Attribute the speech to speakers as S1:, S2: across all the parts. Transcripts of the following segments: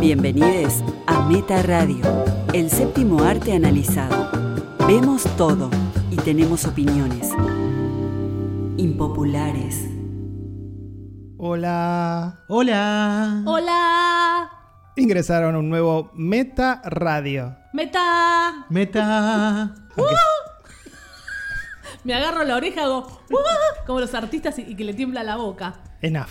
S1: Bienvenidos a Meta Radio, el séptimo arte analizado. Vemos todo y tenemos opiniones impopulares.
S2: Hola.
S3: Hola.
S4: Hola,
S2: Ingresaron a un nuevo Meta Radio.
S4: meta.
S3: Meta.
S4: Me agarro la oreja, hago "Uh", como los artistas y y que le tiembla la boca.
S2: Enough.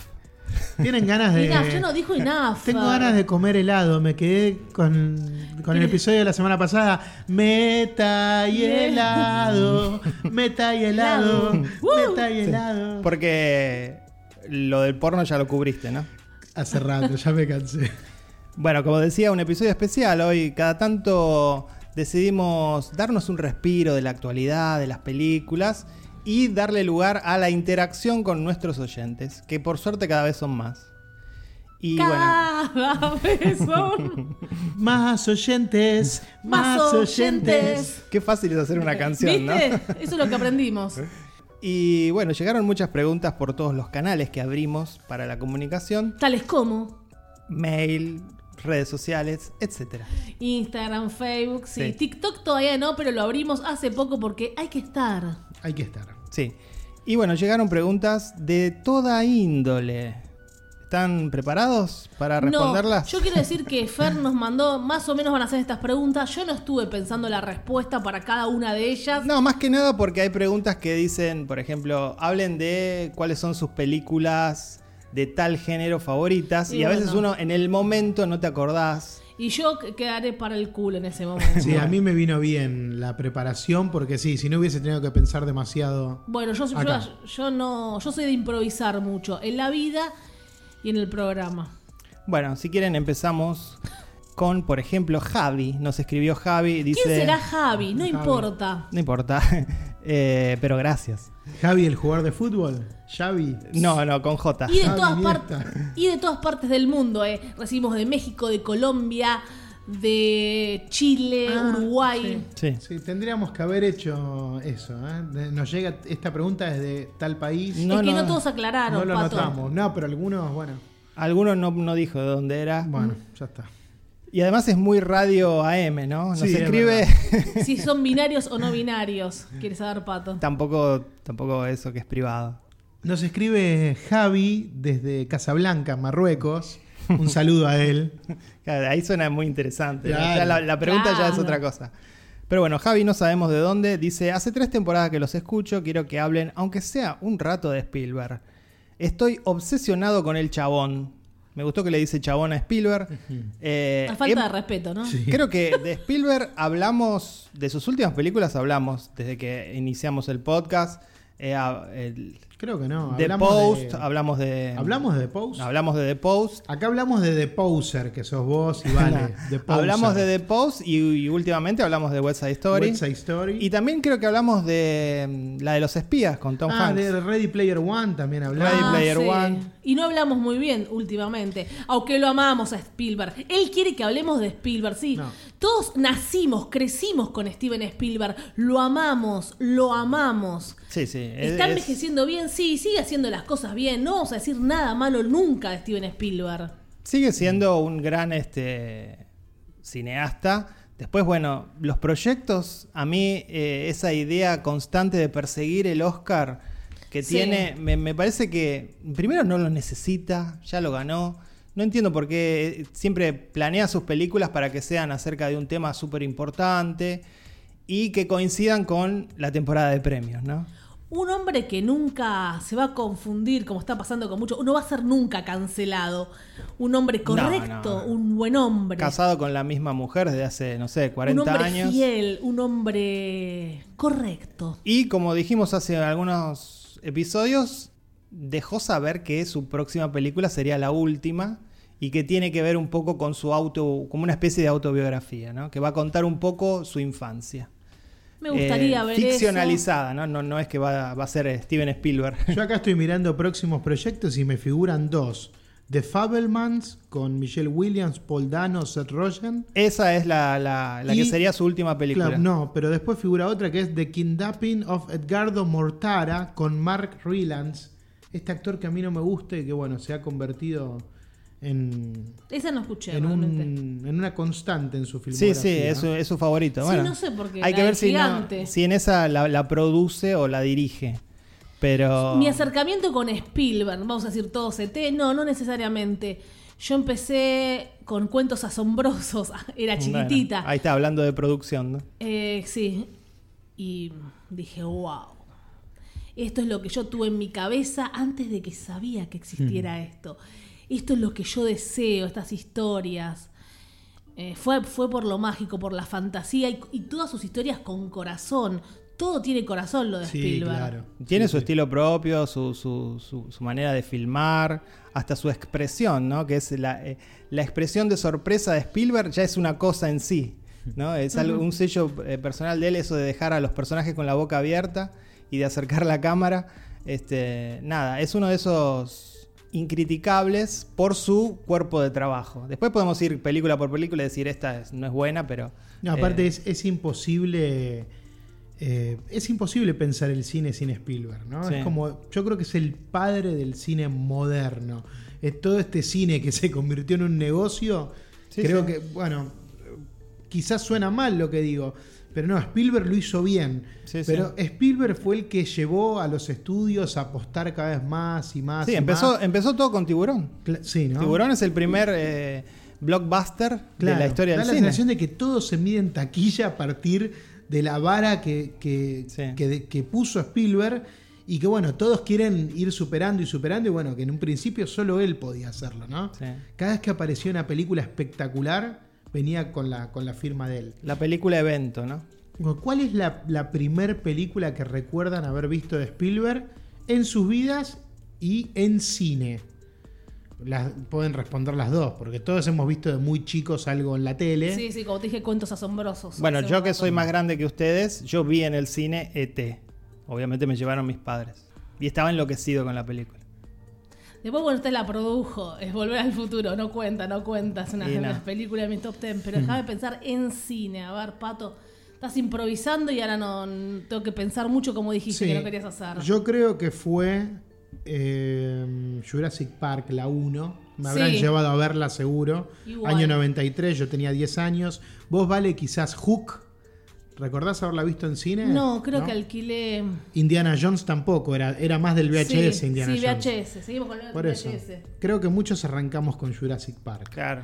S3: Tienen ganas
S2: Eh,
S3: de.
S4: Mira, yo no dijo enough.
S3: Tengo ganas de comer helado. Me quedé con, con el episodio de la semana pasada. Meta y helado. Meta y helado.
S4: Uh.
S3: Meta y helado.
S2: Porque lo del porno ya lo cubriste, ¿no?
S3: Hace rato, ya me cansé.
S2: Bueno, como decía, un episodio especial hoy. Cada tanto decidimos darnos un respiro de la actualidad, de las películas y darle lugar a la interacción con nuestros oyentes, que por suerte cada vez son más. Y bueno,
S4: Cada vez son-
S3: Más oyentes. Más,
S4: Más
S3: oyentes.
S4: oyentes.
S2: qué fácil es hacer una canción, ¿no?
S4: ¿Viste? Eso es lo que aprendimos.
S2: Y bueno, llegaron muchas preguntas por todos los canales que abrimos para la comunicación,
S4: Tales como
S2: mail, redes sociales, etc.
S4: Instagram, Facebook, sí.
S2: Sí.
S4: TikTok todavía no, pero lo abrimos hace poco porque hay que estar.
S3: Hay que estar.
S2: Sí. Y bueno, llegaron preguntas de toda índole. ¿Están preparados para
S4: No,
S2: responderlas?
S4: yo quiero decir que Fer nos mandó, más o menos van a hacer estas preguntas. Yo no estuve pensando la respuesta para cada una de ellas.
S2: No, más que nada porque hay preguntas que dicen, por ejemplo, hablen de cuáles son sus películas de tal género favoritas y,
S4: Y
S2: a
S4: bueno.
S2: veces uno en el momento no te acordás.
S4: Y yo quedaré para el culo en ese momento.
S3: Sí, a mí me vino bien la preparación porque sí, si no hubiese tenido que pensar demasiado.
S4: Bueno, yo, soy-
S3: Acá.
S4: yo, yo no, yo soy de improvisar mucho en la vida y en el programa.
S2: Bueno, si quieren empezamos con, por ejemplo, Javi. Nos escribió Javi, dice...
S4: ¿Quién será Javi? No importa.
S2: No importa, Eh, pero gracias.
S3: Javi, el jugador de fútbol. Xavi.
S2: No, no, con J.
S4: Y de
S3: Javi
S4: todas
S3: Niesta.
S4: partes y de todas partes del mundo, eh. Recibimos de México, de Colombia, de Chile,
S3: Ah,
S4: Uruguay.
S2: Sí.
S3: Sí, tendríamos que haber hecho eso. ¿eh? De- Nos llega esta pregunta desde tal país.
S2: No,
S4: es que
S2: no,
S4: no,
S2: no.
S4: todos aclararon,
S3: no lo
S4: Pato.
S3: notamos. No, pero algunos, bueno.
S2: Alguno no, no dijo de dónde era.
S3: Bueno, ya está.
S2: Y además es muy radio AM, ¿no? Nos
S3: Sí, es
S2: escribe.
S4: Si son binarios o no binarios, quieres saber, Pato.
S2: tampoco, tampoco eso que es privado.
S3: Nos escribe Javi desde Casablanca, Marruecos. Un saludo a él.
S2: Claro, ahí suena muy interesante. ¿no?
S3: Claro.
S2: Ya la, la pregunta ya es
S4: Claro.
S2: otra cosa. Pero bueno, Javi no sabemos de dónde. Dice, hace tres temporadas que los escucho, quiero que hablen, aunque sea un rato de Spielberg. Estoy obsesionado con el chabón. Me gustó que le dice chabón a Spielberg. Eh,
S4: A falta
S2: em-
S4: de respeto, ¿no?
S2: Creo que de Spielberg hablamos, de sus últimas películas hablamos, desde que iniciamos el podcast. Eh, a- el-
S3: Creo que no.
S2: The
S3: hablamos
S2: Post,
S3: de-
S2: hablamos de...
S3: ¿Hablamos de The Post?
S2: Hablamos de The Post.
S3: Acá hablamos de The Poser, que sos vos y vale. The Poser.
S2: hablamos de The Post y, y últimamente hablamos de West Side Story.
S3: West Side Story.
S2: Y también creo que hablamos de mm, la de los espías con Tom
S3: ah,
S2: Hanks.
S3: de Ready Player One también hablamos.
S2: Ready Player One.
S4: Ah, Y no hablamos muy bien últimamente, aunque lo amamos a Spielberg. Él quiere que hablemos de Spielberg, sí.
S3: No.
S4: Todos nacimos, crecimos con Steven Spielberg. Lo amamos, lo amamos.
S2: Sí, sí. es-
S4: Está
S2: es-
S4: envejeciendo bien, sí, sigue haciendo las cosas bien. No vamos a decir nada malo nunca de Steven Spielberg.
S2: sigue siendo un gran este, cineasta. Después, bueno, los proyectos, a mí eh, esa idea constante de perseguir el Oscar que
S4: Sí.
S2: tiene, me, me parece que primero no lo necesita, ya lo ganó. No entiendo por qué eh, siempre planea sus películas para que sean acerca de un tema súper importante y que coincidan con la temporada de premios, ¿no?
S4: Un hombre que nunca se va a confundir, como está pasando con muchos, no va a ser nunca cancelado. Un hombre
S2: No, no,
S4: correcto,
S2: no.
S4: un buen hombre.
S2: Casado con la misma mujer desde hace, no sé, 40
S4: un hombre
S2: años.
S4: fiel, un hombre correcto.
S2: Y como dijimos hace algunos episodios, dejó saber que su próxima película sería la última y que tiene que ver un poco con su auto, como una especie de autobiografía, ¿no? Que va a contar un poco su infancia.
S4: Me gustaría
S2: Eh,
S4: ver
S2: Ficcionalizada, ¿no? ¿no? No es que va, va a ser Steven Spielberg.
S3: Yo acá estoy mirando próximos proyectos y me figuran dos. The Fabelmans con Michelle Williams, Paul Dano, Seth Rogen.
S2: Esa es la, la- la que
S3: Y-
S2: sería su última película.
S3: Claro, no, pero después figura otra que es The Kidnapping of Edgardo Mortara con Mark Rylance. Este actor que a mí no me gusta y que bueno, se ha convertido en,
S4: Esa no escuché
S3: en, un-
S4: realmente.
S3: en una constante en su
S2: Sí,
S3: filmografía.
S2: sí, es su, es su favorito.
S4: Sí,
S2: bueno,
S4: no sé por qué,
S2: Hay
S4: la
S2: que
S4: del
S2: ver si, no-
S4: gigante.
S2: si en esa la, la produce o la dirige. Pero.
S4: Mi acercamiento con Spielberg, vamos a decir todo CT, no, no necesariamente. Yo empecé con cuentos asombrosos, era
S2: Bueno,
S4: chiquitita.
S2: ahí está, hablando de producción, ¿no?
S4: Eh, sí, y dije, wow, esto es lo que yo tuve en mi cabeza antes de que sabía que existiera esto. Esto es lo que yo deseo, estas historias. Eh, fue, fue por lo mágico, por la fantasía y, y todas sus historias con corazón. Todo tiene corazón lo de
S3: Sí,
S4: Spielberg.
S3: claro.
S2: Tiene
S3: Sí,
S2: su
S3: sí.
S2: estilo propio, su, su- su- su manera de filmar, hasta su expresión, ¿no? Que es la, eh, la expresión de sorpresa de Spielberg ya es una cosa en sí, ¿no? Es algo, un sello eh, personal de él, eso de dejar a los personajes con la boca abierta y de acercar la cámara. Este, nada, es uno de esos incriticables por su cuerpo de trabajo. Después podemos ir película por película y decir esta es- no es buena, pero...
S3: No, aparte
S2: eh,
S3: es, es imposible. eh, es imposible pensar el cine sin Spielberg, ¿no?
S2: Sí.
S3: Es como. Yo creo que es el padre del cine moderno. Es todo este cine que se convirtió en un negocio.
S2: Sí,
S3: creo
S2: sí.
S3: que, bueno, quizás suena mal lo que digo. Pero no, Spielberg lo hizo bien.
S2: Sí, sí.
S3: pero Spielberg fue el que llevó a los estudios a apostar cada vez más y más.
S2: sí,
S3: y
S2: empezó,
S3: más.
S2: empezó todo con Tiburón.
S3: Cla- Sí, ¿no?
S2: Tiburón es el primer eh, blockbuster de
S3: Claro,
S2: la historia
S3: da
S2: del
S3: la
S2: cine.
S3: sensación de que todo se mide en taquilla a partir de la vara que, que,
S2: Sí.
S3: que de- que puso Spielberg y que bueno, todos quieren ir superando y superando y bueno, que en un principio solo él podía hacerlo, ¿no?
S2: Sí.
S3: Cada vez que aparecía una película espectacular venía con la, con la firma de él.
S2: La película evento, ¿no?
S3: Digo, ¿Cuál es la, la primer película que recuerdan haber visto de Spielberg en sus vidas y en cine? Las, pueden responder las dos, porque todos hemos visto de muy chicos algo en la tele.
S4: Sí, sí, como te dije, cuentos asombrosos.
S2: Bueno,
S4: Hace
S2: yo
S4: un
S2: que
S4: rato.
S2: soy más grande que ustedes, yo vi en el cine ET. Obviamente me llevaron mis padres. Y estaba enloquecido con la película.
S4: Después, bueno, usted la produjo, es Volver al Futuro, no cuenta, no cuenta, es una
S2: Y
S4: de
S2: no.
S4: las películas de mi top ten, pero déjame pensar en cine, a ver, Pato, estás improvisando y ahora no, n- tengo que pensar mucho como dijiste
S3: Sí.
S4: que no querías hacer.
S3: Yo creo que fue eh, Jurassic Park, la 1. Me
S4: Sí.
S3: habrán llevado a verla seguro.
S4: Igual.
S3: Año 93, yo tenía 10 años. Vos vale quizás Hook. ¿Recordás haberla visto en cine?
S4: no, creo que alquilé...
S3: Indiana Jones tampoco, era, era más del VHS
S4: sí,
S3: Indiana
S4: sí,
S3: Jones.
S4: VHS, seguimos con el
S3: Por eso.
S4: VHS.
S3: Creo que muchos arrancamos con Jurassic Park.
S2: Claro.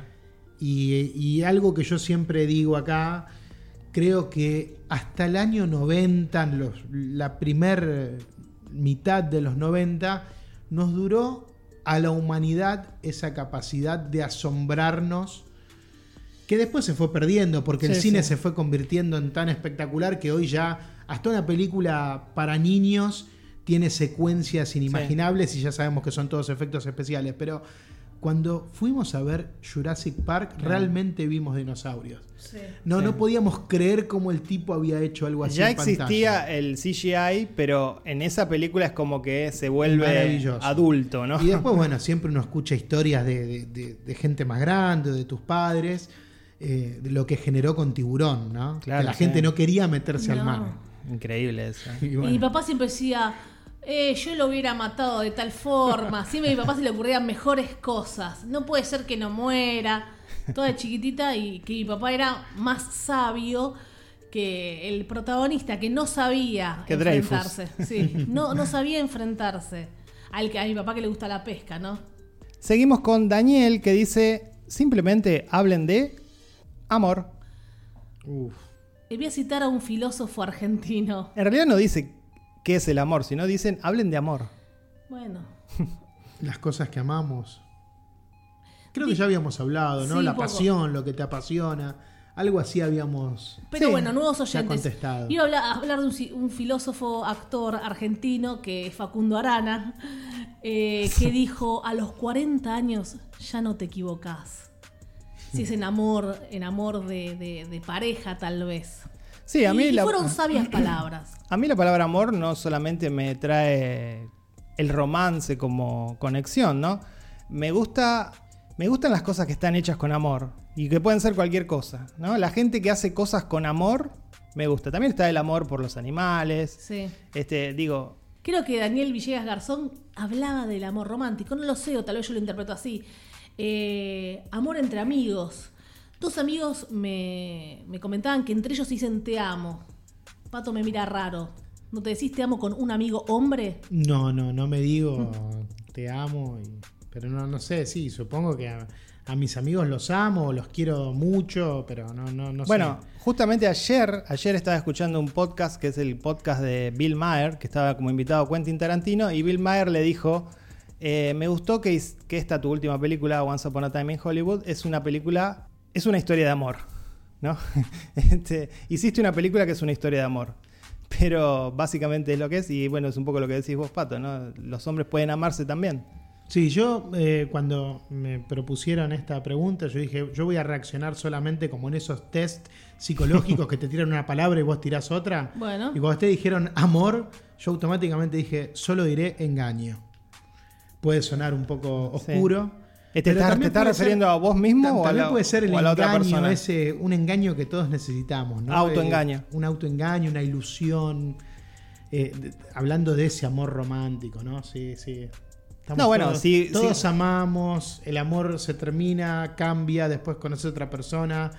S3: Y, y algo que yo siempre digo acá, creo que hasta el año 90, en los- la primer mitad de los 90, nos duró a la humanidad esa capacidad de asombrarnos, que después se fue perdiendo, porque el
S2: Sí,
S3: cine
S2: sí.
S3: se fue convirtiendo en tan espectacular que hoy ya hasta una película para niños tiene secuencias inimaginables y ya sabemos que son todos efectos especiales, pero cuando fuimos a ver Jurassic Park realmente vimos dinosaurios.
S4: Sí.
S3: No,
S2: Sí.
S3: no podíamos creer cómo el tipo había hecho algo así.
S2: Ya
S3: en pantalla.
S2: existía el CGI, pero en esa película es como que se vuelve
S3: Maravilloso.
S2: adulto, ¿no?
S3: Y después, bueno, siempre uno escucha historias de, de- de- de gente más grande, de tus padres, eh, de lo que generó con tiburón, ¿no?
S2: Claro,
S3: que la
S2: sí.
S3: gente no quería meterse
S4: No.
S3: al mar.
S2: Increíble eso.
S3: Y
S4: Y mi
S3: bueno,
S4: papá siempre decía, eh, yo lo hubiera matado de tal forma. Siempre a mi papá se le ocurrían mejores cosas. No puede ser que no muera. Toda chiquitita y que mi papá era más sabio que el protagonista, que no sabía
S2: Que Dreyfus.
S4: enfrentarse. Sí, no, no sabía enfrentarse. Al que a mi papá que le gusta la pesca, ¿no?
S2: Seguimos con Daniel que dice, simplemente hablen de amor.
S3: uf.
S4: Y Eh, Voy a citar a un filósofo argentino.
S2: En realidad no dice qué es el amor, sino dicen hablen de amor.
S4: Bueno,
S3: las cosas que amamos. Creo que ya habíamos hablado, ¿no?
S4: Sí,
S3: la
S4: un poco.
S3: pasión, lo que te apasiona. Algo así habíamos.
S4: Pero
S2: Sí,
S4: bueno, nuevos
S3: ya
S4: oyentes.
S3: contestado.
S4: Iba a hablar, a hablar de un, ci- un filósofo, actor argentino que es Facundo Arana, eh, que dijo: A los 40 años ya no te equivocás. Si es en amor, en amor de, de- de pareja, tal vez.
S2: Sí, a
S4: Y-
S2: mí
S4: y
S2: la...
S4: fueron sabias palabras.
S2: A mí la palabra amor no solamente me trae el romance como conexión, ¿no? Me gusta. Me gustan las cosas que están hechas con amor. Y que pueden ser cualquier cosa, ¿no? La gente que hace cosas con amor, me gusta. También está el amor por los animales.
S4: Sí.
S2: Este, digo.
S4: Creo que Daniel Villegas Garzón hablaba del amor romántico, no lo sé, o tal vez yo lo interpreto así. Eh, amor entre amigos. Dos amigos me, me comentaban que entre ellos dicen te amo. Pato me mira raro. ¿No te decís te amo con un amigo hombre?
S3: No, no, no me digo
S2: Mm.
S3: te amo, y- pero no, no sé, sí, supongo que a, a mis amigos los amo, los quiero mucho, pero no, no, no
S2: Bueno,
S3: sé.
S2: justamente ayer, ayer estaba escuchando un podcast que es el podcast de Bill Maher, que estaba como invitado Quentin Tarantino, y Bill Maher le dijo, eh, me gustó que, is- que esta tu última película, Once Upon a Time in Hollywood, es una película, es una historia de amor, ¿no? Este, hiciste una película que es una historia de amor, pero básicamente es lo que es, y bueno, es un poco lo que decís vos, Pato, ¿no? Los hombres pueden amarse también.
S3: Sí, yo eh, cuando me propusieron esta pregunta, yo dije, yo voy a reaccionar solamente como en esos test psicológicos que te tiran una palabra y vos tirás otra.
S4: Bueno.
S3: Y cuando te dijeron amor, yo automáticamente dije, solo diré engaño. Puede sonar un poco
S2: Sí.
S3: oscuro.
S2: Eh, ¿Te
S3: pero
S2: estás,
S3: también
S2: te estás
S3: puede ser-
S2: refiriendo a vos mismo
S3: Tam-
S2: o a
S3: También
S2: la,
S3: puede ser el
S2: o a la otra
S3: engaño,
S2: persona?
S3: ese, un engaño que todos necesitamos, ¿no?
S2: Autoengaño.
S3: Eh, un autoengaño, una ilusión. eh, de- hablando de ese amor romántico, ¿no? Sí, sí. Estamos
S2: No, bueno,
S3: todos,
S2: sí,
S3: Todos
S2: sí.
S3: amamos, el amor se termina, cambia, después conoces a otra persona,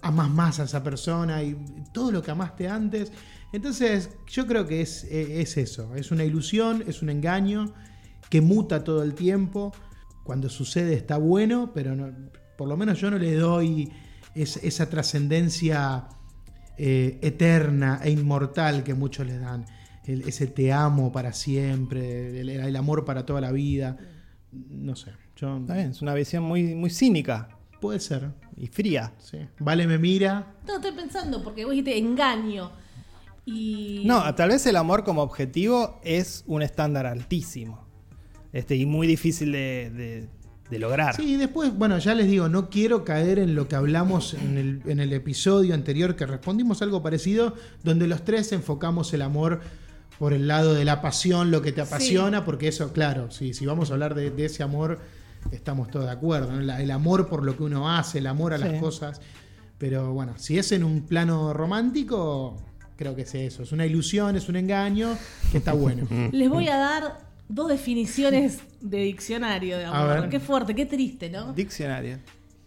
S3: amas más a esa persona y todo lo que amaste antes. Entonces, yo creo que es, eh, es eso, es una ilusión, es un engaño que muta todo el tiempo. Cuando sucede está bueno, pero no- por lo menos yo no le doy es- esa trascendencia eh, eterna e inmortal que muchos le dan. El- ese te amo para siempre, el, el amor para toda la vida. No sé, yo,
S2: Está bien, es una visión muy, muy cínica
S3: puede ser.
S2: y fría.
S3: sí. Vale me mira.
S4: No, estoy pensando, porque vos dijiste engaño. Y.
S2: No, tal vez el amor como objetivo es un estándar altísimo este, y muy difícil de, de- de lograr.
S3: Sí, después, bueno, ya les digo, no quiero caer en lo que hablamos en el, en el episodio anterior que respondimos algo parecido, donde los tres enfocamos el amor por el lado de la pasión, lo que te apasiona, porque eso, claro, sí, si vamos a hablar de, de ese amor, estamos todos de acuerdo, ¿no? La- el amor por lo que uno hace, el amor a
S2: Sí.
S3: las cosas, pero bueno, si es en un plano romántico, creo que es eso, es una ilusión, es un engaño, que está bueno.
S4: Les voy a dar dos definiciones de diccionario de
S3: A
S4: amor.
S3: ver.
S4: Qué fuerte, qué triste, ¿no?
S2: Diccionario.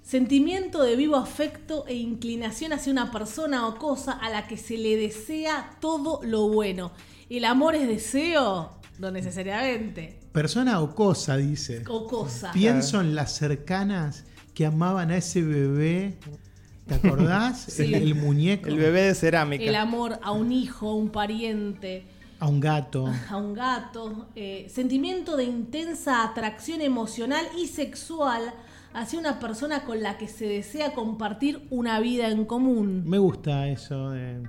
S4: Sentimiento de vivo afecto e inclinación hacia una persona o cosa a la que se le desea todo lo bueno. ¿El amor es deseo? No necesariamente.
S3: Persona o cosa, dice.
S4: O cosa.
S3: Pienso en las cercanas que amaban a ese bebé. ¿Te acordás?
S4: Sí.
S3: El, el muñeco.
S2: El bebé de cerámica.
S4: El amor a un hijo, a un pariente,
S3: A un gato.
S4: a un gato. eh, sentimiento de intensa atracción emocional y sexual hacia una persona con la que se desea compartir una vida en común.
S3: Me gusta eso de,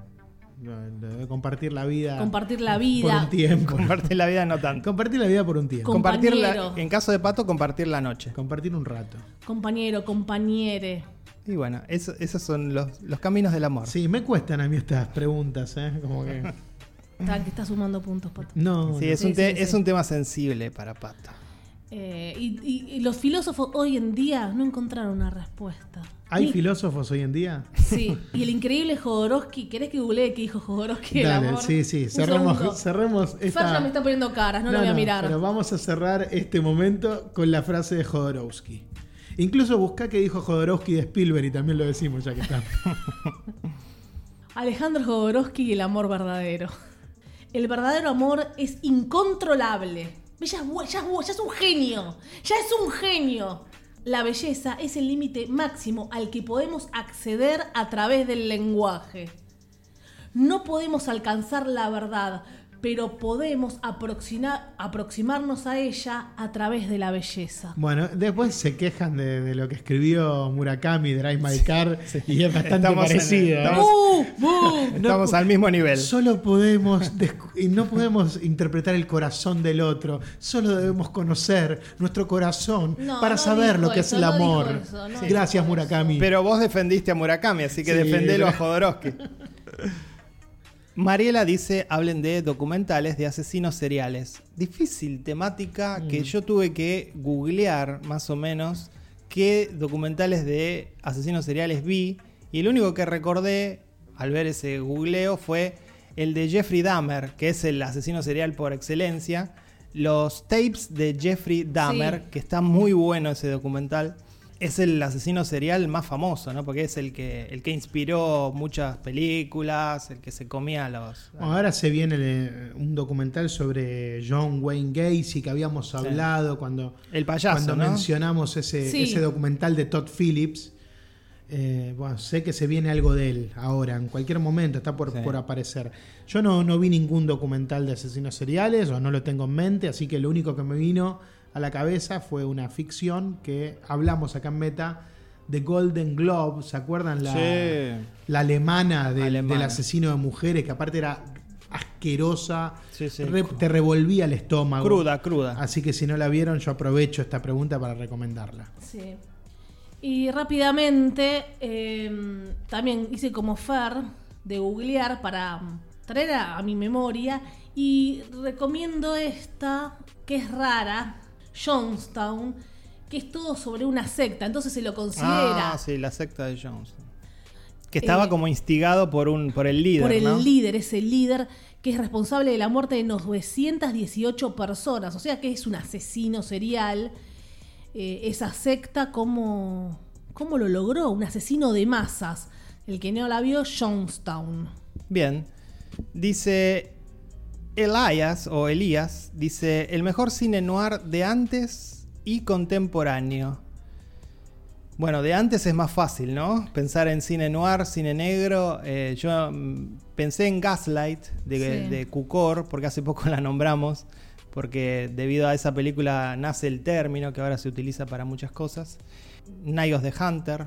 S3: de- de compartir la vida.
S4: Compartir la
S3: Por
S4: vida.
S3: un tiempo.
S2: Compartir la vida no tanto.
S3: Compartir la vida por un tiempo.
S4: Com-
S2: Compartir la,
S4: Compañero.
S2: en caso de pato, compartir la noche.
S3: Compartir un rato.
S4: Compañero, compañere.
S2: Y bueno, eso- esos son los, los caminos del amor.
S3: Sí, me cuestan a mí estas preguntas, ¿eh? Como que.
S4: Está, que está sumando puntos, Pato.
S3: No.
S2: Sí,
S3: no.
S2: es,
S4: Sí,
S2: un te-
S4: sí, sí.
S2: es un tema sensible para pato.
S4: Eh, y, y- y los filósofos hoy en día no encontraron una respuesta.
S3: ¿Hay
S4: Ni-
S3: filósofos hoy en día?
S4: Sí, y el increíble Jodorowsky, ¿querés que googlee qué dijo Jodorowsky del
S3: Dale,
S4: amor?
S3: sí, sí.
S4: Un segundo.
S3: Cerremos, cerremos esta.
S4: Fer ya me está poniendo caras, Ah, no, lo voy a mirar.
S3: Pero vamos a cerrar este momento con la frase de Jodorowsky. Incluso buscá qué dijo Jodorowsky de Spielberg y también lo decimos ya que está.
S4: Alejandro Jodorowsky y el amor verdadero. El verdadero amor es incontrolable. Ve, Ya es, bu- ya es bu- ya es un genio. Ya es un genio. La belleza es el límite máximo al que podemos acceder a través del lenguaje. No podemos alcanzar la verdad, pero podemos aproxima- aproximarnos a ella a través de la belleza.
S3: Bueno, después se quejan de, de lo que escribió Murakami, Drive My Car, y es bastante
S2: Estamos en-
S3: parecido. ¿eh?
S2: estamos-
S4: ¡Bu! ¡Bu!
S2: Estamos al mismo nivel.
S3: Solo podemos descu- y no podemos interpretar el corazón del otro, solo debemos conocer nuestro corazón
S4: No,
S3: para
S4: no
S3: saber
S4: dijo
S3: lo que es
S4: eso,
S3: el
S4: no dijo
S3: amor.
S4: eso, no dijo
S3: Gracias
S4: eso.
S3: Murakami.
S2: Pero vos defendiste a Murakami, así que
S3: Sí,
S2: defendelo a
S3: pero-
S2: Jodorowsky. Mariela dice, hablen de documentales de asesinos seriales. Difícil temática
S3: Mm.
S2: que yo tuve que googlear más o menos qué documentales de asesinos seriales vi. Y el único que recordé al ver ese googleo fue el de Jeffrey Dahmer, que es el asesino serial por excelencia. los tapes de Jeffrey Dahmer,
S4: Sí.
S2: que está muy bueno ese documental. Es el asesino serial más famoso, ¿no? Porque es el que, el que inspiró muchas películas, el que se comía a los...
S3: Bueno, ahora se viene el- un documental sobre John Wayne Gacy que habíamos hablado cuando,
S2: El payaso,
S3: cuando
S2: ¿no?
S3: mencionamos ese,
S4: Sí.
S3: ese documental de Todd Phillips. Eh, bueno, sé que se viene algo de él ahora, en cualquier momento, está por,
S2: Sí.
S3: por aparecer. Yo no, no vi ningún documental de asesinos seriales o no lo tengo en mente, así que lo único que me vino a la cabeza fue una ficción que hablamos acá en Meta de Golden Globe, ¿se acuerdan? La, la alemana, del-
S2: Alemana.
S3: del asesino de mujeres, que aparte era asquerosa,
S2: Sí, sí.
S3: re- te revolvía el estómago.
S2: Cruda,
S4: Ah,
S2: cruda.
S3: Así que si no la vieron, yo aprovecho esta pregunta para recomendarla.
S4: Sí. Y rápidamente, eh, también hice como Fer de googlear para mm, traer a, a mi memoria y recomiendo esta, que es rara, Jonestown, que es todo sobre una secta, entonces se lo considera
S2: Ah, sí, la secta de Jones. Que estaba
S4: Eh,
S2: como instigado por un por el líder,
S4: por el
S2: ¿no?
S4: líder, ese líder que es responsable de la muerte de 918 personas, o sea que es un asesino serial. Eh, esa secta, ¿cómo, ¿cómo lo logró? Un asesino de masas. El que no la vio, Jonestown.
S2: Bien. Dice Elias o Elías, dice el mejor cine noir de antes y contemporáneo. Bueno, de antes es más fácil, ¿no? Pensar en cine noir, cine negro. Eh, yo mm, pensé en Gaslight de,
S4: Sí.
S2: de Cucor, porque hace poco la nombramos, porque debido a esa película nace el término que ahora se utiliza para muchas cosas. Night of the Hunter,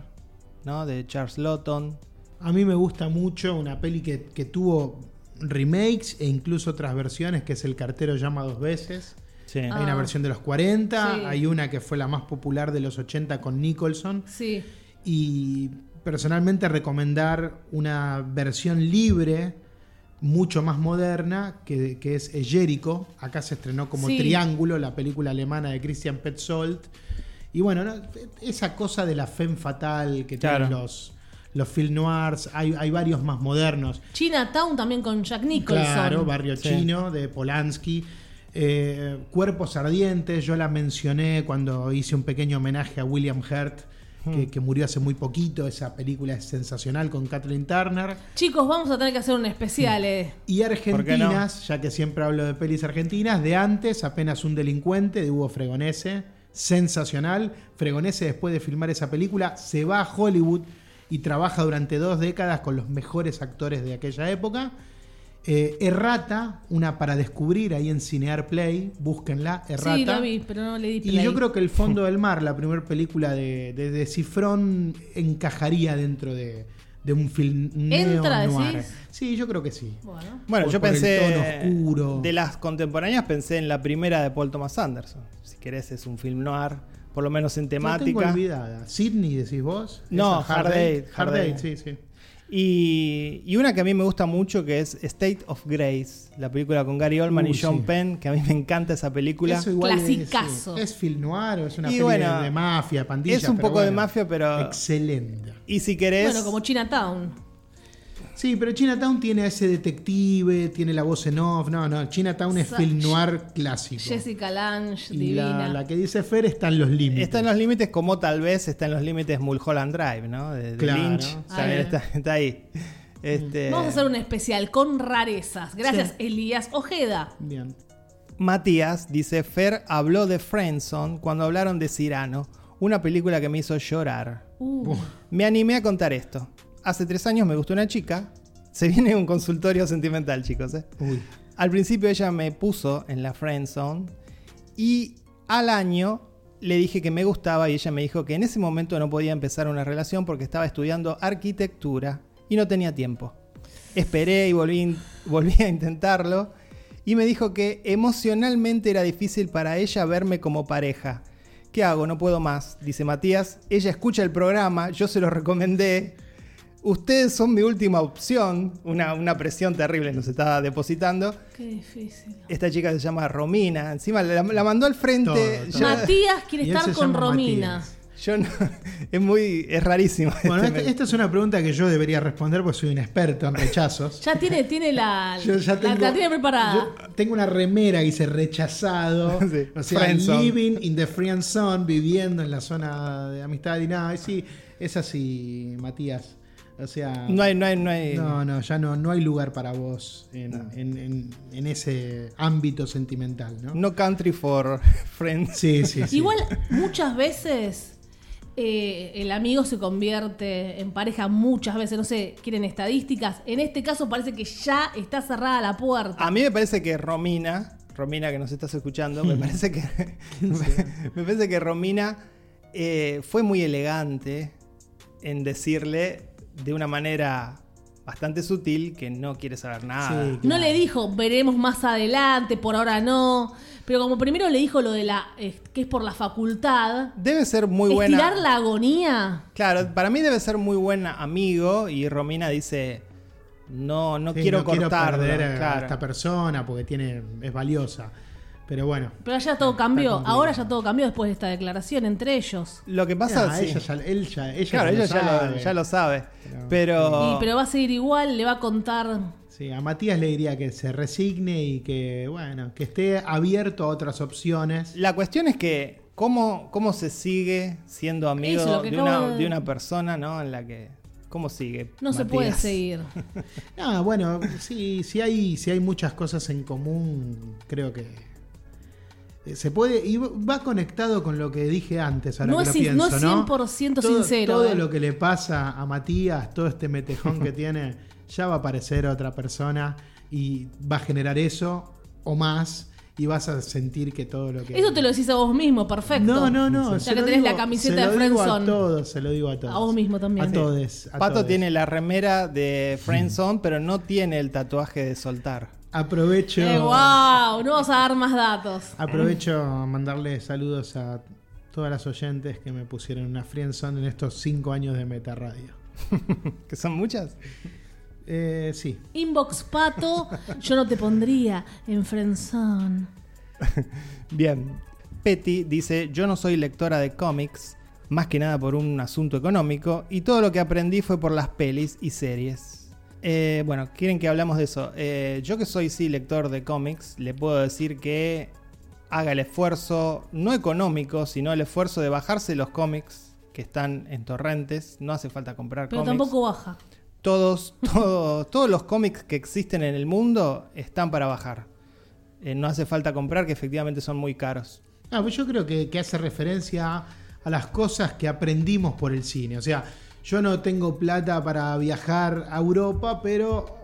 S2: ¿no? De Charles Lawton.
S3: A mí me gusta mucho una peli que, que tuvo remakes e incluso otras versiones, que es El cartero llama dos veces.
S2: Sí.
S4: Ah.
S3: Hay una versión de los 40,
S4: Sí.
S3: hay una que fue la más popular de los 80 con Nicholson.
S4: Sí.
S3: y personalmente recomendar una versión libre, mucho más moderna, que, que es Jericho. Acá se estrenó como
S4: Sí.
S3: Triángulo, la película alemana de Christian Petzold. Y bueno, no, esa cosa de la femme fatal que
S2: Claro.
S3: tienen los, los film noirs, hay, hay varios más modernos.
S4: Chinatown también con Jack Nicholson.
S3: Claro, Barrio
S2: Sí.
S3: Chino de Polanski. Eh, Cuerpos Ardientes, yo la mencioné cuando hice un pequeño homenaje a William Hurt, que, que murió hace muy poquito. Esa película es sensacional con Kathleen Turner.
S4: Chicos, vamos a tener que hacer un especial. eh.
S3: Y
S2: qué no?
S3: Argentinas, ya que siempre hablo de pelis argentinas, de antes, apenas un delincuente, de Hugo Fregonese, sensacional. Fregonese, después de filmar esa película, se va a Hollywood y trabaja durante dos décadas con los mejores actores de aquella época. Eh, Errata, una para descubrir ahí en Cinear Play, búsquenla, Errata.
S4: Sí, la vi, pero no le di
S3: Y
S4: play.
S3: yo creo que El Fondo del Mar, la primera película de, de, de Cifrón, encajaría dentro de, de un film neo
S4: Entra,
S3: noir.
S4: decís.
S3: Sí, yo creo que sí.
S4: Bueno.
S2: Bueno,
S3: Por-
S2: yo
S3: por el
S2: pensé.
S3: tono oscuro.
S2: De las contemporáneas pensé en la primera de Paul Thomas Anderson. Si querés, es un film noir, por lo menos en
S3: La tengo
S2: temática.
S3: olvidada. Sydney, decís vos.
S2: No,
S3: Esa,
S2: Hard Eight,
S3: Hard
S2: Hard
S3: Eight,
S2: Eight.
S3: sí, sí.
S2: Y, y una que a mí me gusta mucho que es State of Grace, la película con Gary Oldman
S3: Uy,
S2: y John
S3: sí.
S2: Penn, que a mí me encanta esa película.
S3: Eso igual es-
S4: Clasicazo.
S3: Es, film noir o es una
S2: Y
S3: peli
S2: bueno,
S3: de, de mafia, pandilla.
S2: es un
S3: pero
S2: poco de
S3: bueno,
S2: mafia, pero-
S3: Excelente.
S2: Y si querés.
S4: Bueno, como Chinatown.
S3: Sí, pero Chinatown tiene a ese detective, tiene la voz en off. No, no, Chinatown es
S4: Sa-
S3: film noir clásico.
S4: Jessica Lange,
S3: y
S4: divina.
S3: la, la que dice Fer está en los límites.
S2: Está en los límites como tal vez está en los límites Mulholland Drive, ¿no? De, de
S3: Claro.
S2: Lynch.
S3: Ahí
S2: También
S4: va.
S2: está, está ahí. Este,
S4: Ah, Vamos a hacer un especial con rarezas. Gracias, Elías Ojeda.
S3: Bien.
S2: Matías dice, Fer habló de Friendzone cuando hablaron de Cyrano, una película que me hizo llorar.
S4: Uh,
S2: Me animé a contar esto. Hace tres años me gustó una chica. Se viene un consultorio sentimental, chicos. ¿eh?
S3: Uy.
S2: Al principio ella me puso en la friendzone y al año le dije que me gustaba y ella me dijo que en ese momento no podía empezar una relación porque estaba estudiando arquitectura y no tenía tiempo. Esperé y volví, volví a intentarlo y me dijo que emocionalmente era difícil para ella verme como pareja. ¿Qué hago? No puedo más, dice Matías. Ella escucha el programa, yo se lo recomendé. Ustedes son mi última opción. Una, una presión terrible nos estaba depositando.
S4: qué difícil.
S2: Esta chica se llama Romina. Encima la, la mandó al frente.
S3: Todo, todo.
S2: Ya-
S4: Matías
S3: Y
S4: quiere
S3: él
S4: estar
S3: se
S4: con
S3: llama
S4: Romina.
S3: Matías.
S2: Yo no- es muy. Es rarísimo.
S3: Bueno,
S2: este
S3: esta,
S2: me-
S3: esta es una pregunta que yo debería responder porque soy un experto en rechazos.
S4: Ya tiene, tiene la,
S3: Yo ya
S4: la- la, tiene preparada.
S3: yo tengo una remera que dice rechazado.
S2: Sí,
S3: O sea,
S2: friend zone.
S3: living in the friend zone, viviendo en la zona de amistad y nada. Y sí, es así, Matías. O sea,
S2: no hay, no hay, no hay.
S3: este- no, no, ya no, no hay lugar para vos en,
S2: No.
S3: en- en- en ese ámbito sentimental, ¿no?
S2: no country for friends.
S3: Sí, sí, sí.
S4: Igual muchas veces eh, el amigo se convierte en pareja, muchas veces, no sé, quieren estadísticas. En este caso parece que ya está cerrada la puerta.
S2: A mí me parece que Romina, Romina que nos estás escuchando, me parece que me parece que Romina eh, fue muy elegante en decirle de una manera bastante sutil que no quiere saber nada.
S3: Sí.
S4: No le dijo, veremos más adelante, por ahora no. Pero como primero le dijo lo de la. eh, que es por la facultad.
S2: Debe ser muy buena.
S4: estirar la agonía.
S2: Claro, para mí debe ser muy buen amigo y Romina dice no, no
S3: Sí,
S2: quiero
S3: no
S2: cortar.
S3: perder a
S2: claro.
S3: esta persona porque tiene, es valiosa. Pero bueno.
S4: Pero ya todo cambió.
S3: complicado.
S4: Ahora ya todo cambió después de esta declaración entre ellos.
S2: Lo que pasa
S3: Ah,
S2: sí.
S3: ella ya, él ya, ella
S2: claro,
S3: ya
S2: ella
S3: lo
S2: ya lo,
S3: sabe.
S2: ya lo sabe.
S3: Pero-
S2: Pero,
S3: Oh.
S4: Y- pero va a seguir igual, le va a contar.
S3: Sí, a Matías le diría que se resigne y que, bueno, que esté abierto a otras opciones.
S2: la cuestión es que cómo, cómo se sigue siendo amigo
S4: Eso, lo que
S2: de, una,
S4: acabo de-
S2: de una persona, ¿no? En la que cómo sigue.
S4: No se
S2: Matías?
S4: puede seguir.
S3: No, Ah, bueno, sí, sí hay, sí hay muchas cosas en común, creo que eh, se puede y va conectado con lo que dije antes ahora
S4: No
S3: que
S4: es
S3: lo
S4: sin-
S3: pienso,
S4: no es 100%
S3: Todo-
S4: sincero,
S3: todo
S4: eh.
S3: lo que le pasa a Matías todo este metejón que tiene ya va a aparecer otra persona y va a generar eso o más y vas a sentir que todo lo que
S4: Eso te lo decís a vos mismo, perfecto.
S3: No, no, no.
S4: Ya
S3: se
S4: que
S3: lo
S4: tenés la
S3: digo-
S4: camiseta
S3: se lo
S4: de
S3: digo
S4: Friendzone.
S3: A todos, se lo digo a todos.
S4: A vos mismo también.
S3: A todos. a
S2: Pato
S3: todos.
S2: tiene la remera de Friendzone, pero no tiene el tatuaje de soltar.
S3: Aprovecho.
S4: Eh, wow, no vas a dar más datos.
S3: Aprovecho a mandarle saludos a todas las oyentes que me pusieron una friendzone en estos cinco años de Meta Radio.
S2: Que son muchas.
S3: Eh, sí.
S4: Inbox Pato, yo no te pondría en Frenzón.
S2: Bien. Petty dice, yo no soy lectora de cómics, más que nada por un asunto económico, y todo lo que aprendí fue por las pelis y series. Eh, bueno, quieren que hablamos de eso. Eh, yo que soy sí lector de cómics, le puedo decir que haga el esfuerzo, no económico, sino el esfuerzo de bajarse los cómics que están en torrentes. No hace falta comprar
S4: Pero
S2: cómics.
S4: tampoco baja.
S2: Todos, todos, todos los cómics que existen en el mundo están para bajar. Eh, no hace falta comprar, que efectivamente son muy caros.
S3: Ah, pues yo creo que, que hace referencia a, a las cosas que aprendimos por el cine. O sea, yo no tengo plata para viajar a Europa, pero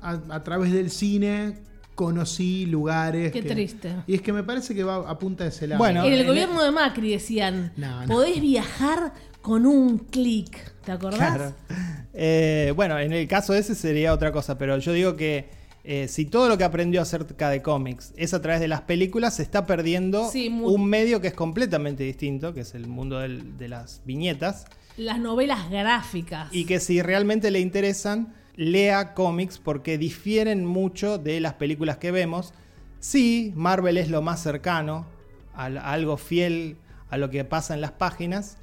S3: a, a través del cine conocí lugares.
S4: Qué triste.
S3: Y es que me parece que va a punta de ese lado.
S2: Bueno, No,
S4: en el
S2: en
S4: gobierno de Macri decían,
S3: No, no.
S4: podés viajar con un clic. ¿Te acordás?
S2: Eh, bueno, en el caso ese sería otra cosa, pero yo digo que eh, si todo lo que aprendió acerca de cómics es a través de las películas, se está perdiendo
S4: Sí, mu-
S2: un medio que es completamente distinto, que es el mundo del- de las viñetas,
S4: Las novelas gráficas.
S2: y que si realmente le interesan, lea cómics porque difieren mucho de las películas que vemos. Sí, Marvel es lo más cercano a, a algo fiel a lo que pasa en las páginas,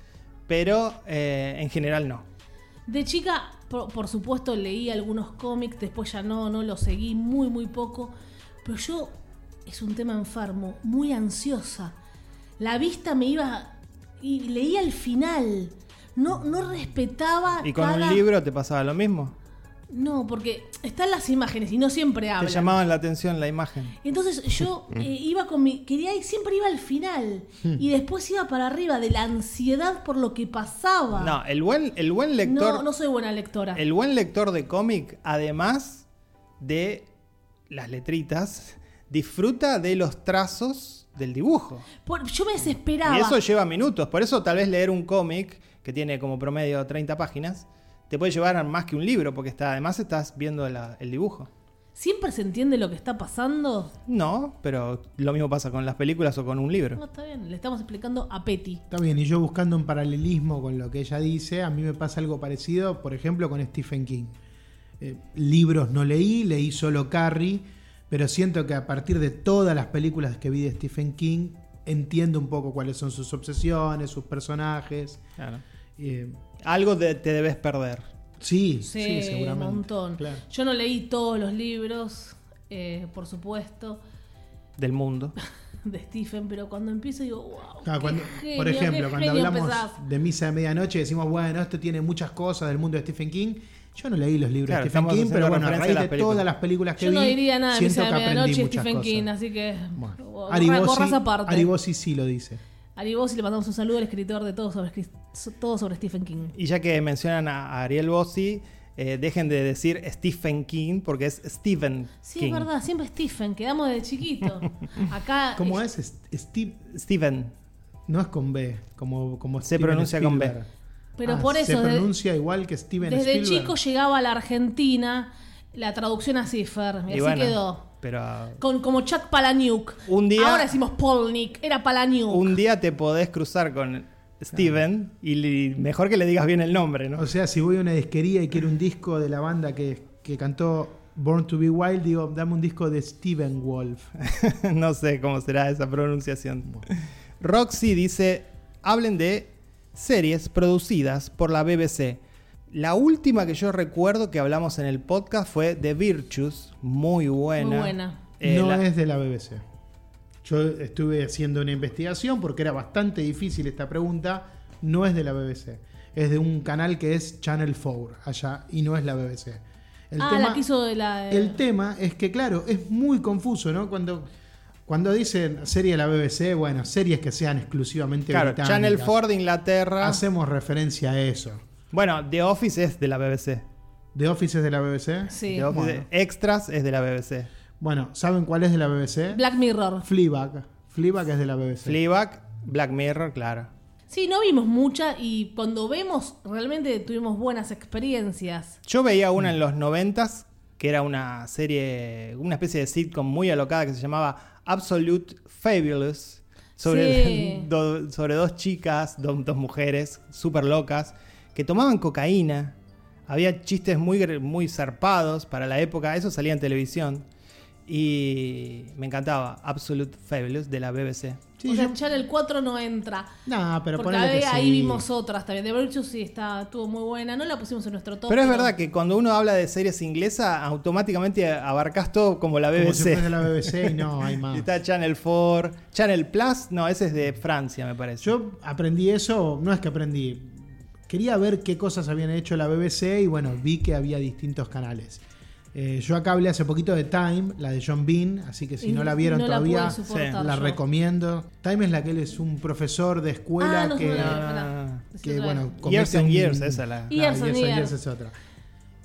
S2: pero eh, en general no.
S4: De chica, por, por supuesto, leí algunos cómics, después ya no, no lo seguí muy, muy poco. Pero yo, es un tema enfermo, muy ansiosa. La vista me iba. y leía al final. No, no respetaba.
S2: ¿Y con
S4: cada-
S2: un libro te pasaba lo mismo?
S4: No, porque están las imágenes y no siempre
S2: Te Mm.
S4: hablan.
S2: llamaban la atención la imagen.
S4: Entonces yo eh, iba con mi. quería ir, siempre iba al final.
S2: Hmm.
S4: Y después iba para arriba de la ansiedad por lo que pasaba.
S2: No, el buen, el buen lector.
S4: Ah. no, no soy buena lectora.
S2: El buen lector de cómic, además de las letritas, disfruta de los trazos del dibujo.
S4: Por- yo me desesperaba.
S2: Y eso lleva minutos. Por eso, tal vez leer un cómic que tiene como promedio 30 páginas te puede llevar a más que un libro, porque está, además estás viendo la- el dibujo.
S4: ¿Siempre se entiende lo que está pasando?
S2: No, pero lo mismo pasa con las películas o con un
S4: No,
S2: libro.
S4: está bien, le estamos explicando a Petty.
S3: Está bien, y yo buscando un paralelismo con lo que ella dice, a mí me pasa algo parecido, por ejemplo, con Stephen King. Eh, libros no leí, leí solo Carrie, pero siento que a partir de todas las películas que vi de Stephen King, entiende un poco cuáles son sus obsesiones, sus personajes.
S2: Claro.
S3: Eh,
S2: Algo de- te debes perder.
S3: sí, sí,
S4: Sí, un
S3: seguramente.
S4: montón.
S3: Claro.
S4: Yo no leí todos los libros, eh, por supuesto,
S2: del mundo.
S4: de Stephen, pero cuando empiezo digo, wow.
S3: Claro,
S4: qué
S3: Ah, cuando-
S4: genio,
S3: por ejemplo,
S4: qué
S3: cuando
S4: genio
S3: hablamos
S4: empezás.
S3: de Misa de Medianoche, decimos, bueno, esto tiene muchas cosas del mundo de Stephen King. Yo no leí los libros
S2: Claro,
S3: de Stephen
S2: estamos
S3: King,
S2: haciendo
S3: pero bueno, a
S2: referencia
S3: raíz
S2: a
S3: de
S2: las películas.
S3: todas las películas que
S4: Yo
S3: vi,
S4: no diría nada de
S3: siento
S4: Misa de
S3: que aprendí
S4: Medianoche,
S3: muchas
S4: Stephen
S3: cosas.
S4: King, así que.
S3: Bueno,
S4: borra-
S3: Aribosi,
S4: borras aparte.
S3: Aribosi sí lo dice.
S4: Aribosi le mandamos un saludo al escritor de todo sobre, Chris- todo sobre Stephen King.
S2: Y ya que mencionan a Ariel Bossi, eh, dejen de decir Stephen King porque es Stephen
S4: Sí,
S2: King.
S4: es verdad, siempre Stephen, quedamos de chiquito. Acá.
S3: ¿Cómo es? Est- Steve
S2: Stephen.
S3: no es con B, como, como
S2: Se
S3: Steven
S2: pronuncia con B.
S3: Spielberg.
S4: Pero
S3: Ah,
S4: por eso.
S3: Se
S4: de-
S3: pronuncia igual que Steven
S4: Desde
S3: Spielberg.
S4: chico llegaba a la Argentina la traducción a Cipher, y,
S2: Y
S4: así
S2: bueno,
S4: quedó.
S2: Pero ah,
S4: Con, como Chuck Palahniuk.
S2: Un día-
S4: Ahora decimos Polnick, era Palahniuk.
S2: un día te podés cruzar con Stephen y li- mejor que le digas bien el nombre, ¿no?
S3: O sea, si voy a una disquería y quiero un disco de la banda que, que cantó Born to be Wild, digo, dame un disco de Steven Wolf.
S2: no sé cómo será esa pronunciación. Roxy dice, hablen de series producidas por la BBC. La última que yo recuerdo que hablamos en el podcast fue The Virtues, muy buena.
S4: Muy buena.
S2: Eh,
S3: no
S2: la-
S3: es de la BBC. Yo estuve haciendo una investigación porque era bastante difícil esta pregunta. No es de la BBC. Es de un canal que es Channel 4 allá y no es la BBC. El
S4: ah,
S3: tema-
S4: la que hizo de la. de-
S3: El tema es que, claro, es muy confuso, ¿no? Cuando, cuando dicen serie de la BBC, bueno, series que sean exclusivamente
S2: Claro,
S3: británicas.
S2: Channel 4 de Inglaterra.
S3: Hacemos referencia a eso.
S2: Bueno, The Office es de la BBC.
S3: ¿The Office es de la BBC?
S4: Sí.
S2: The Office
S3: Bueno.
S2: Extras es de la BBC.
S3: Bueno, ¿saben cuál es de la BBC?
S4: Black Mirror.
S3: Fleabag. Fleabag es de la BBC.
S2: Fleabag, Black Mirror, claro.
S4: Sí, no vimos mucha y cuando vemos, realmente tuvimos buenas experiencias.
S2: Yo veía una en los noventas que era una serie, una especie de sitcom muy alocada que se llamaba Absolute Fabulous. Sobre,
S4: Sí.
S2: do- sobre dos chicas, do- dos mujeres súper locas que tomaban cocaína. Había chistes muy, gr- muy zarpados para la época. Eso salía en televisión. Y me encantaba Absolute Fabulous de la BBC.
S3: Sí,
S4: o sea,
S3: yo-
S4: Channel 4 no entra.
S3: No, pero
S4: porque
S3: ponele
S4: ahí,
S3: que
S4: ahí
S3: sí.
S4: vimos otras también. The Virtues sí está, estuvo muy buena. No la pusimos en nuestro top.
S2: Pero es verdad que cuando uno habla de series inglesa, automáticamente abarcas todo como la BBC.
S3: Como si fuese de la BBC y no, hay
S2: Y
S3: más.
S2: está Channel 4, Channel Plus, no, ese es de Francia, me parece.
S3: Yo aprendí eso, no es que aprendí. Quería ver qué cosas habían hecho la BBC y bueno, vi que había distintos canales. Eh, yo acá hablé hace poquito de Time, la de John Bean, así que si
S4: Y
S3: no la vieron
S4: no la
S3: todavía,
S4: pude soportar
S3: la
S4: yo.
S3: recomiendo. Time es la que él es un profesor de escuela
S4: Ah, no,
S3: que,
S4: no,
S2: no,
S4: pará.
S2: no, no.
S4: Decí
S3: que,
S4: otra vez.
S3: bueno,
S2: Years
S3: comete
S2: and
S3: un-
S2: Years, esa es la-
S3: No,
S4: Years and Years.
S3: es otra.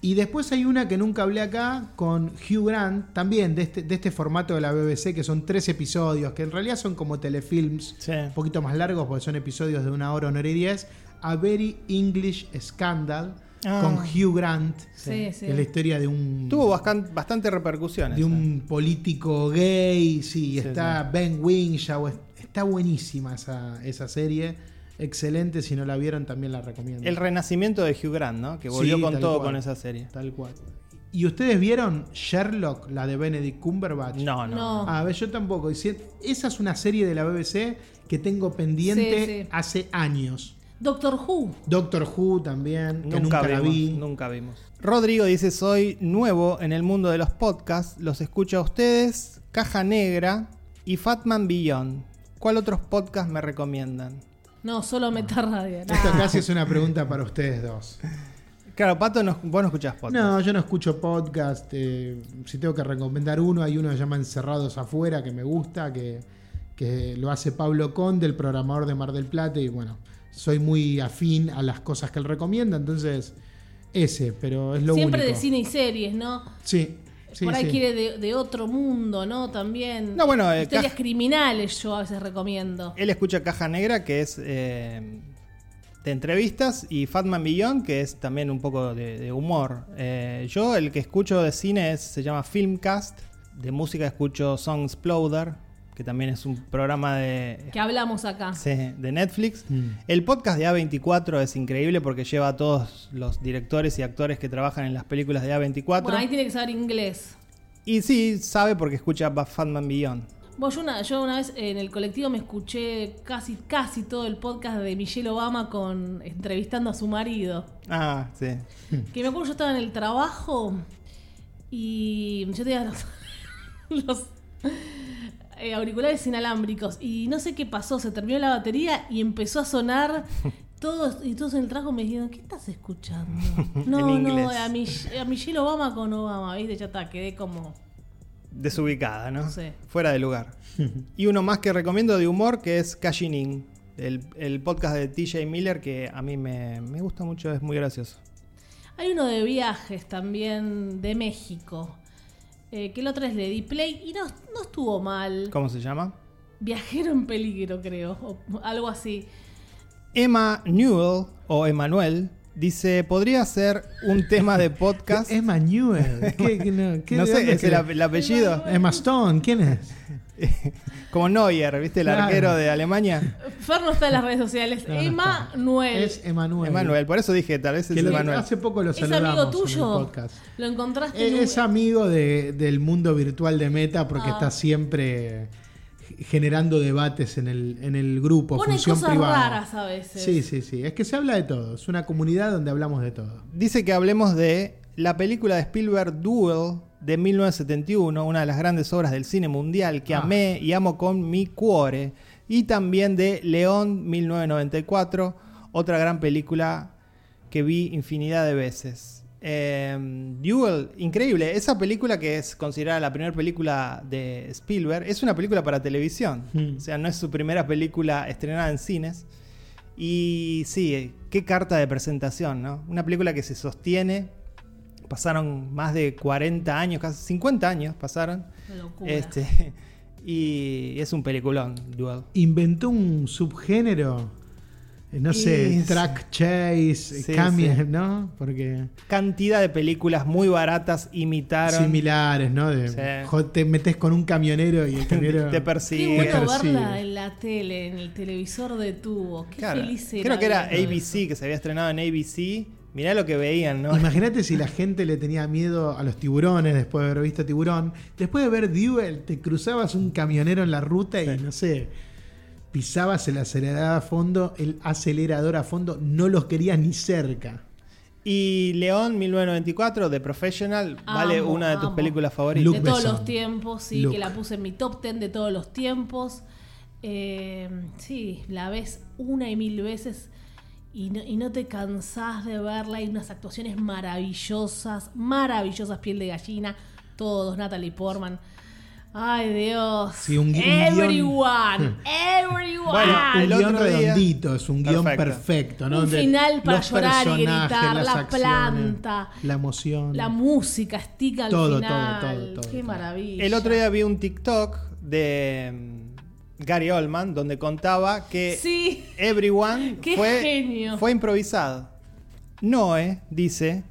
S3: Y después hay una que nunca hablé acá con Hugh Grant, también de este, de este formato de la BBC, que son tres episodios, que en realidad son como telefilms
S2: Sí.
S3: un poquito más largos porque son episodios de una hora, una hora y diez, A Very English Scandal
S2: Ah.
S3: con Hugh Grant,
S4: Sí, sí.
S3: que es la historia de un,
S2: Tuvo bastan- bastante repercusiones. eh.
S3: de un político gay, sí, y está Ben Winshaw, es- está buenísima esa, esa serie, excelente, si no la vieron también la recomiendo.
S2: El renacimiento de Hugh Grant, ¿no? Que volvió
S3: Sí,
S2: con
S3: tal
S2: todo
S3: cual.
S2: con esa serie.
S3: Tal cual. ¿Y ustedes vieron Sherlock, la de Benedict Cumberbatch?
S2: No, no.
S4: No.
S3: Ah, a ver, yo tampoco. Y si- Esa es una serie de la BBC que tengo pendiente
S4: Sí, sí.
S3: hace años.
S4: Doctor Who.
S3: Doctor Who también, que nunca,
S2: Nunca,
S3: la
S2: vimos,
S3: vi.
S2: nunca vimos. Rodrigo dice, soy nuevo en el mundo de los podcasts, los escucho a ustedes, Caja Negra y Fatman Beyond. ¿Cuál otros podcasts me recomiendan?
S4: No, solo Meta Radio.
S3: Esto casi es una pregunta para ustedes dos.
S2: Claro, Pato, no- vos no escuchás podcasts.
S3: No, yo no escucho podcast. eh, si tengo que recomendar uno, hay uno que se llama Encerrados Afuera, que me gusta, que, que lo hace Pablo Conde, el programador de Mar del Plata, y bueno, soy muy afín a las cosas que él recomienda, entonces ese, pero es lo
S4: Siempre
S3: único.
S4: de cine y series, ¿no?
S3: Sí, sí,
S4: Por ahí
S3: sí.
S4: quiere de, de otro mundo, ¿no? También.
S2: No, bueno, eh,
S4: Historias
S2: Caj-
S4: criminales yo a veces recomiendo.
S2: Él escucha Caja Negra, que es eh, de entrevistas, y Fatman Beyond, que es también un poco de, de humor. Eh, yo el que escucho de cine es- se llama Filmcast, de música escucho Songsploder, que también es un programa de,
S4: Que hablamos acá.
S2: sí, de Netflix.
S3: Mm.
S2: El podcast de A24 es increíble porque lleva a todos los directores y actores que trabajan en las películas de A24.
S4: Bueno, ahí tiene que saber inglés.
S2: Y sí, sabe porque escucha Fatman Beyond.
S4: Vos, yo una, yo una vez en el colectivo me escuché casi, casi todo el podcast de Michelle Obama con entrevistando a su marido.
S2: Ah, sí.
S4: Que me acuerdo yo estaba en el trabajo y yo tenía los, los, eh, auriculares inalámbricos y no sé qué pasó, se terminó la batería y empezó a sonar todos y todos en el trabajo me dijeron, ¿qué estás escuchando? No,
S2: En
S4: no,
S2: inglés.
S4: a, Mich- a Michelle Obama con Obama, ¿viste? Ya está, quedé como...
S2: Desubicada, ¿no?
S4: Sí.
S2: Fuera de lugar. y uno más que recomiendo de humor que es Cashing In, el, el podcast de TJ Miller que a mí me, me gusta mucho, es muy gracioso.
S4: Hay uno de viajes también de México, eh, que el otro es le di play y no, no estuvo mal.
S2: ¿Cómo se llama?
S4: Viajero en peligro, creo, o algo así.
S2: Emma Newell o Emanuel dice, podría ser un tema de podcast.
S3: Emma Newell. ¿Qué, qué- no, Em, qué-
S2: no
S3: de
S2: sé,
S3: dónde
S2: es el,
S3: era?
S2: ape- el apellido.
S3: Emma Stone, ¿quién es?
S2: Como Neuer, ¿viste? El
S3: Claro.
S2: arquero de Alemania.
S4: Fer no está en las redes sociales.
S3: No, no
S4: Emma
S3: está.
S4: Noel.
S3: Es Emanuel.
S2: Emanuel, por eso dije, tal vez es
S3: Que lo-
S2: Emanuel.
S3: hace poco lo
S4: ¿Es
S3: saludamos
S4: amigo
S3: en el
S4: tuyo?
S3: podcast.
S4: Lo encontraste en
S3: E-
S4: un-
S3: Es amigo de- del mundo virtual de Meta porque
S4: Ah.
S3: está siempre generando debates en el, en el grupo,
S4: Pone
S3: función
S4: cosas
S3: privada.
S4: raras a veces.
S3: Sí, sí, sí. Es que se habla de todo. Es una comunidad donde hablamos de todo.
S2: Dice que hablemos de la película de Spielberg Duel de 1971, una de las grandes obras del cine mundial que
S3: Ah.
S2: amé y amo con mi cuore. Y también de León 1994, otra gran película que vi infinidad de veces. Eh, Duel, increíble. Esa película que es considerada la primera película de Spielberg, es una película para televisión.
S3: Mm.
S2: O sea, no es su primera película estrenada en cines. Y sí, eh, qué carta de presentación, ¿no? Una película que se sostiene. Pasaron más de 40 años, casi 50 años pasaron.
S4: Una locura.
S2: Este, y es un peliculón, Duel.
S3: Inventó un subgénero. eh, No
S2: Y
S3: sé,
S2: es-
S3: track chase,
S2: Sí,
S3: cameo,
S2: sí.
S3: ¿no? Porque
S2: Cantidad de películas muy baratas imitaron.
S3: similares, ¿no? De,
S2: Sí.
S3: jo- te metes con un camionero y el camionero.
S2: Te
S4: Qué
S2: persigue.
S4: bueno
S3: persigue.
S4: verla en la tele, en el televisor de tubo. Qué
S2: Claro,
S4: feliz era
S2: creo que era
S4: viendo
S2: ABC, que se había estrenado en ABC. Mirá lo que veían, ¿no?
S3: Imagínate si la gente le tenía miedo a los tiburones después de haber visto tiburón. Después de ver Duel, te cruzabas un camionero en la ruta y no sé, pisabas el acelerador a fondo, el acelerador a fondo, no los querías ni cerca.
S2: Y León 1994, The Professional, vale
S4: Amo,
S2: una de tus
S4: amo.
S2: películas favoritas.
S3: Luke
S4: de todos
S3: Besson.
S4: los tiempos, sí,
S3: Luke.
S4: que la puse en mi top 10 de todos los tiempos. Eh, sí, la ves una y mil veces y no, y no te cansás de verla. Hay unas actuaciones maravillosas, maravillosas, piel de gallina, todos, Natalie Portman. Ay, Dios.
S3: Sí, un gui- un guión.
S4: everyone, everyone.
S2: Bueno,
S3: un
S2: el
S3: guión
S2: otro día-
S3: redondito, es un guión
S2: Perfecto.
S3: perfecto, ¿no?
S4: Un
S3: Donde
S4: final para
S3: los
S4: llorar y
S3: personajes,
S4: gritar,
S3: las
S4: la
S3: acciones,
S4: planta,
S3: la emoción.
S4: la música, stick al
S3: Todo, todo,
S4: final.
S3: todo, todo,
S4: Qué
S3: todo.
S4: maravilla.
S2: El otro día vi un TikTok de mm, Gary Oldman donde contaba que
S4: Sí.
S2: Everyone
S4: Qué
S2: fue,
S4: genio.
S2: fue improvisado. Noe dice,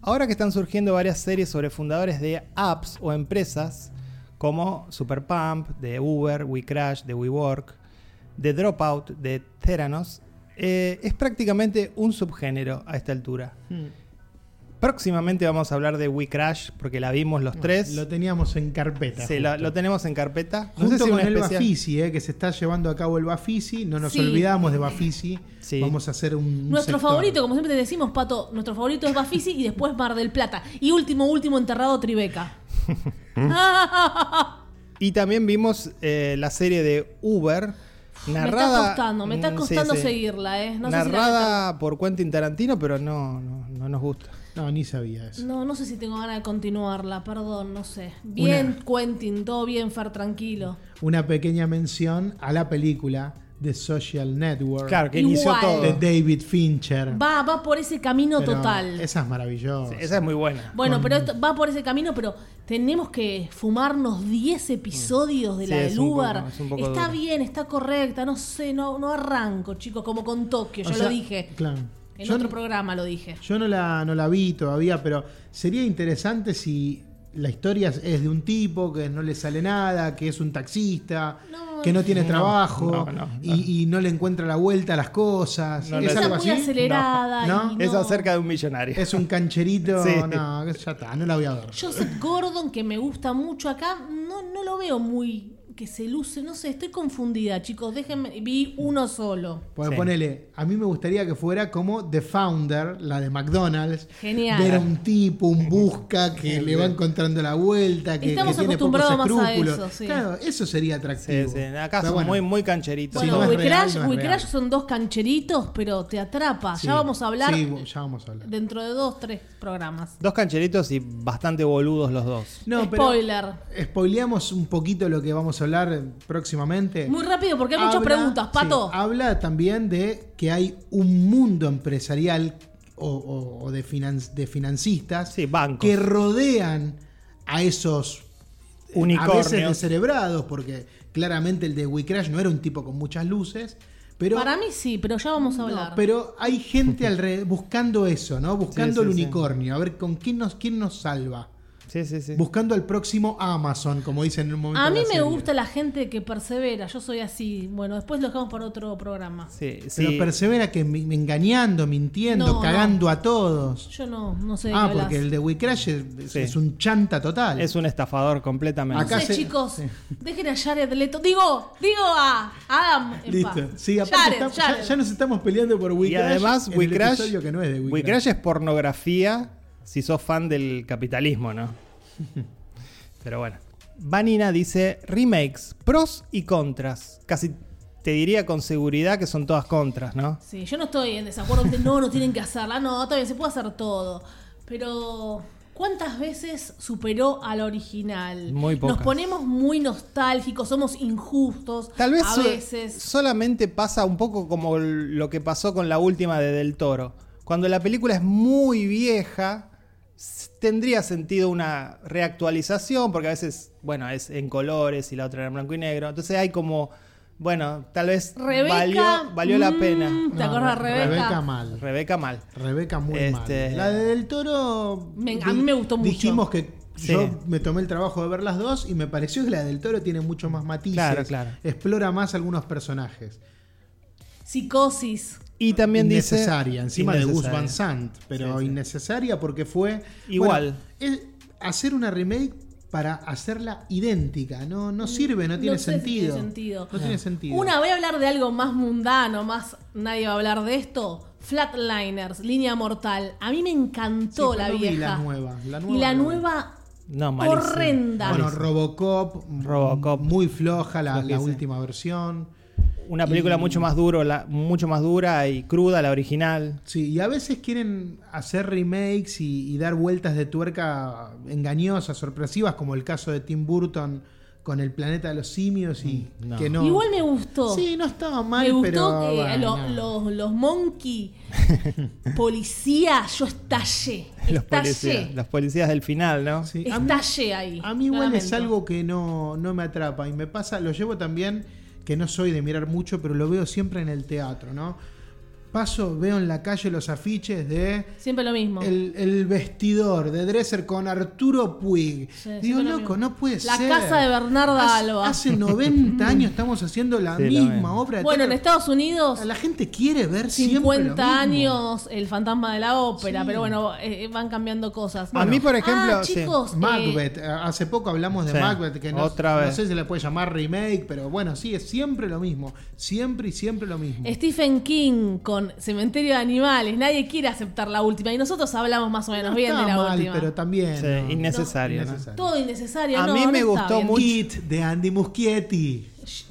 S2: ahora que están surgiendo varias series sobre fundadores de apps o empresas como Superpump, de Uber, WeCrash, de WeWork, de Dropout, de Theranos, eh, es prácticamente un subgénero a esta altura. Próximamente vamos a hablar de WeCrash porque la vimos los tres.
S3: Lo teníamos en carpeta.
S2: Sí, lo,
S3: justo.
S2: lo tenemos en carpeta. No
S3: Junto
S2: sé si
S3: con
S2: una
S3: el
S2: especial.
S3: Bafisi, eh, que se está llevando a cabo el Bafisi. No nos
S4: Sí.
S3: olvidamos de Bafisi.
S2: Sí.
S3: Vamos a hacer un. un
S4: Nuestro
S3: sector.
S4: favorito, como siempre te decimos, Pato, nuestro favorito es Bafisi y después Mar del Plata. Y último, último enterrado, Tribeca.
S2: Y también vimos eh, la serie de Uber. Narrada,
S4: me está costando, me está
S2: Mm, sí,
S4: costando
S2: sí.
S4: seguirla, ¿eh? No sé si la voy a
S2: narrada por Quentin Tarantino, pero no, no, no nos gusta.
S3: No, ni sabía eso.
S4: ter- No, no sé si tengo ganas de continuarla, perdón, no sé. Bien, Quentin, todo bien, Far, tranquilo.
S3: Una pequeña mención a la película The Social Network
S2: Claro, que
S4: Igual.
S2: inició todo.
S3: de David Fincher.
S4: Va, va por ese camino
S3: Pero
S4: total.
S3: Esa es maravillosa.
S2: Sí, Esa es muy buena.
S4: Bueno, pero esto va por ese camino, pero tenemos que fumarnos 10
S3: Mm.
S4: episodios de
S2: Sí,
S4: la
S2: es
S4: del
S2: un
S4: Uber.
S2: poco- es un poco
S4: está
S2: duro.
S4: bien, está correcta, no sé, no, no arranco, chicos, como con Tokio,
S3: O
S4: ya
S3: sea,
S4: lo dije.
S3: Claro.
S4: En
S3: Yo
S4: otro
S3: no-
S4: programa lo dije.
S3: Yo no la, no la vi todavía, pero sería interesante si la historia es de un tipo que no le sale nada, que es un taxista,
S4: No,
S3: que no tiene
S2: no,
S3: trabajo
S2: no, no,
S3: Y, y no le encuentra la vuelta a las cosas.
S2: No, no,
S3: ¿Es
S4: Está
S3: algo
S4: muy
S3: así?
S4: acelerada.
S3: No.
S4: y
S2: Es
S4: no.
S2: acerca de un millonario.
S3: Es un cancherito.
S2: Sí.
S3: No, ya está, no la voy a ver.
S4: Joseph Gordon, que me gusta mucho acá, no, no lo veo muy. que se luce. No sé, estoy confundida, chicos. Déjenme. Vi uno solo.
S2: Sí.
S3: Porque Pues ponele, a mí me gustaría que fuera como The Founder, la de McDonald's.
S4: Genial.
S3: Ver a un tipo, un busca que le va encontrando la vuelta, que, que
S4: Estamos
S3: tiene
S4: acostumbrados
S3: pocos
S4: más a
S3: escrúpulos.
S4: eso, sí.
S3: Claro, eso sería atractivo.
S2: Sí, sí, Acá
S3: Pero
S2: son
S3: bueno,
S2: muy, muy cancheritos.
S4: Bueno,
S3: no es
S4: We
S3: real,
S4: Crash,
S3: no es
S4: We
S3: real.
S4: Crash son dos cancheritos, pero te atrapa.
S3: sí.
S4: Ya vamos a hablar
S3: Sí, ya vamos a hablar.
S4: dentro de dos, tres programas.
S2: Dos cancheritos y bastante boludos los dos.
S4: Spoiler.
S3: Spoileamos un poquito lo que vamos a hablar próximamente.
S4: Muy rápido, porque hay muchas
S3: eh, Habla-
S4: preguntas, Pato.
S3: sí, habla también de que hay un mundo empresarial o, o- o de, finan- de financistas
S2: Sí, bancos.
S3: que rodean a esos eh, a
S2: Unicornios.
S3: veces descerebrados, porque claramente el de WeCrash no era un tipo con muchas luces, pero
S4: Para mí sí, pero ya vamos a
S3: no,
S4: hablar.
S3: pero hay gente alre- buscando eso, ¿no? Buscando
S2: Sí, sí,
S3: el
S2: sí.
S3: unicornio, a ver con quién nos quién nos salva.
S2: Sí, sí, sí.
S3: Buscando al próximo Amazon, como dicen en un momento.
S4: A
S3: de
S4: mí me
S3: la serie.
S4: gusta la gente que persevera, yo soy así. Bueno, después lo dejamos para otro programa.
S2: Sí, sí.
S3: Pero persevera que me- me engañando, mintiendo,
S4: No,
S3: cagando a todos.
S4: Yo no, no sé de
S3: Ah,
S4: qué hablas.
S3: porque el de WeCrash es,
S2: Sí.
S3: es un chanta total.
S2: Es un estafador completamente.
S4: No
S3: acá
S4: sé,
S3: se-
S4: chicos,
S3: sí.
S4: dejen a Jared Leto. Digo, digo a Adam. en
S3: Listo.
S4: paz.
S3: Sí, aparte
S4: Jared,
S3: estamos-
S4: Jared.
S3: Ya, ya nos estamos peleando por
S2: y
S3: WeCrash.
S2: además,
S3: en el
S2: WeCrash
S3: episodio que no es de
S2: We Crash es pornografía si sos fan del capitalismo, ¿no? Pero bueno. Vanina dice remakes, pros y contras. Casi te diría con seguridad que son todas contras, ¿no?
S4: Sí, yo no estoy en desacuerdo. de, No, no tienen que hacerla. No, todavía se puede hacer todo. Pero, ¿cuántas veces superó al original?
S2: Muy pocas.
S4: Nos ponemos muy nostálgicos, somos injustos.
S2: Tal vez
S4: a
S2: so-
S4: veces.
S2: solamente pasa un poco como l- lo que pasó con la última de Del Toro. Cuando la película es muy vieja, s- tendría sentido una reactualización, porque a veces, bueno, es en colores y la otra era en blanco y negro. Entonces hay como, bueno, tal vez
S4: Rebeca.
S2: valió, valió la
S4: mm,
S2: pena.
S4: ¿Te acordás, Rebeca?
S3: Rebeca mal.
S2: Rebeca mal.
S3: Rebeca muy
S2: Este-
S3: mal. La de Del Toro.
S4: Me- a
S3: di-
S4: mí me gustó mucho.
S3: Dijimos que
S2: Sí.
S3: yo me tomé el trabajo de ver las dos y me pareció que la de Del Toro tiene mucho más matices.
S2: Claro, claro.
S3: Explora más algunos personajes.
S4: Psicosis.
S2: Y también dice...
S3: innecesaria, encima de Gus
S2: Innecesaria.
S3: Van Sant, pero
S2: Sí, sí.
S3: innecesaria porque fue
S2: Igual.
S3: bueno, es hacer una remake para hacerla idéntica, no no sirve, no,
S4: Mm, No
S3: tiene,
S4: sé si tiene
S3: sentido.
S4: sentido.
S3: No tiene sentido.
S4: Una, voy a hablar de algo más mundano, más nadie va a hablar de esto. Flatliners, línea mortal. A mí me
S3: Sí,
S4: encantó
S3: pero
S4: la
S3: no vi
S4: vieja.
S3: la nueva, la nueva
S4: y la
S3: no.
S4: nueva
S2: No, malísimo.
S4: horrenda.
S3: bueno, Robocop,
S2: Robocop.
S3: muy floja la, la
S2: Flojísima.
S3: última versión.
S2: Una película mucho más duro, la- mucho más dura y cruda, la original.
S3: Sí, y a veces quieren hacer remakes y, y dar vueltas de tuerca engañosas, sorpresivas, como el caso de Tim Burton con el planeta de los simios y
S2: Mm, no.
S3: que no.
S4: Igual me gustó.
S3: Sí, no estaba mal,
S4: me gustó
S3: pero.
S4: que
S3: bueno,
S4: lo-
S3: no.
S4: los, los monkey policía, yo estallé.
S2: Los policías,
S4: Estallé.
S2: los policías del final, ¿no?
S3: Sí, a mí,
S4: Estallé ahí.
S3: a mí igual es
S4: claramente.
S3: algo que no, no me atrapa y me pasa, lo llevo también, que no soy de mirar mucho, pero lo veo siempre en el teatro, ¿no? Paso, veo en la calle los afiches de
S4: Siempre lo mismo.
S3: el, el vestidor de Dresser con Arturo Puig.
S4: Sí,
S3: Digo,
S4: siempre lo
S3: loco,
S4: mismo.
S3: no puede
S4: La
S3: ser.
S4: casa de Bernarda
S3: Hace-
S4: Alba.
S3: Hace 90 años estamos haciendo la
S2: Sí, lo
S3: misma
S2: mismo.
S3: obra. de
S4: bueno, en
S3: teatro.
S4: Estados Unidos
S3: La gente quiere ver siempre lo
S4: 50
S3: mismo.
S4: años el fantasma de la ópera,
S3: Sí.
S4: pero bueno, eh, eh, van cambiando cosas.
S2: A mí, por
S4: Ah,
S2: ejemplo, sí.
S4: chicos, eh,
S3: Macbeth, hace poco hablamos de
S2: Sí,
S3: Macbeth, que no,
S2: otra
S3: no
S2: vez.
S3: sé si le puede llamar remake, pero bueno, sí, es siempre lo mismo, siempre y siempre lo mismo.
S4: Stephen King con Cementerio de Animales, nadie quiere aceptar la última y nosotros hablamos más o menos
S3: No
S4: bien
S3: está
S4: de la
S3: mal,
S4: última.
S3: pero también.
S2: Sí,
S3: no.
S2: innecesario. ¿no?
S3: Innecesario.
S4: Todo innecesario.
S2: A
S4: no,
S2: mí
S4: no
S2: me
S4: está
S2: gustó
S4: bien.
S2: mucho.
S3: Kit de Andy Muschietti.
S4: Shh,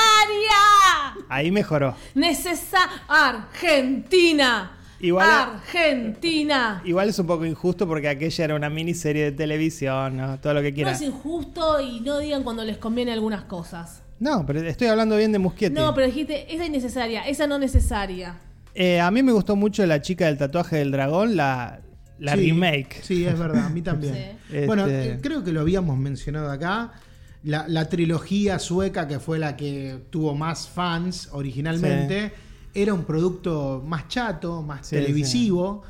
S4: Necesaria.
S2: Ahí mejoró.
S4: Necesa Argentina.
S2: Igual a-
S4: Argentina.
S2: Igual es un poco injusto porque aquella era una miniserie de televisión, ¿no? Todo lo que
S4: No
S2: quieras.
S4: es injusto y no digan cuando les conviene algunas cosas.
S2: No, pero estoy hablando bien de Muschietti.
S4: No, pero dijiste, esa innecesaria, esa no necesaria.
S2: Eh, a mí me gustó mucho la chica del tatuaje del dragón, la, la
S3: Sí,
S2: remake.
S3: Sí, es verdad, a mí también.
S2: Sí.
S3: Bueno,
S2: Este-
S3: eh, creo que lo habíamos mencionado acá. La, la trilogía sueca, que fue la que tuvo más fans originalmente, era un producto más chato, más
S2: Sí,
S3: televisivo.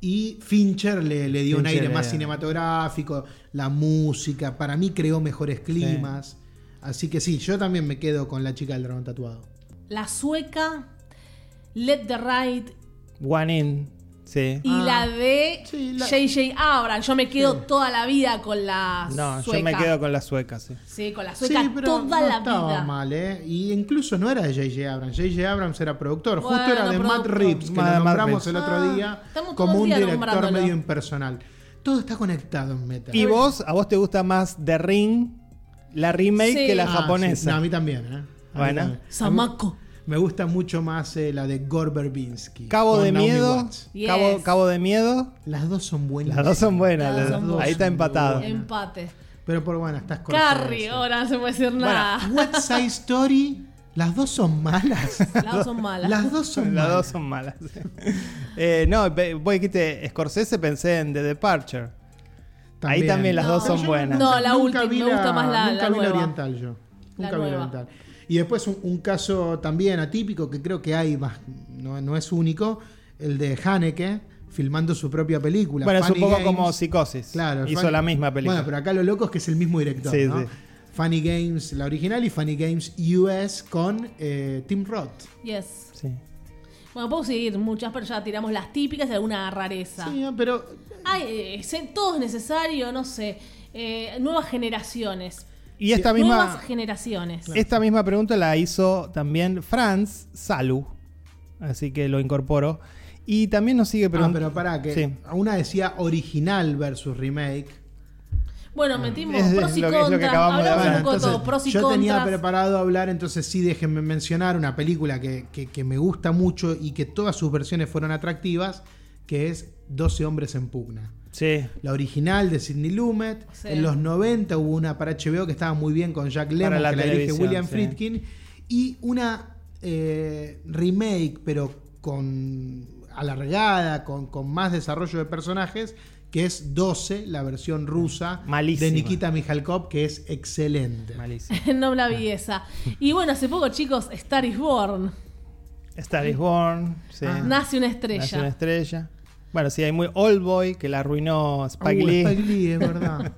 S3: Y Fincher le, le dio un
S2: Fincher
S3: aire
S2: le
S3: más
S2: da.
S3: cinematográfico, la música, para mí creó mejores climas. Así que sí, yo también me quedo con la chica del dragón tatuado.
S4: La sueca, Let the Right,
S2: One In. Sí.
S4: Y
S3: Ah.
S4: la de
S3: Sí, la-
S4: JJ Abra. Yo me quedo toda la vida con la
S2: No,
S4: sueca.
S2: yo me quedo con la sueca, sí.
S4: Sí, con la sueca
S3: sí, pero
S4: toda
S3: no
S4: la
S3: estaba
S4: vida.
S3: mal, ¿eh? Y incluso no era de J.J. Abrams. J.J. Abrams era productor. Justo
S4: Bueno,
S3: era de Matt
S4: productor.
S3: Reeves, que
S2: Ma- Matt
S3: lo nombramos
S2: Reeves.
S3: el otro
S4: Ah,
S3: día
S4: estamos todo
S3: como
S4: el
S3: un
S4: día
S3: director
S4: nombrándolo.
S3: medio impersonal. Todo está conectado en Meta.
S2: ¿Y vos, a vos te gusta más The Ring, la remake,
S4: Sí.
S2: que la
S4: Ah,
S3: Ah, sí. No,
S2: japonesa?
S3: a mí también, ¿eh? A mí
S2: Bueno.
S3: también.
S4: Samako.
S3: Me gusta mucho más eh, la de Gore Verbinski.
S2: Cabo
S3: con
S2: de
S3: Naomi
S2: Miedo.
S3: Watts.
S4: Yes.
S2: Cabo, Cabo de Miedo.
S3: Las dos son buenas.
S2: Las dos son buenas.
S4: Las
S2: las-
S4: dos son
S2: ahí está
S3: buenas.
S2: empatado.
S3: Bueno.
S4: Empate.
S3: Pero por bueno, estás con
S4: Carrie, ahora no se puede decir nada.
S3: West Side Story, las dos son malas.
S4: Las dos son malas.
S3: Las dos son
S2: Las
S3: malas.
S2: dos son malas. Eh, no, ve- vos dijiste Scorsese, pensé en The Departure. Ahí también las
S4: No.
S2: dos
S4: Pero
S2: son
S4: yo
S2: buenas.
S4: No, la
S3: Nunca
S4: última,
S3: vi
S4: me gusta más la-
S3: Nunca
S4: la
S3: vi
S4: nueva.
S3: oriental yo.
S4: La
S3: Nunca vi la
S4: nueva.
S3: oriental. Y después un, un caso también atípico que creo que hay más, no, no es único, el de Haneke filmando su propia película.
S2: Bueno, es
S3: Funny
S2: un poco
S3: Games.
S2: como Psicosis.
S3: Claro,
S2: Hizo
S3: Funny-
S2: la misma película.
S3: Bueno, pero acá lo loco es que es el mismo director,
S2: Sí,
S3: ¿no?
S2: sí.
S3: Funny Games, la original, y Funny Games US con eh, Tim Roth.
S4: Yes.
S2: Sí.
S4: Bueno, puedo seguir muchas, pero ya tiramos las típicas de alguna rareza.
S3: Sí, pero
S4: Ay, eh, se- todo es necesario, no sé. Eh, nuevas generaciones.
S2: Y esta misma,
S4: Nuevas generaciones.
S2: esta misma pregunta la hizo también Franz Salu. Así que lo incorporo. Y también nos sigue
S3: Ah,
S2: preguntando.
S3: pero pará, que
S2: Sí.
S3: una decía original versus remake.
S4: Bueno, metimos
S2: Es- es
S4: pros y
S2: lo que- es lo que
S4: contras.
S2: acabamos de
S4: Hablamos
S2: hablar.
S4: un poco de todo, pros y
S3: yo tenía
S4: contras.
S3: preparado hablar, entonces sí déjenme mencionar una película que, que- que me gusta mucho y que todas sus versiones fueron atractivas, que es 12 hombres en pugna.
S2: Sí.
S3: La original de Sidney Lumet.
S4: Sí.
S3: En los 90 hubo una para HBO que estaba muy bien con Jack Lemmon,
S2: la
S3: que la dirige
S2: televisión,
S3: William
S2: sí.
S3: Friedkin. Y una eh, remake, pero con alargada, con, con más desarrollo de personajes, que es 12, la versión rusa
S2: Malísima.
S3: de Nikita Mijalkov, que es excelente.
S2: Malísimo.
S4: no la vi esa. Y bueno, hace poco, chicos, Star is Born.
S2: Star is Born. Sí.
S3: Ah.
S4: Nace una estrella.
S2: Nace una estrella. Bueno, sí, hay muy Old Boy, que la arruinó
S3: Uh,
S2: Spike Lee.
S3: Spike Lee, es verdad.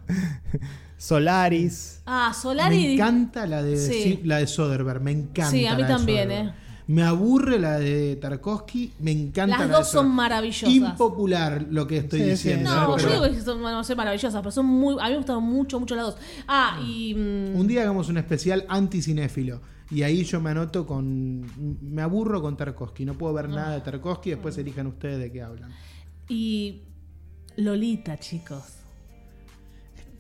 S2: Solaris.
S4: Ah, Solari.
S3: me encanta la de,
S4: Sí.
S3: sí, la de Soderbergh, me encanta.
S4: Sí, a mí
S3: la de
S4: también,
S3: Soderbergh.
S4: eh.
S3: Me aburre la de Tarkovsky, me encanta
S4: Las
S3: la de
S4: dos son
S3: Soderbergh.
S4: maravillosas.
S3: Impopular lo que estoy
S2: Sí, sí.
S3: diciendo.
S4: No,
S3: ¿eh?
S4: yo
S3: Pero
S4: digo que son, bueno, no sé, maravillosas, pero son muy. A mí me gustaron mucho, mucho las dos. Ah, y. mm,
S3: Un día hagamos un especial anticinéfilo. Y ahí yo me anoto con. Me aburro con Tarkovsky. No puedo ver nada de Tarkovsky. Después elijan ustedes de qué hablan.
S4: Y. Lolita, chicos.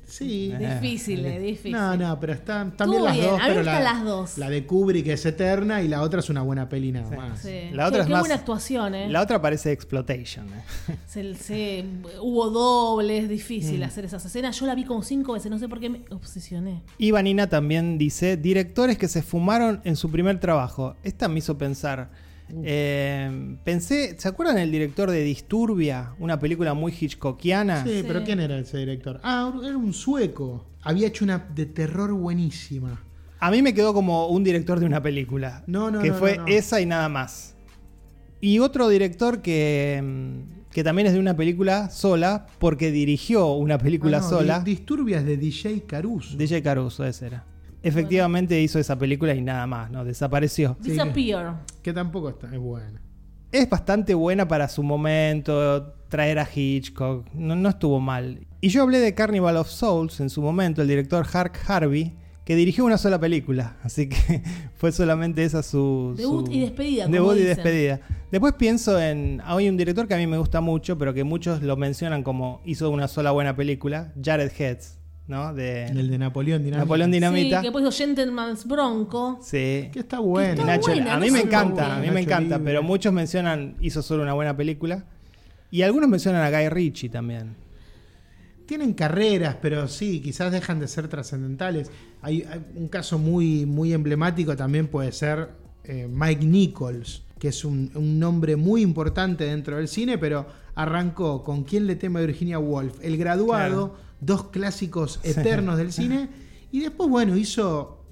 S3: Sí.
S4: Difícil, eh, difícil.
S3: No, no, pero están también
S4: Estuvo
S3: las
S4: bien,
S3: dos.
S4: a mí me
S3: pero
S4: gustan
S3: la,
S4: las dos.
S3: la de Kubrick es eterna y la otra es una buena peli nada más.
S4: Sí.
S2: La otra
S4: Che,
S2: es
S4: qué
S2: más-
S4: buena actuación, ¿eh?
S2: La otra parece Exploitation. eh.
S4: Se, se- hubo dobles, es
S2: Mm.
S4: difícil hacer esas escenas. Yo la vi como cinco veces, no sé por qué me obsesioné.
S2: Y Vanina también dice, directores que se fumaron en su primer trabajo. Esta me hizo pensar. Eh, pensé, ¿se acuerdan el director de Disturbia? Una película muy hitchcockiana.
S3: Sí,
S4: Sí.
S3: pero ¿quién Ah. era ese director? Ah, era un sueco. Había hecho una de terror buenísima.
S2: A mí me quedó como un director de una película.
S3: No, no,
S2: Que
S3: no,
S2: fue
S3: no, no.
S2: esa y nada más. Y otro director que, mm, que también es de una película sola, porque dirigió una película
S3: Ah, no,
S2: sola.
S3: Di- Disturbias de DJ Caruso.
S2: DJ Caruso, ese era. Efectivamente hizo esa película y nada más, ¿no? Desapareció.
S3: Sí.
S4: Disappear.
S3: que tampoco está. Es buena.
S2: Es bastante buena para su momento, traer a Hitchcock, no, no estuvo mal. Y yo hablé de Carnival of Souls en su momento, el director Hark Harvey, que dirigió una sola película, así que fue solamente esa su...
S4: Debut
S2: su-
S4: y despedida, como
S2: Debut y
S4: dicen.
S2: despedida. Después pienso en... Hay un director que a mí me gusta mucho, pero que muchos lo mencionan como hizo una sola buena película, Jared Heads, ¿no? De
S3: El de Napoleón Dinamita.
S2: Napoleón Dinamita.
S4: Sí, que después hizo Gentleman's Bronco.
S2: Sí.
S3: Que está buena.
S2: Y
S4: Que está
S2: Nacho-
S4: buena,
S2: a mí
S4: no
S2: me
S4: sé
S2: encanta,
S4: cómo.
S2: a mí me
S3: Nacho
S2: encanta,
S3: Libre.
S2: pero muchos mencionan, hizo solo una buena película. Y algunos mencionan a Guy Ritchie también.
S3: Tienen carreras, pero sí, quizás dejan de ser trascendentales. Hay, hay un caso muy, muy emblemático también puede ser eh, Mike Nichols, que es un, un nombre muy importante dentro del cine, pero arrancó con ¿Quién le teme a Virginia Woolf? El graduado, dos clásicos eternos del cine, y después, bueno, hizo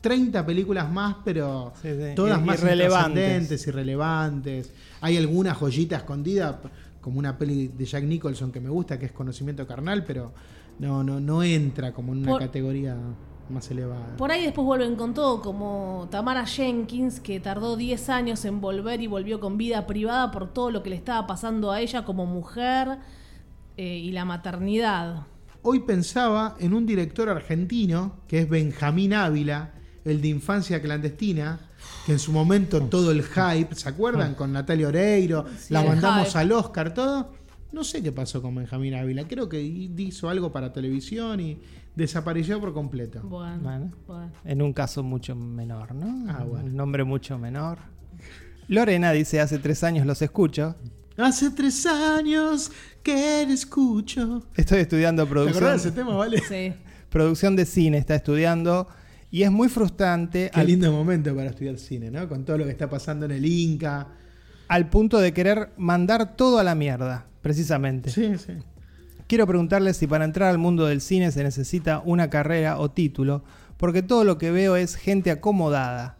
S3: 30 películas más, pero
S2: Sí, sí,
S3: todas
S2: ir-
S3: más
S2: irrelevantes.
S3: trascendentes irrelevantes, irrelevantes. Hay alguna joyita escondida, p- como una peli de Jack Nicholson que me gusta, que es Conocimiento Carnal, pero no, no, no entra como en una
S4: Por-
S3: categoría. más elevada.
S4: Por ahí después vuelven con todo, como Tamara Jenkins, que tardó 10 años en volver y volvió con vida privada por todo lo que le estaba pasando a ella como mujer eh, y la maternidad.
S3: Hoy pensaba en un director argentino, que es Benjamín Ávila, el de Infancia Clandestina, que en su momento todo el hype, ¿se acuerdan? Con Natalia Oreiro,
S4: Sí,
S3: la
S4: el
S3: mandamos
S4: hype.
S3: al Oscar, todo. No sé qué pasó con Benjamín Ávila, creo que hizo algo para televisión y desapareció por completo.
S4: Bueno,
S2: Bueno.
S4: bueno.
S2: En un caso mucho menor, ¿no?
S3: Ah, bueno.
S2: Un nombre mucho menor. Lorena dice, hace tres años los escucho.
S3: Hace tres años que le escucho.
S2: Estoy estudiando
S3: ¿Te acordás de
S2: producción,
S3: ese tema, vale?
S4: Sí.
S2: producción de cine, está estudiando. Y es muy frustrante
S3: Qué
S2: al,
S3: lindo momento para estudiar cine, ¿no? Con todo lo que está pasando en el Inca.
S2: al punto de querer mandar todo a la mierda, precisamente.
S3: Sí, sí.
S2: Quiero preguntarle si para entrar al mundo del cine se necesita una carrera o título, porque todo lo que veo es gente acomodada.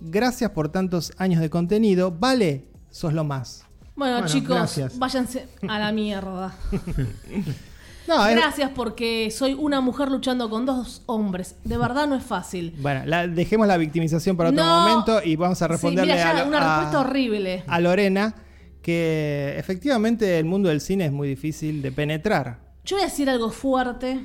S2: Gracias por tantos años de contenido. Vale, sos lo más.
S4: Bueno,
S3: Bueno,
S4: chicos,
S3: gracias.
S4: váyanse a la mierda.
S2: No, es-
S4: Gracias porque soy una mujer luchando con dos hombres. De verdad no es fácil.
S2: Bueno, la- dejemos la victimización para otro
S4: No.
S2: momento y vamos a responderle
S4: sí, mira, ya
S2: a, lo-
S4: una
S2: a-
S4: respuesta horrible.
S2: a Lorena que efectivamente el mundo del cine es muy difícil de penetrar.
S4: Yo voy a decir algo fuerte.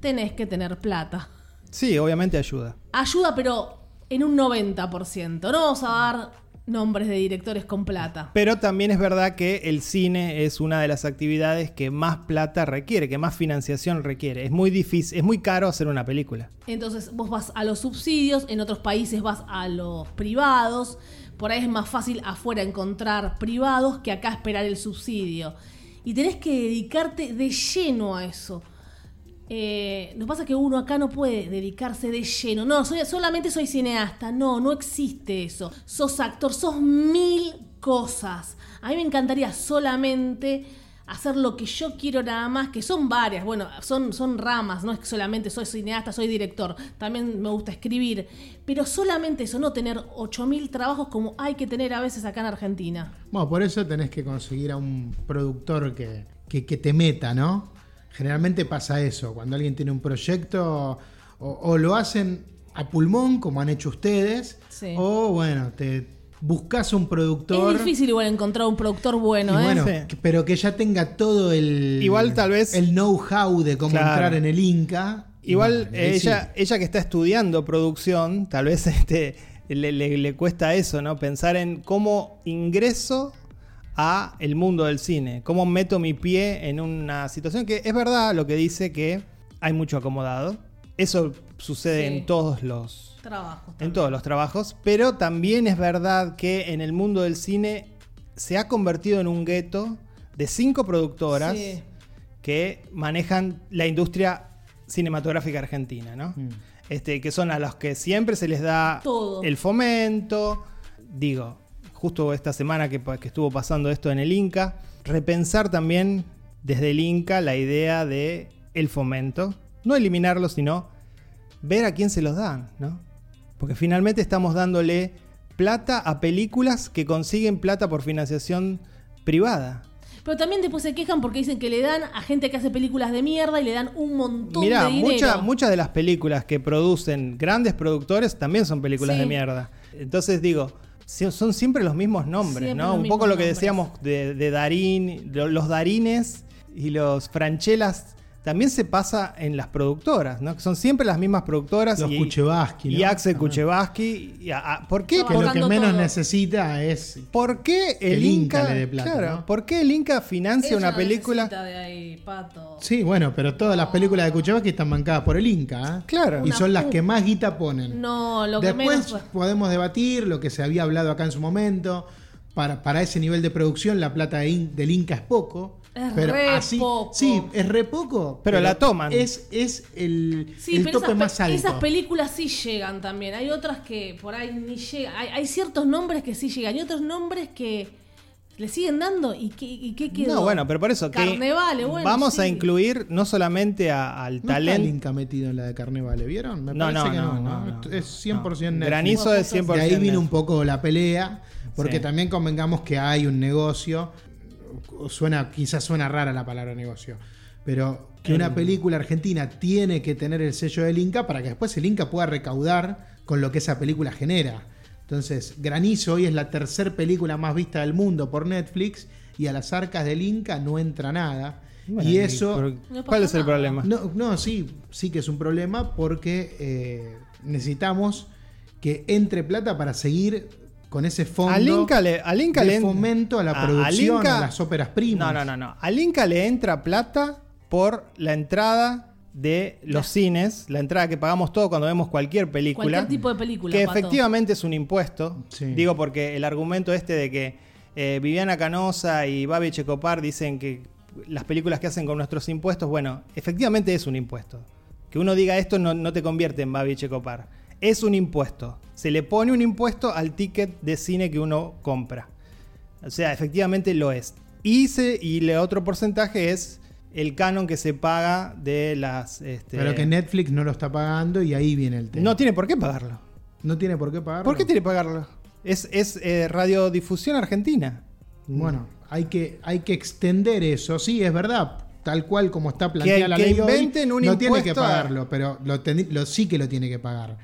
S4: Tenés que tener plata.
S2: Sí, obviamente ayuda.
S4: Ayuda, pero en un 90%. No vamos a dar nombres de directores con plata.
S2: Pero también es verdad que el cine es una de las actividades que más plata requiere, que más financiación requiere. Es muy difícil, es muy caro hacer una película.
S4: Entonces vos vas a los subsidios, en otros países vas a los privados, por ahí es más fácil afuera encontrar privados que acá esperar el subsidio. Y tenés que dedicarte de lleno a eso. Eh, lo que pasa es que uno acá no puede dedicarse de lleno. No, soy- solamente soy cineasta. No, no existe eso. Sos actor, sos mil cosas. A mí me encantaría solamente hacer lo que yo quiero nada más, que son varias, bueno, son, son ramas, no es que solamente soy cineasta, soy director, también me gusta escribir, pero solamente eso, no tener 8.000 trabajos como hay que tener a veces acá en Argentina.
S3: Bueno, por eso tenés que conseguir a un productor que, que- que te meta, ¿no? Generalmente pasa eso, cuando alguien tiene un proyecto o, o lo hacen a pulmón, como han hecho ustedes,
S4: Sí.
S3: o bueno, te buscas un productor.
S4: Es difícil igual encontrar un productor
S3: y
S4: bueno, ¿eh?
S3: bueno,
S2: Sí.
S3: que- pero que ya tenga todo el
S2: Igual, tal vez-
S3: el know-how de cómo
S2: Claro.
S3: entrar en el Inca. Y
S2: Igual eh,
S3: bueno, ahí
S2: ella, ella que está estudiando producción, tal vez este, le, le- le cuesta eso, ¿no? Pensar en cómo ingreso a el mundo del cine, cómo meto mi pie en una situación que es verdad lo que dice que hay mucho acomodado. Eso sucede
S4: Sí.
S2: en todos los
S4: Trabajo.
S2: en todos los trabajos, pero también es verdad que en el mundo del cine se ha convertido en un gueto de cinco productoras
S4: Sí.
S2: que manejan la industria cinematográfica argentina, ¿no?
S3: Mm.
S2: Este, que son a los que siempre se les da
S4: Todo.
S2: el fomento. Digo, justo esta semana que, pa- que estuvo pasando esto en el Inca, repensar también desde el Inca la idea de el fomento, no eliminarlo, sino ver a quién se los dan, ¿no? Porque finalmente estamos dándole plata a películas que consiguen plata por financiación privada.
S4: Pero también después se quejan porque dicen que le dan a gente que hace películas de mierda y le dan un montón
S2: Mirá,
S4: de dinero.
S2: mucha- muchas de las películas que producen grandes productores también son películas
S4: Sí.
S2: de mierda. Entonces digo, si- son siempre los mismos nombres,
S4: Siempre
S2: ¿no?
S4: los
S2: Un poco
S4: mismos
S2: lo que
S4: nombres.
S2: decíamos de, de Darín, lo- los Darines y los Franchelas también se pasa en las productoras, ¿no? Que son siempre las mismas productoras.
S3: Los
S2: y,
S3: Kuchevaski,
S2: y
S3: ¿no?
S2: Axel
S3: Ajá.
S2: Kuchevaski. y a- a- ¿Por qué?
S4: Todo.
S3: que lo que
S4: Abarcando
S3: menos
S4: todo.
S3: necesita es
S2: ¿Por qué el,
S3: El Inca
S2: Inca,
S3: le dé plata,
S2: claro,
S3: ¿no?
S2: ¿por qué el Inca financia
S4: Ella
S2: una
S4: no
S2: película?
S4: necesita de ahí, pato.
S3: Sí, bueno, pero todas las películas de Kuchevaski están bancadas por el Inca. ¿eh?
S2: Claro.
S3: Y
S2: Una
S3: son las
S4: pu-
S3: que más guita ponen.
S4: No, lo que
S3: Después
S4: menos.
S3: podemos debatir lo que se había hablado acá en su momento. Para, para ese nivel de producción, la plata de In- del Inca es poco.
S4: Es re poco.
S3: Sí, es re poco.
S2: Pero la toman.
S3: Es, es el,
S4: Sí,
S3: el
S4: pero
S3: tope
S4: esas, pe-
S3: más alto.
S4: esas películas sí llegan también. Hay otras que por ahí ni llegan. Hay, hay ciertos nombres que sí llegan y otros nombres que le siguen dando. ¿Y qué, y qué quedó?
S2: No, bueno, pero por eso que
S4: Carnevale, bueno,
S2: vamos a
S4: sí.
S2: incluir no solamente a- al
S3: No está el
S2: talento.
S3: Inca metido en la de Carnevale, ¿vieron? Me
S2: No,
S3: parece
S2: no,
S3: que
S2: no, no,
S3: no, ¿no?
S2: no,
S3: Es
S2: no.
S3: 100% Netflix.
S2: Granizo es 100%.
S3: De ahí vino un poco la pelea, porque
S2: Sí.
S3: también convengamos que hay un negocio, suena, quizás suena rara la palabra negocio, pero que una película argentina tiene que tener el sello del Inca para que después el Inca pueda recaudar con lo que esa película genera. Entonces, Granizo hoy es la tercer película más vista del mundo por Netflix y a las arcas del Inca no entra nada.
S2: Bueno,
S3: y eso...
S2: pero
S4: No
S2: ¿Cuál
S4: pasa
S2: es el
S4: nada.
S2: problema?
S3: No, no, sí, sí que es un problema porque eh, necesitamos que entre plata para seguir con ese fondo
S2: Al Inca le, al Inca
S3: de
S2: le en-
S3: fomento a la
S2: al
S3: producción,
S2: Inca-
S3: a las óperas primas.
S2: No, no, no, no. Al Inca le entra plata por la entrada de los cines, la entrada que pagamos todos cuando vemos cualquier película.
S4: Cualquier tipo de película,
S2: Que
S4: Pato.
S2: efectivamente es un impuesto.
S3: Sí.
S2: Digo porque el argumento este de que eh, Viviana Canosa y Babi Checopar dicen que las películas que hacen con nuestros impuestos, bueno, efectivamente es un impuesto. Que uno diga esto no, no te convierte en Babi Checopar. Es un impuesto. Se le pone un impuesto al ticket de cine que uno compra. O sea, efectivamente lo es. Y, se, y el otro porcentaje es el canon que se paga de las... este,
S3: Pero que Netflix no lo está pagando y ahí viene el tema.
S2: no tiene por qué pagarlo.
S3: No tiene por qué pagarlo.
S2: ¿Por qué tiene que pagarlo? Es, es eh, radiodifusión argentina.
S3: Mm. Bueno, hay que, hay que extender eso. Sí, es verdad. Tal cual como está planteada
S2: Que-
S3: la
S2: que
S3: ley. hoy,
S2: inventen un
S3: no tiene que
S2: impuesto a-
S3: pagarlo, pero lo, teni- lo- sí que lo tiene que pagar.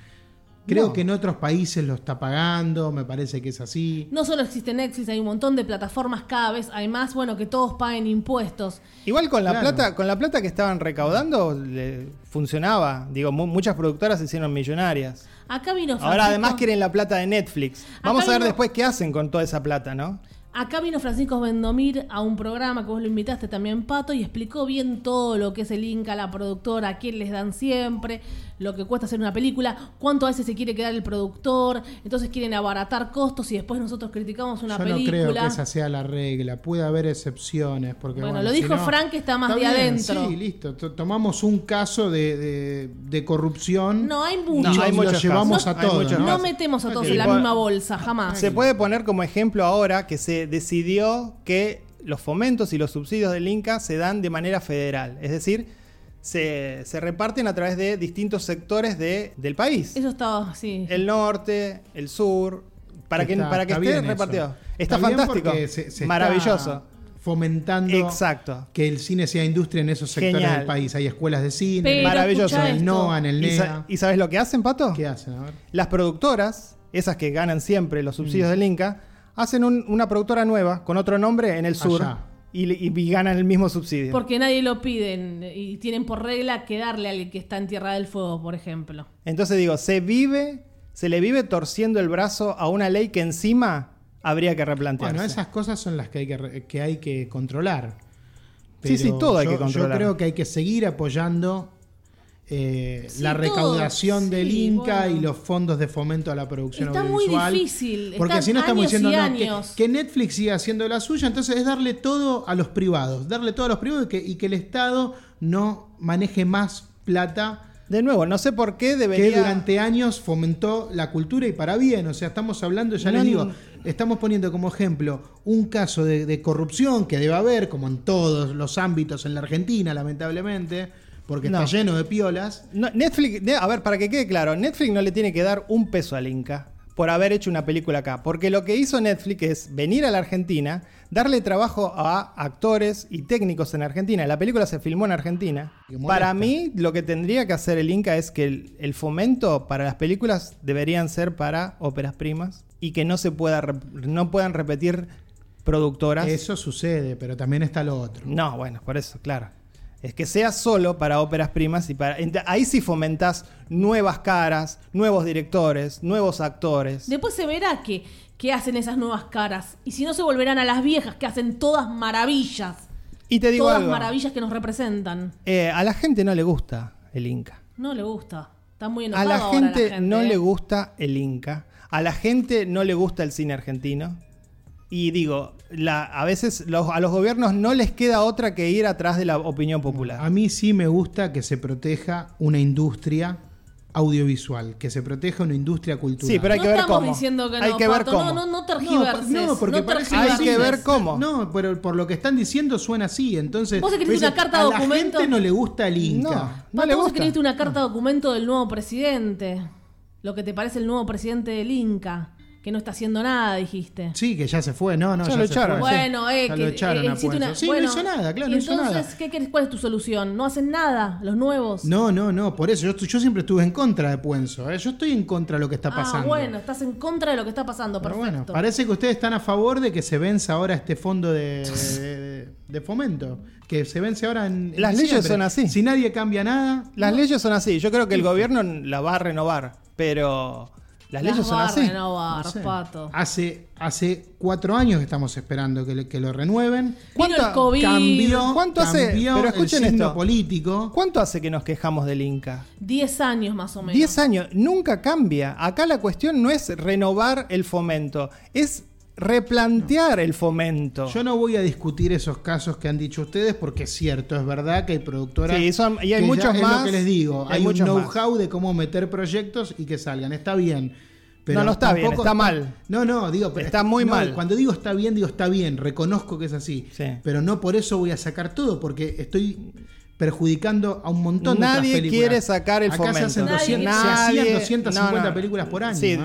S3: Creo
S2: No.
S3: que en otros países lo está pagando, me parece que es así.
S4: No solo existe Netflix, hay un montón de plataformas cada vez, hay más, bueno, que todos paguen impuestos.
S2: Igual con la
S3: Claro.
S2: plata, con la plata que estaban recaudando, le- funcionaba. Digo, mu- muchas productoras se hicieron millonarias.
S4: Acá vino Francisco,
S2: Ahora además quieren la plata de Netflix. Vamos a ver
S4: vino-
S2: después qué hacen con toda esa plata, ¿no?
S4: acá vino Francisco Vendomir a un programa que vos lo invitaste también, Pato, y explicó bien todo lo que es el Inca, la productora, a quién les dan siempre, lo que cuesta hacer una película, cuánto a veces se quiere quedar el productor, entonces quieren abaratar costos y después nosotros criticamos una
S3: Yo
S4: película.
S3: no creo que esa sea la regla. Puede haber excepciones. Porque,
S4: Bueno,
S3: bueno,
S4: lo
S3: si
S4: dijo
S3: no-
S4: Frank, que está más de
S3: bien,
S4: adentro.
S3: Sí, listo. To- Tomamos un caso de, de- de corrupción.
S4: No, hay
S3: y
S4: mucho.
S2: No, hay
S3: lo
S2: muchos
S3: llevamos
S2: casos.
S3: a
S2: Hay
S3: todos.
S2: muchos
S3: ¿no?
S4: No metemos a todos
S2: Sí,
S4: en la
S2: bueno,
S4: misma bolsa, jamás.
S2: Se puede poner como ejemplo ahora que se decidió que los fomentos y los subsidios del Inca se dan de manera federal. Es decir, se, se reparten a través de distintos sectores de- del país.
S4: Eso estaba, sí.
S2: el norte, el sur, para que,
S3: Está-
S2: para que
S3: está
S2: esté
S3: bien eso.
S2: repartido. Está,
S3: bien
S2: fantástico,
S3: porque se- se está
S2: maravilloso.
S3: fomentando
S2: Exacto.
S3: que el cine sea industria en esos sectores
S2: Genial.
S3: del país. Hay escuelas de cine,
S4: Pero
S2: maravilloso.
S4: escuchá
S2: El
S4: esto.
S3: NOA, en el
S2: ¿Y, sa-
S3: NEA.
S2: y sabes lo que hacen, Pato?
S3: ¿Qué hacen? A ver.
S2: Las productoras, esas que ganan siempre los
S3: Mm.
S2: subsidios del Inca, hacen un- una productora nueva con otro nombre en el sur
S3: Allá.
S2: y, le- y- y ganan el mismo subsidio.
S4: Porque nadie lo piden y tienen por regla que darle al que está en Tierra del Fuego, por ejemplo.
S2: Entonces digo, se vive, se le vive torciendo el brazo a una ley que encima habría que replantearse.
S3: Bueno, esas cosas son las que hay que, re- que, hay que controlar.
S2: Sí, sí, todo hay
S3: yo-
S2: que controlar.
S3: Yo creo que hay que seguir apoyando eh,
S4: Sí,
S3: la
S4: todo,
S3: recaudación del
S4: sí,
S3: Inca
S4: bueno.
S3: y los fondos de fomento a la producción
S4: Está muy
S3: audiovisual.
S4: difícil,
S3: Porque
S4: están
S3: si no estamos
S4: años
S3: diciendo
S4: y
S3: no, que-
S4: años.
S3: que, Netflix siga haciendo la suya, entonces es darle todo a los privados, darle todo a los privados y que, y que el Estado no maneje más plata
S2: De nuevo, no sé por qué debería...
S3: que durante años fomentó la cultura y para bien. O sea, estamos hablando, ya
S2: No,
S3: les digo,
S2: no.
S3: estamos poniendo como ejemplo un caso de, de corrupción que debe haber, como en todos los ámbitos en la Argentina, lamentablemente, porque
S2: No.
S3: está lleno de piolas.
S2: No, Netflix, ne- a ver, para que quede claro, Netflix no le tiene que dar un peso al Inca por haber hecho una película acá. Porque lo que hizo Netflix es venir a la Argentina, darle trabajo a actores y técnicos en Argentina. La película se filmó en Argentina.
S3: Qué molesta.
S2: Para mí, lo que tendría que hacer el Inca es que el, el fomento para las películas deberían ser para óperas primas y que no se pueda rep- no puedan repetir productoras.
S3: Eso sucede, pero también está lo otro.
S2: No, bueno, por eso, claro. Es que sea solo para óperas primas y para. ent- Ahí sí fomentás nuevas caras, nuevos directores, nuevos actores.
S4: Después se verá que, que hacen esas nuevas caras. Y si no, se volverán a las viejas que hacen todas maravillas.
S2: Y te digo
S4: todas
S2: algo.
S4: maravillas que nos representan.
S2: eh, a la gente no le gusta el Inca.
S4: No le gusta. Está muy
S2: A
S4: enojada
S2: la
S4: ahora
S2: gente, no
S4: ¿eh?
S2: le gusta el Inca. A la gente no le gusta el cine argentino. Y digo, la- a veces los- a los gobiernos no les queda otra que ir atrás de la opinión
S3: A
S2: popular.
S3: mí sí me gusta que se proteja una industria audiovisual, que se proteja una industria cultural.
S2: Sí, pero hay
S4: no
S2: que ver
S4: estamos
S2: cómo.
S4: diciendo que
S2: Hay
S4: no,
S2: que ver
S4: Pato.
S2: cómo.
S4: No, no, no
S3: No,
S4: tergiverses.
S3: pa- no, porque
S4: no
S3: parece
S2: Hay
S4: tergiverses.
S2: que
S3: así.
S2: ver cómo.
S3: No, pero por lo que están diciendo suena así. Entonces,
S4: Vos escribís
S3: vos decís,
S4: una carta
S3: a
S4: documento".
S3: la gente no le gusta el Inca.
S2: No.
S4: Pato,
S2: le
S4: vos
S2: gusta.
S4: escribiste una carta documento del nuevo presidente. Lo que te parece el nuevo presidente del Inca. que no está haciendo nada, dijiste.
S3: Sí, que ya se fue, no, no,
S2: Ya
S3: ya,
S2: lo
S3: se
S2: echaron.
S3: fue.
S4: Bueno, eh,
S3: Ya
S4: que
S3: lo echaron
S4: eh,
S3: a
S4: existe
S3: Puenzo.
S4: una-
S3: Sí,
S4: bueno,
S3: no hizo nada, claro,
S4: y
S3: no hizo
S4: entonces,
S3: nada.
S4: ¿qué querés? ¿Cuál es tu solución? ¿No hacen nada los nuevos?
S3: No, no, no, por eso yo, estu- yo siempre estuve en contra de Puenzo, ¿eh? yo estoy en contra de lo que está pasando.
S4: Ah, bueno, estás en contra de lo que está pasando,
S3: Pero
S4: perfecto.
S3: bueno, parece que ustedes están a favor de que se vence ahora este fondo de, de- de fomento, que se vence ahora en... en
S2: Las leyes
S3: diciembre.
S2: son así.
S3: Si nadie cambia nada,
S2: Las leyes son así. Yo creo que el gobierno las va a renovar, pero las, leyes son
S4: va a
S2: así.
S4: renovar,
S3: no sé. Ah,
S4: pato.
S3: Hace, hace cuatro años que estamos esperando que, le- que lo renueven.
S4: Vino el
S2: ¿cuánta-
S4: COVID.
S3: Cambió,
S2: ¿Cuánto hace?
S3: cambió
S2: Pero
S3: el
S2: escuchen
S3: signo
S2: esto.
S3: político.
S2: ¿Cuánto hace que nos quejamos del Inca?
S4: 10 años más o menos.
S2: 10 años, nunca cambia. Acá la cuestión no es renovar el fomento, es replantear el fomento.
S3: Yo no voy a discutir esos casos que han dicho ustedes porque es cierto, es verdad que hay productoras.
S2: Sí, son- y hay
S3: que
S2: muchos
S3: es
S2: más,
S3: lo que les digo,
S2: hay
S3: hay, un
S2: muchos más.
S3: know-how de cómo meter proyectos y que salgan. Está bien. Pero
S2: No, no está bien,
S3: tampoco
S2: está mal.
S3: No, no, digo, pero
S2: Está muy
S3: no,
S2: mal.
S3: Cuando digo está bien, digo está bien, reconozco que es así.
S2: Sí.
S3: Pero no por eso voy a sacar todo, porque estoy perjudicando a un montón de
S2: Nadie
S3: otras películas.
S2: quiere sacar el
S3: Acá
S2: fomento.
S3: Se, hacen
S4: Nadie
S3: 200,
S4: quiere-
S3: se hacían
S2: Nadie-
S3: 250
S2: no, no.
S3: películas por año.
S2: Sí,
S3: ¿eh?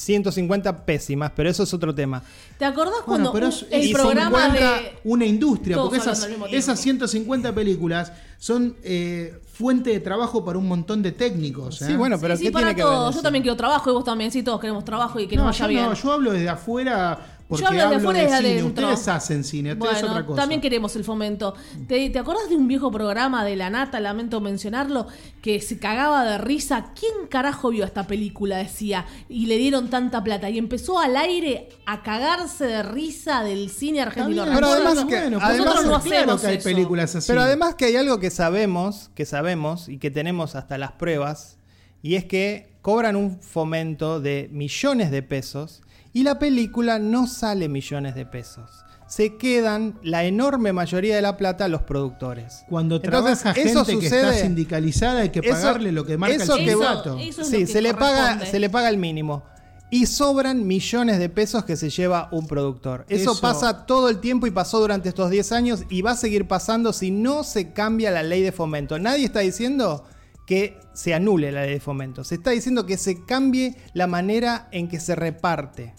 S2: 150 pésimas, pero eso es otro tema.
S4: ¿Te acordás cuando
S3: Bueno, pero
S4: un-
S3: es-
S4: el
S3: y
S4: programa
S3: 50
S4: de
S3: una industria,
S4: Todos
S3: porque
S4: hablando
S3: esas,
S4: al mismo tiempo.
S3: esas 150 películas son eh, fuente de trabajo para un montón de técnicos. ¿eh?
S2: Sí, bueno,
S4: Sí,
S2: pero
S4: sí,
S2: ¿qué
S4: para
S2: tiene que
S4: todos.
S2: ver?
S4: Yo
S2: eso?
S4: también quiero trabajo y vos también, sí, todos queremos trabajo y que nos
S3: no,
S4: vaya
S3: yo
S4: bien.
S3: no, yo hablo desde afuera porque
S4: hablo
S3: hablo,
S4: desde afuera y
S3: de
S4: desde
S3: cine.
S4: adentro.
S3: Ustedes hacen cine, ustedes
S4: Bueno,
S3: otra cosa.
S4: también queremos el fomento. ¿Te, te acordás de un viejo programa de La Nata, lamento mencionarlo, que se cagaba de risa? ¿Quién carajo vio esta película? Decía, y le dieron tanta plata. Y empezó al aire a cagarse de risa del cine argentino.
S2: Pero
S4: Nosotros
S2: además
S4: no-
S2: que-
S3: bueno,
S2: además-
S3: nosotros
S4: no
S3: claro
S4: hacemos
S3: que hay
S4: eso.
S3: películas así.
S2: Pero además que hay algo que sabemos, que sabemos y que tenemos hasta las pruebas, y es que cobran un fomento de millones de pesos y la película no sale millones de pesos. Se quedan la enorme mayoría de la plata los productores.
S3: cuando
S2: Entonces,
S3: trabaja
S2: eso
S3: gente que
S2: sucede-
S3: está sindicalizada hay que
S2: eso-
S3: pagarle lo que marca
S2: eso
S3: el
S2: que-
S3: sindicato.
S4: Eso es lo
S2: sí,
S4: que
S2: se le, paga,
S4: corresponde.
S2: se le paga el mínimo. Y sobran millones de pesos que se lleva un productor. Eso,
S3: Eso-
S2: pasa todo el tiempo y pasó durante estos 10 años y va a seguir pasando si no se cambia la ley de fomento. Nadie está diciendo que se anule la ley de fomento. Se está diciendo que se cambie la manera en que se reparte.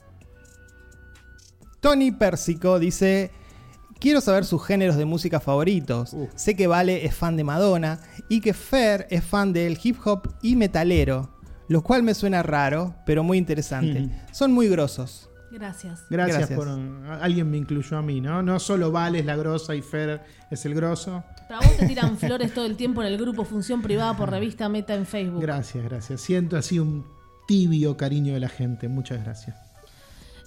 S2: Tony Persico dice, quiero saber sus géneros de música favoritos.
S3: Uh.
S2: Sé que Vale es fan de Madonna y que Fer es fan del hip hop y metalero, lo cual me suena raro, pero muy interesante.
S3: Mm.
S2: Son muy grosos.
S4: Gracias.
S3: Gracias,
S2: Gracias.
S3: por alguien me incluyó a mí, ¿no? No solo Vale es la grosa y Fer es el grosso.
S4: Para vos te tiran flores todo el tiempo en el grupo Función Privada por Revista Meta en Facebook.
S3: Gracias, gracias. Siento así un tibio cariño de la gente. Muchas gracias.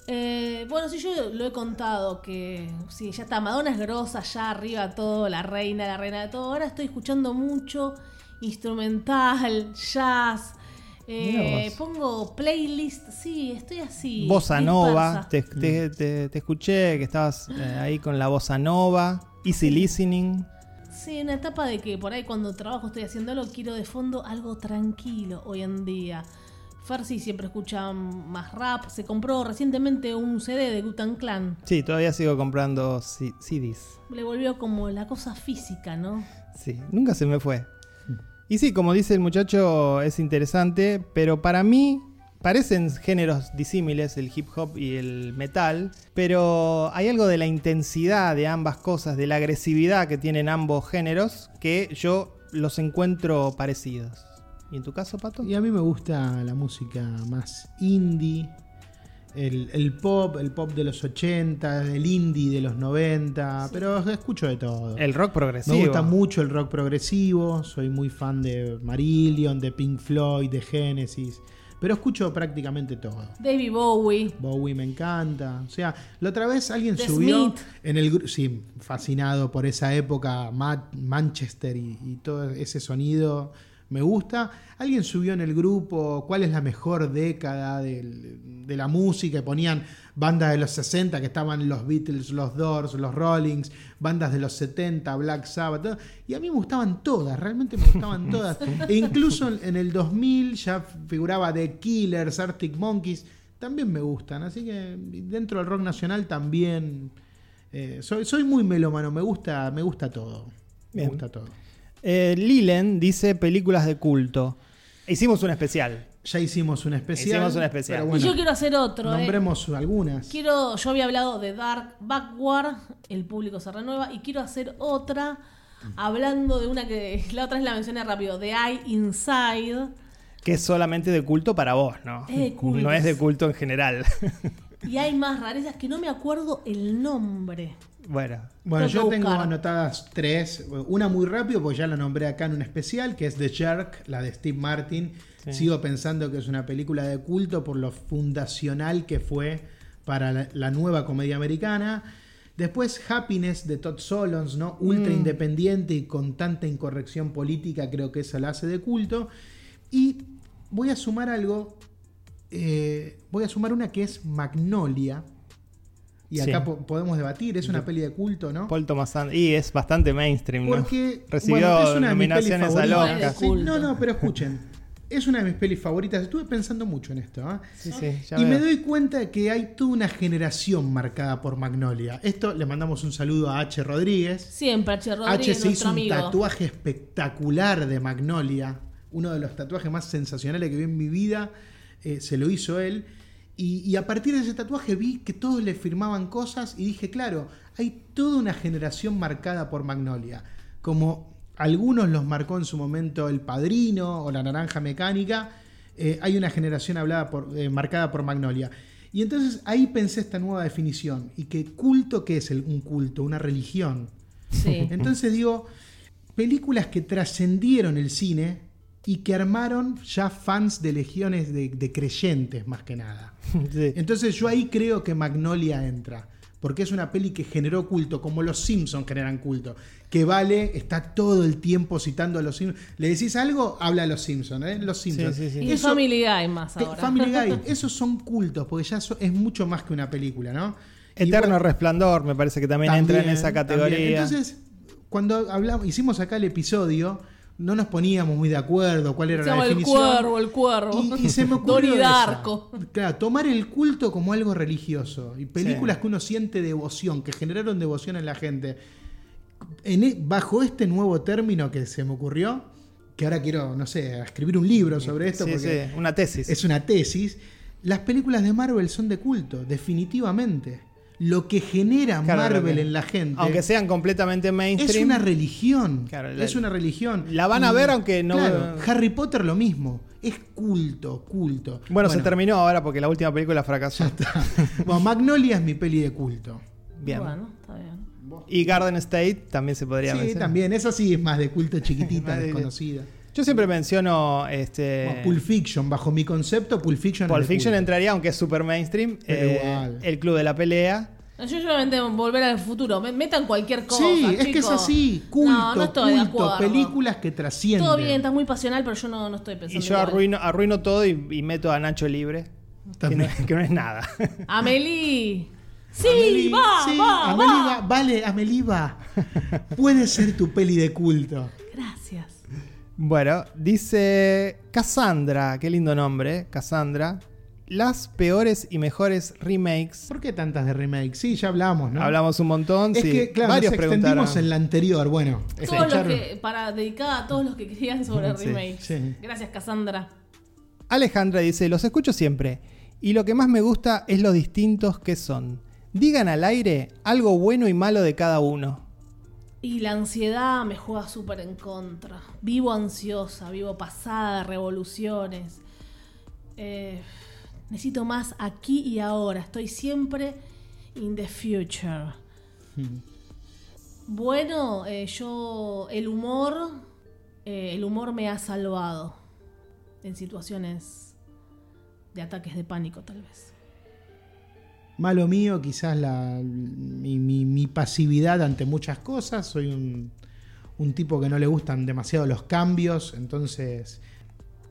S4: Eh, bueno, sí, yo lo he contado que sí, ya está, Madonna es grosa, ya arriba todo, la reina, la reina de todo. Ahora estoy escuchando mucho instrumental, jazz.
S2: Mirá
S4: eh,
S2: vos.
S4: pongo playlist, sí, estoy así.
S2: Bossa Nova, te,
S4: dispersa.
S2: te- te- te escuché que estabas eh, ahí con la Bossa Nova, Easy Listening.
S4: Sí, una etapa de que por ahí cuando trabajo estoy haciéndolo, quiero de fondo algo tranquilo hoy en día. Farsi siempre escucha más rap. Se compró recientemente un CD de Gutan Clan.
S2: Sí, todavía sigo comprando C- CDs.
S4: Le volvió como la cosa física, ¿no?
S2: Sí, nunca se me fue.
S3: Mm.
S2: Y sí, como dice el muchacho, es interesante, pero para mí parecen géneros disímiles el hip hop y el metal, pero hay algo de la intensidad de ambas cosas, de la agresividad que tienen ambos géneros, que yo los encuentro parecidos. ¿Y en tu caso, Pato?
S3: Y a mí me gusta la música más indie, el, el pop, el pop de los 80, el indie de los 90, pero escucho de todo.
S2: El rock
S3: me
S2: progresivo.
S3: gusta mucho el rock progresivo, soy muy fan de Marillion, de Pink Floyd, de Genesis, pero escucho prácticamente todo.
S4: David Bowie.
S3: Bowie me encanta. O sea, la otra vez alguien
S4: The
S3: subió
S4: Smith.
S3: en el grupo. Sí, fascinado por esa época, Ma- Manchester y, y todo ese sonido. Me gusta. Alguien subió en el grupo cuál es la mejor década del- de la música. y Ponían bandas de los 60 que estaban los Beatles, los Doors, los Rollings, bandas de los 70, Black Sabbath. todo. Y a mí me gustaban todas, realmente me gustaban todas. E incluso en, en el 2000 ya figuraba The Killers, Arctic Monkeys también me gustan. Así que dentro del rock nacional también. eh, soy, soy muy melómano, me gusta, me gusta todo.
S2: Bien.
S3: Me gusta todo.
S2: Eh, Lilen dice películas de culto. Hicimos un especial.
S3: Ya hicimos una especial.
S2: Hicimos una especial.
S3: pero
S2: Y
S4: Y
S3: bueno,
S4: yo quiero hacer otro. eh.
S3: nombremos algunas.
S4: Quiero, yo había hablado de Dark Backward, el público se renueva, y quiero hacer otra hablando de una que la otra es la mencioné rápido, de I Inside.
S2: Que es solamente de culto para vos, ¿no?
S4: Es de culto.
S2: No es de culto en general.
S4: Y hay más rarezas que no me acuerdo el nombre.
S2: bueno,
S3: Bueno,
S4: Tengo
S3: yo
S4: que
S3: tengo
S4: buscar.
S3: anotadas tres. Una muy rápido, porque ya la nombré acá en un especial, que es The Jerk, la de Steve Martin.
S2: Sí.
S3: Sigo pensando que es una película de culto por lo fundacional que fue para la, la nueva comedia americana. Después Happiness de Todd Solons, ¿no? Ultra
S4: Mm.
S3: independiente y con tanta incorrección política, creo que esa la hace de culto. Y voy a sumar algo. eh, voy a sumar una que es Magnolia. Y
S2: Sí.
S3: acá po- podemos debatir, es una peli de culto, ¿no?
S2: Paul Thomas Anderson. Y es bastante mainstream, ¿no?
S3: Porque
S2: Recibió
S3: bueno, es una de mis pelis
S2: nominaciones a
S3: favoritas.
S2: locas.
S4: Sí. Culto.
S3: No, no, pero escuchen. Es una de mis pelis favoritas. Estuve pensando mucho en esto. ¿ah?
S2: Sí, sí, ya
S3: y me
S2: veo.
S3: doy cuenta que hay toda una generación marcada por Magnolia. Esto le mandamos un saludo a H. Rodríguez.
S4: Siempre, H. Rodríguez,
S3: H se hizo
S4: nuestro
S3: un
S4: amigo.
S3: tatuaje espectacular de Magnolia. Uno de los tatuajes más sensacionales que vi en mi vida. eh, se lo hizo él. Y, y a partir de ese tatuaje vi que todos le firmaban cosas y dije, claro, hay toda una generación marcada por Magnolia. Como algunos los marcó en su momento El Padrino o La Naranja Mecánica, eh, hay una generación hablada por- eh, marcada por Magnolia. Y entonces ahí pensé esta nueva definición y que culto, ¿qué es el- un culto? Una religión.
S4: Sí.
S3: Entonces digo, películas que trascendieron el cine y que armaron ya fans de legiones de, de creyentes más que nada.
S2: Sí.
S3: Entonces yo ahí creo que Magnolia entra, porque es una peli que generó culto, como los Simpsons generan culto, que vale, está todo el tiempo citando a los Simpsons. Le decís algo, habla a los Simpsons, ¿eh? Los Simpsons.
S2: Sí, sí, sí.
S4: Y
S3: Eso-
S4: Family Guy más
S3: te-
S4: ahora.
S3: Family Guy, esos son cultos, porque ya so- es mucho más que una película, ¿no? Y
S2: Eterno
S3: bueno,
S2: Resplandor, me parece que también, entra en esa
S3: también.
S2: categoría.
S3: Entonces, cuando hablamos, hicimos acá el episodio, no nos poníamos muy de acuerdo cuál era
S4: Se
S3: la
S4: llama el
S3: definición.
S4: cuervo, el cuervo.
S3: Y, y se me ocurrió
S4: Donnie
S3: esa.
S4: Darko.
S3: Claro, tomar el culto como algo religioso y películas que uno siente devoción, que generaron devoción en la gente. En e- bajo este nuevo término que se me ocurrió, que ahora quiero, no sé, escribir un libro sobre esto
S2: Sí,
S3: porque
S2: sí, una tesis.
S3: es una tesis, las películas de Marvel son de culto, definitivamente. Lo que genera
S2: Claro, lo
S3: Marvel
S2: que-
S3: en la gente
S2: Aunque sean completamente
S3: es
S2: mainstream.
S3: una religión.
S2: Claro, la-
S3: es una religión.
S2: la van a ver aunque no-
S3: Mm, Claro, Harry Potter lo mismo. Es culto, culto.
S2: Bueno, se terminó ahora porque la última película fracasó.
S3: Bueno, Magnolia es mi peli de culto.
S2: Bien.
S4: Bueno, está bien.
S2: Y Garden State también se podría
S3: Sí,
S2: mencionar.
S3: también. Esa sí es más de culto chiquitita,
S2: Más de- Eh.
S3: desconocida.
S2: Yo siempre menciono este
S3: Bueno, Pulp Fiction, bajo mi concepto, Pulp Fiction. es
S2: Pulp
S3: de
S2: Fiction
S3: culto.
S2: entraría, aunque es super mainstream.
S3: Pero
S2: eh,
S3: igual.
S2: El Club de la Pelea.
S4: No, Yo solamente volver al futuro. Me- Metan cualquier cosa.
S3: Sí, es que es
S4: chicos.
S3: así. Culto,
S4: no, no estoy de
S3: culto,
S4: acuerdo.
S3: películas que trascienden.
S4: Todo bien, estás muy pasional, pero yo no, no estoy pensando.
S2: Y yo
S4: igual.
S2: arruino, arruino todo y, y meto a Nacho libre. Que no,
S3: También.
S2: que no es nada.
S4: Amelie. Sí,
S3: Amelie,
S4: va,
S3: sí,
S4: va,
S3: Amelie
S4: va.
S3: va. Vale, Amelie va. Puede ser tu peli de culto.
S4: Gracias.
S2: Bueno, dice Cassandra, qué lindo nombre, eh, Cassandra. Las peores y mejores remakes.
S3: ¿Por qué tantas de remake? Sí, ya hablamos, ¿no?
S2: Hablamos un montón,
S3: Es
S2: sí.
S3: que, claro,
S2: varios
S3: nos
S2: preguntaron.
S3: extendimos en la anterior. Bueno,
S4: Todos los
S3: escucharon.
S4: que, para dedicada a todos los que querían sobre
S2: Sí,
S4: remakes.
S3: sí.
S4: Gracias, Cassandra.
S2: Alejandra dice, los escucho siempre y lo que más me gusta es los distintos que son. Digan al aire algo bueno y malo de cada uno.
S4: Y la ansiedad me juega súper en contra. Vivo ansiosa, vivo pasada, revoluciones. Eh, necesito más aquí y ahora. Estoy siempre in the future. Bueno, eh, yo el humor, eh, el humor me ha salvado en situaciones de ataques de pánico, tal vez.
S3: Malo mío, quizás la, mi, mi- mi pasividad ante muchas cosas. Soy un, un tipo que no le gustan demasiado los cambios. Entonces,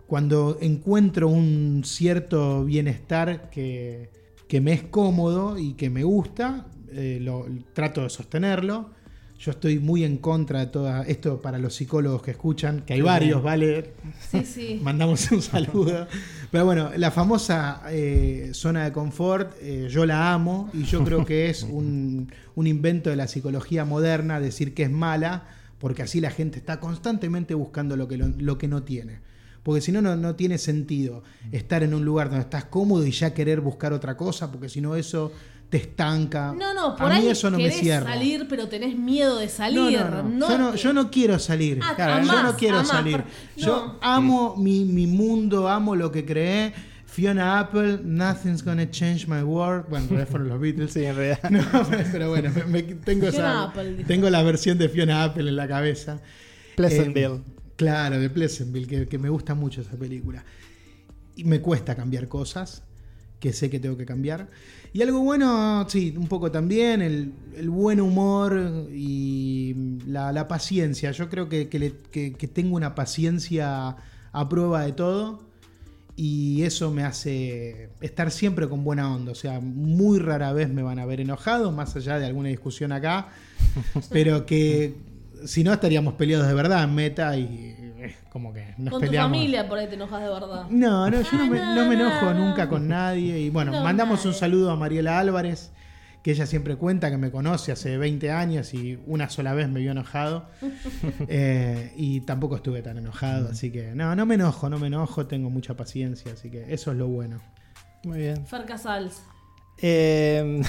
S3: cuando encuentro un cierto bienestar que, que me es cómodo y que me gusta, eh, lo, trato de sostenerlo. Yo estoy muy en contra de toda esto para los psicólogos que escuchan, que hay varios, ¿vale?
S4: Sí, sí.
S3: Mandamos un saludo. Pero bueno, la famosa eh, zona de confort, eh, yo la amo y yo creo que es un, un invento de la psicología moderna decir que es mala, porque así la gente está constantemente buscando lo que, lo- lo que no tiene. Porque si no, no, no tiene sentido estar en un lugar donde estás cómodo y ya querer buscar otra cosa, porque si no, eso te estanca.
S4: No, no, por
S3: a mí
S4: ahí
S3: eso no me
S4: querés
S3: cierra.
S4: salir, pero tenés miedo de
S3: No,
S4: salir.
S3: no, no.
S4: No
S3: yo,
S4: es
S3: no,
S4: que-
S3: yo no quiero salir.
S4: Ah,
S3: Claro, yo
S4: amás,
S3: no quiero
S4: amás,
S3: salir.
S4: pero-
S3: Yo amo mi, mi mundo, amo lo que creé. Fiona Apple, Nothing's Gonna Change My World. Bueno, pero fueron los Beatles.
S2: Sí, en realidad.
S3: No, pero bueno, me- me- tengo,
S4: Fiona
S3: esa,
S4: Apple, dijo.
S3: tengo la versión de Fiona Apple en la cabeza.
S2: Pleasantville.
S3: Eh, claro, de Pleasantville, que, que me gusta mucho esa película. Y me cuesta cambiar cosas que sé que tengo que cambiar. Y algo bueno, sí, un poco también, el, el buen humor y la, la paciencia. Yo creo que, que le- que- que tengo una paciencia a prueba de todo y eso me hace estar siempre con buena onda. O sea, muy rara vez me van a ver enojado, más allá de alguna discusión acá, pero que si no estaríamos peleados de verdad en meta y eh, como que nos
S4: Con
S3: peleamos.
S4: tu familia por ahí te enojas de verdad.
S3: No, no, yo no
S4: Ah,
S3: me,
S4: no,
S3: no me
S4: no,
S3: enojo
S4: no.
S3: nunca con nadie. Y bueno,
S4: No,
S3: mandamos un
S4: nadie.
S3: saludo a Mariela Álvarez, que ella siempre cuenta que me conoce hace 20 años y una sola vez me vio enojado. Eh, y tampoco estuve tan enojado, así que no, no me enojo, no me enojo, tengo mucha paciencia, así que eso es lo bueno.
S2: Muy bien.
S4: Fer Casals
S2: Eh,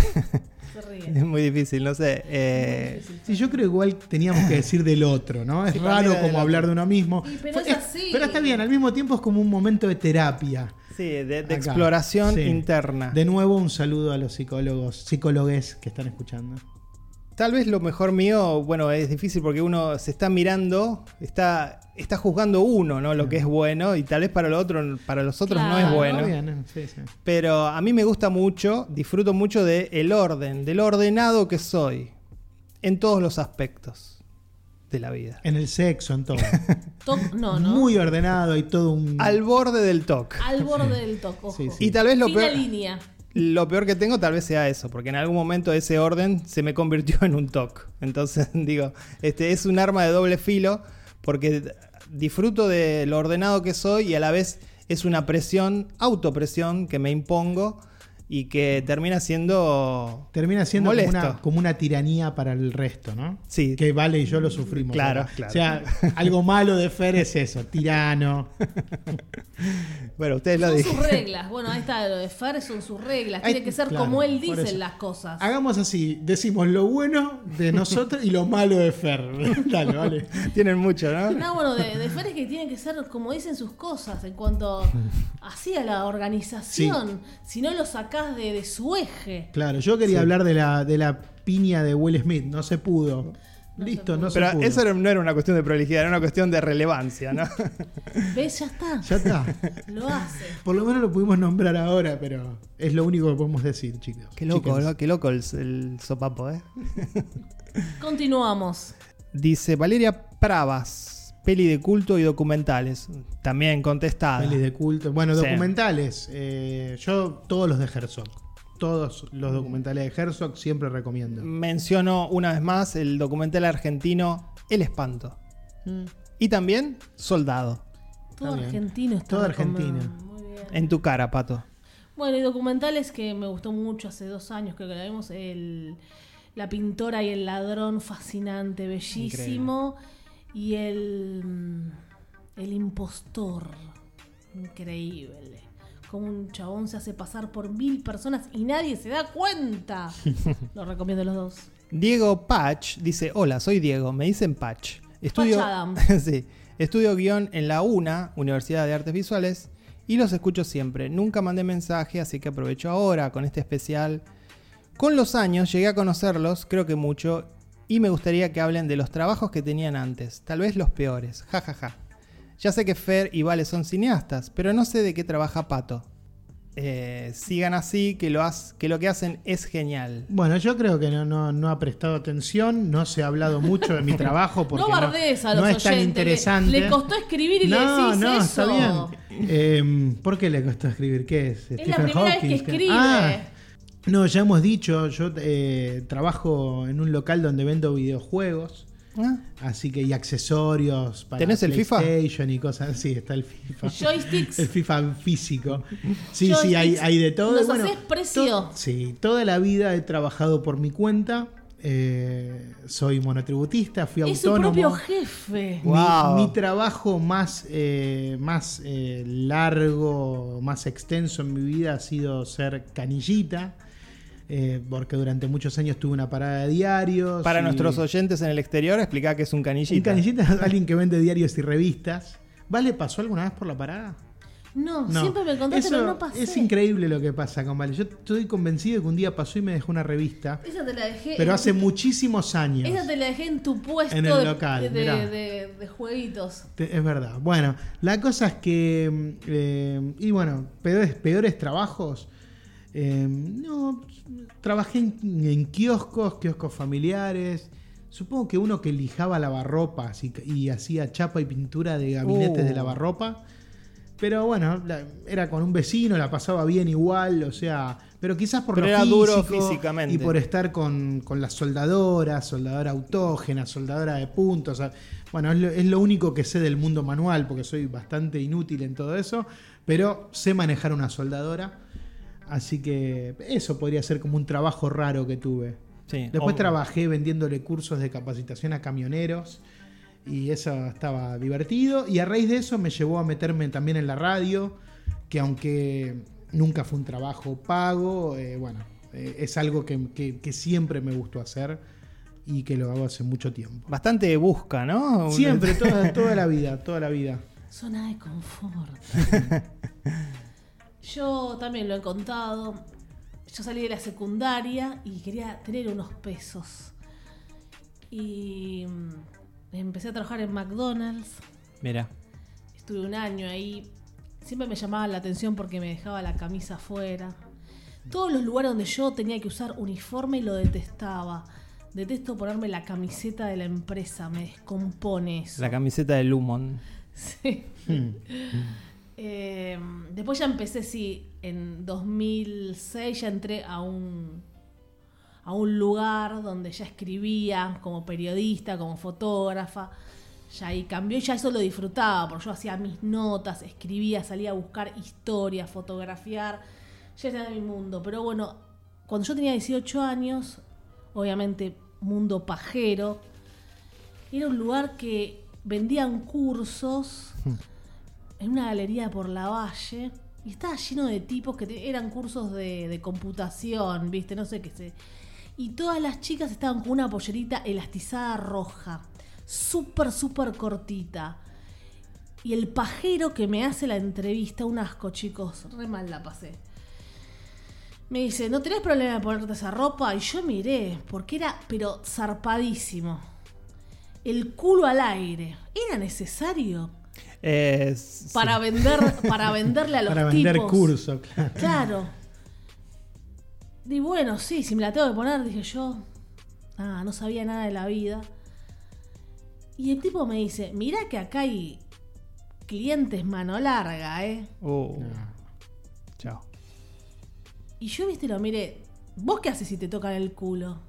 S4: se ríe.
S2: es muy difícil, no sé. eh,
S3: Sí, yo creo igual teníamos que decir del otro, ¿no? Es
S2: Sí, para mí
S3: raro
S2: era del
S3: como
S2: otro.
S3: hablar de uno mismo. eh,
S4: Y pero es así.
S3: pero está bien, al mismo tiempo es como un momento de terapia.
S2: sí, de, de
S3: Acá.
S2: exploración
S3: Sí.
S2: interna.
S3: De nuevo, un saludo a los psicólogos, psicólogues que están escuchando.
S2: Tal vez lo mejor mío, bueno, es difícil porque uno se está mirando, está, está juzgando uno, ¿no? Lo que es bueno y tal vez para lo otro, para los otros no es
S4: Claro.
S2: bueno.
S3: Está bien, eh, sí, sí.
S2: Pero a mí me gusta mucho, disfruto mucho de el orden, del ordenado que soy en todos los aspectos de la vida.
S3: En el sexo, en todo.
S4: Toc- no, no.
S3: Muy ordenado y todo un.
S2: Al borde del toque.
S4: Al borde del toco.
S3: Sí, sí.
S2: Y tal vez lo
S4: Fina
S2: peor,
S4: línea.
S2: lo peor que tengo tal vez sea eso, porque en algún momento ese orden se me convirtió en un toque. Entonces, digo, este es un arma de doble filo, porque disfruto de lo ordenado que soy y a la vez es una presión, autopresión que me impongo y que termina siendo...
S3: Termina siendo como
S2: Molesto.
S3: una, como una tiranía para el resto, ¿no?
S2: Sí.
S3: Que Vale y yo lo sufrimos.
S2: Claro,
S3: ¿verdad?
S2: claro.
S3: O sea, algo malo de Fer es eso, tirano.
S2: Bueno, ustedes lo
S4: Son
S2: dicen.
S4: sus reglas. Bueno, ahí está lo de Fer, son sus reglas.
S3: Ay,
S4: Tiene que ser
S3: claro,
S4: como él
S3: por
S4: dice
S3: eso.
S4: las cosas.
S3: Hagamos así, decimos lo bueno de nosotros y lo malo de Fer. Dale, vale.
S2: Tienen mucho, ¿no?
S4: No, bueno, de, de Fer es que tiene que ser como dicen sus cosas en cuanto así a la organización. Si no lo sacás de, de su eje.
S3: Claro, yo quería hablar de la, de la piña de Will Smith, no se pudo. Listo, no se
S2: Pero
S3: pudo.
S2: eso no era una cuestión de prolijidad, era una cuestión de relevancia, ¿no?
S4: ¿Ves? Ya está.
S3: Ya está.
S4: Lo hace.
S3: Por lo menos lo pudimos nombrar ahora, pero es lo único que podemos decir, chicos.
S2: Qué loco,
S3: Chicas.
S2: ¿no? Qué loco el, el sopapo, ¿eh?
S4: Continuamos.
S2: Dice Valeria Pravas, peli de culto y documentales. También contestada.
S3: Pelis de culto. Bueno,
S2: Sí.
S3: documentales. eh, yo todos los de Herzog. Todos los documentales de Herzog siempre
S4: Mm.
S3: recomiendo.
S2: Menciono una vez más el documental argentino El Espanto. Y también Soldado.
S4: Todo
S3: bien.
S4: argentino está
S3: Todo
S4: recomendado.
S3: argentino.
S4: Muy bien.
S2: En tu cara, Pato.
S4: Bueno, y documentales que me gustó mucho hace dos años, creo que la vimos, el, La pintora y el ladrón, fascinante, bellísimo. Y el, mm, el impostor, increíble. Como un chabón se hace pasar por mil personas y nadie se da cuenta. Lo recomiendo los dos.
S2: Diego Patch dice: Hola, soy Diego, me dicen Patch. Estudio,
S4: Patch Adam.
S2: Sí. estudio guión en la UNA, Universidad de Artes Visuales, y los escucho siempre. Nunca mandé mensaje, así que aprovecho ahora con este especial. Con los años llegué a conocerlos, creo que mucho, y me gustaría que hablen de los trabajos que tenían antes, tal vez los peores, jajaja. Ya sé que Fer y Vale son cineastas, pero no sé de qué trabaja Pato. Eh, sigan así, que lo, haz- que lo que hacen es genial.
S3: Bueno, yo creo que no, no, no ha prestado atención, no se ha hablado mucho de mi trabajo porque
S4: no bardes a los
S3: no es
S4: oyentes.
S3: tan
S4: le-
S3: interesante.
S4: Le, costó escribir y le decís eso.
S3: está bien. Eh, ¿Por qué le costó escribir? ¿Qué es?
S4: Es la primera vez que
S3: ¿Qué? Ah,
S4: escribe.
S3: no, ya hemos dicho, yo eh, trabajo en un local donde vendo videojuegos.
S2: Ah.
S3: Así que y accesorios para
S2: ¿Tenés el FIFA?
S3: PlayStation y cosas así. Está el FIFA.
S4: Joysticks.
S3: El FIFA físico. Sí, sí,
S4: Joysticks.
S3: hay, hay de todo.
S4: Nos
S3: bueno,
S4: haces precio.
S3: to- sí, toda la vida he trabajado por mi cuenta. eh, soy monotributista, fui
S4: es su
S3: autónomo.
S4: propio jefe.
S3: Mi-
S2: Wow.
S3: Mi, trabajo más, eh, más eh, largo, más extenso en mi vida ha sido ser canillita, eh, porque durante muchos años tuve una parada de diarios.
S2: Para
S3: y-
S2: nuestros oyentes en el exterior, explica que es un
S3: Un
S2: canillita.
S3: canillita es alguien que vende diarios y revistas. ¿Vale pasó alguna vez por la parada?
S4: No,
S3: No.
S4: siempre me contaste,
S3: Eso
S4: pero no pasé.
S3: Es increíble lo que pasa con Vale. Yo estoy convencido que un día pasó y me dejó una revista,
S4: Esa te la dejé.
S3: pero
S4: en-
S3: hace muchísimos años.
S4: Esa te la dejé en tu puesto
S3: En el
S4: de-
S3: local,
S4: de,
S3: mirá.
S4: de- de jueguitos.
S3: Te- Es verdad. Bueno, la cosa es que. mm, eh, y bueno, peores, peores trabajos. eh, no, trabajé en, en kioscos, kioscos familiares. Supongo que uno que lijaba lavarropas y, y hacía chapa y pintura de gabinetes
S2: Uh.
S3: de lavarropa. Pero bueno, la- era con un vecino, la pasaba bien igual, o sea. Pero quizás por
S2: Pero
S3: lo
S2: era duro
S3: físico
S2: físicamente.
S3: Y por estar con, con la soldadora, soldadora autógena, soldadora de puntos. o sea, bueno, es lo, es lo único que sé del mundo manual, porque soy bastante inútil en todo eso, pero sé manejar una soldadora. Así que eso podría ser como un trabajo raro que tuve.
S2: Sí. Oh.
S3: Después
S2: O-
S3: trabajé vendiéndole cursos de capacitación a camioneros y eso estaba divertido. Y a raíz de eso me llevó a meterme también en la radio, que aunque nunca fue un trabajo pago, eh, bueno, eh, es algo que, que- que siempre me gustó hacer y que lo hago hace mucho tiempo.
S2: Bastante busca, ¿no? Un-
S3: Siempre, toda, toda la vida, toda la vida.
S4: Zona de confort. Yo también lo he contado. Yo salí de la secundaria y quería tener unos pesos. Y mm, empecé a trabajar en McDonald's.
S2: Mira.
S4: Estuve un año ahí. Siempre me llamaba la atención porque me dejaba la camisa afuera. Todos los lugares donde yo tenía que usar uniforme lo detestaba. Detesto ponerme la camiseta de la empresa, me descompone eso.
S2: La camiseta de Lumon.
S4: Sí. Eh, después ya empecé, sí, en 2006 ya entré a un, a un lugar donde ya escribía como periodista, como fotógrafa. Ya ahí cambió y ya eso lo disfrutaba, porque yo hacía mis notas, escribía, salía a buscar historias, fotografiar. Ya era mi mundo. Pero bueno, cuando yo tenía 18 años, obviamente mundo pajero, era un lugar que vendían cursos en una galería por la valle y estaba lleno de tipos que te- eran cursos de, de computación, viste, no sé qué sé. Y todas las chicas estaban con una pollerita elastizada roja, súper, súper cortita. Y el pajero que me hace la entrevista, un asco, chicos, re mal la pasé. Me dice, ¿no tenés problema de ponerte esa ropa? Y yo miré, porque era, pero zarpadísimo. El culo al aire. ¿Era necesario?
S2: Eh, s-
S4: Para
S2: sí.
S4: vender, para venderle a los
S3: Para vender
S4: tipos.
S3: curso, claro.
S4: Claro. Y bueno, sí, si me la tengo que poner, dije yo. Ah, no sabía nada de la vida. Y el tipo me dice, mirá que acá hay clientes mano larga, ¿eh?
S2: Oh. Chao.
S4: Y yo, viste, lo miré. ¿Vos qué haces si te tocan el culo?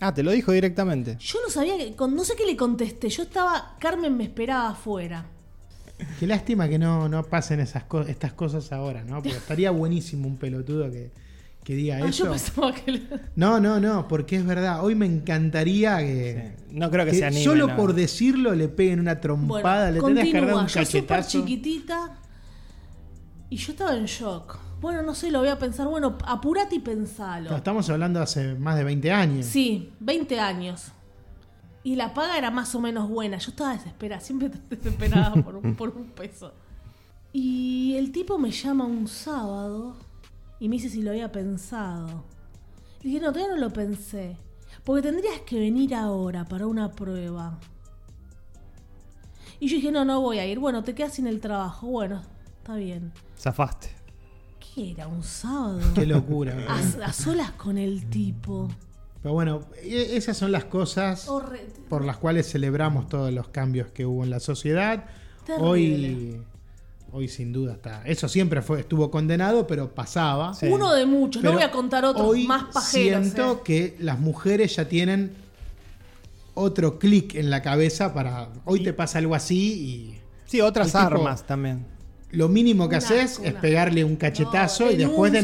S2: Ah, te lo dijo directamente.
S4: Yo no sabía, que, con- no sé qué le contesté. Yo estaba, Carmen me esperaba afuera.
S3: Qué lástima que no, no pasen esas co- estas cosas ahora, ¿no? Porque estaría buenísimo un pelotudo que, que diga
S4: Ah,
S3: eso.
S4: yo pensaba que... le-
S3: No, no, no, porque es verdad. Hoy me encantaría que.
S2: No creo que,
S3: que
S2: se anime.
S3: solo
S2: no.
S3: por decirlo le peguen una trompada,
S4: Bueno,
S3: le tenés que dar
S4: continúa.
S3: un
S4: Yo súper
S3: cachetazo.
S4: chiquitita y yo estaba en shock. Bueno, no sé, lo voy a pensar. Bueno, apurate y pensalo.
S3: No, estamos hablando hace más de 20 años.
S4: Sí, 20 años. Y la paga era más o menos buena. Yo estaba desesperada, siempre desesperada por un, por un peso. Y el tipo me llama un sábado y me dice si lo había pensado. Le dije, no, todavía no lo pensé. Porque tendrías que venir ahora para una prueba. Y yo dije, no, no voy a ir. Bueno, te quedas sin el trabajo. Bueno, está bien.
S2: Zafaste.
S4: ¿Qué era? ¿Un sábado?
S3: Qué locura.
S4: A,
S3: ¿verdad?
S4: a solas con el tipo.
S3: Pero bueno, e- esas son las cosas
S4: Horre-
S3: por las cuales celebramos todos los cambios que hubo en la sociedad.
S4: Terrible.
S3: Hoy, hoy sin duda está. Eso siempre fue, estuvo condenado, pero pasaba.
S2: Sí.
S4: Uno de muchos, no
S3: Pero
S4: voy a contar otros
S3: hoy
S4: más pajeros.
S3: Siento
S4: eh.
S3: que las mujeres ya tienen otro clic en la cabeza para. Hoy te pasa algo así y.
S2: Sí, otras
S3: El tipo-
S2: armas también.
S3: lo mínimo que
S4: Un
S3: haces
S4: asco,
S3: es
S4: un
S3: pegarle un cachetazo y
S4: denuncias
S3: después
S4: de-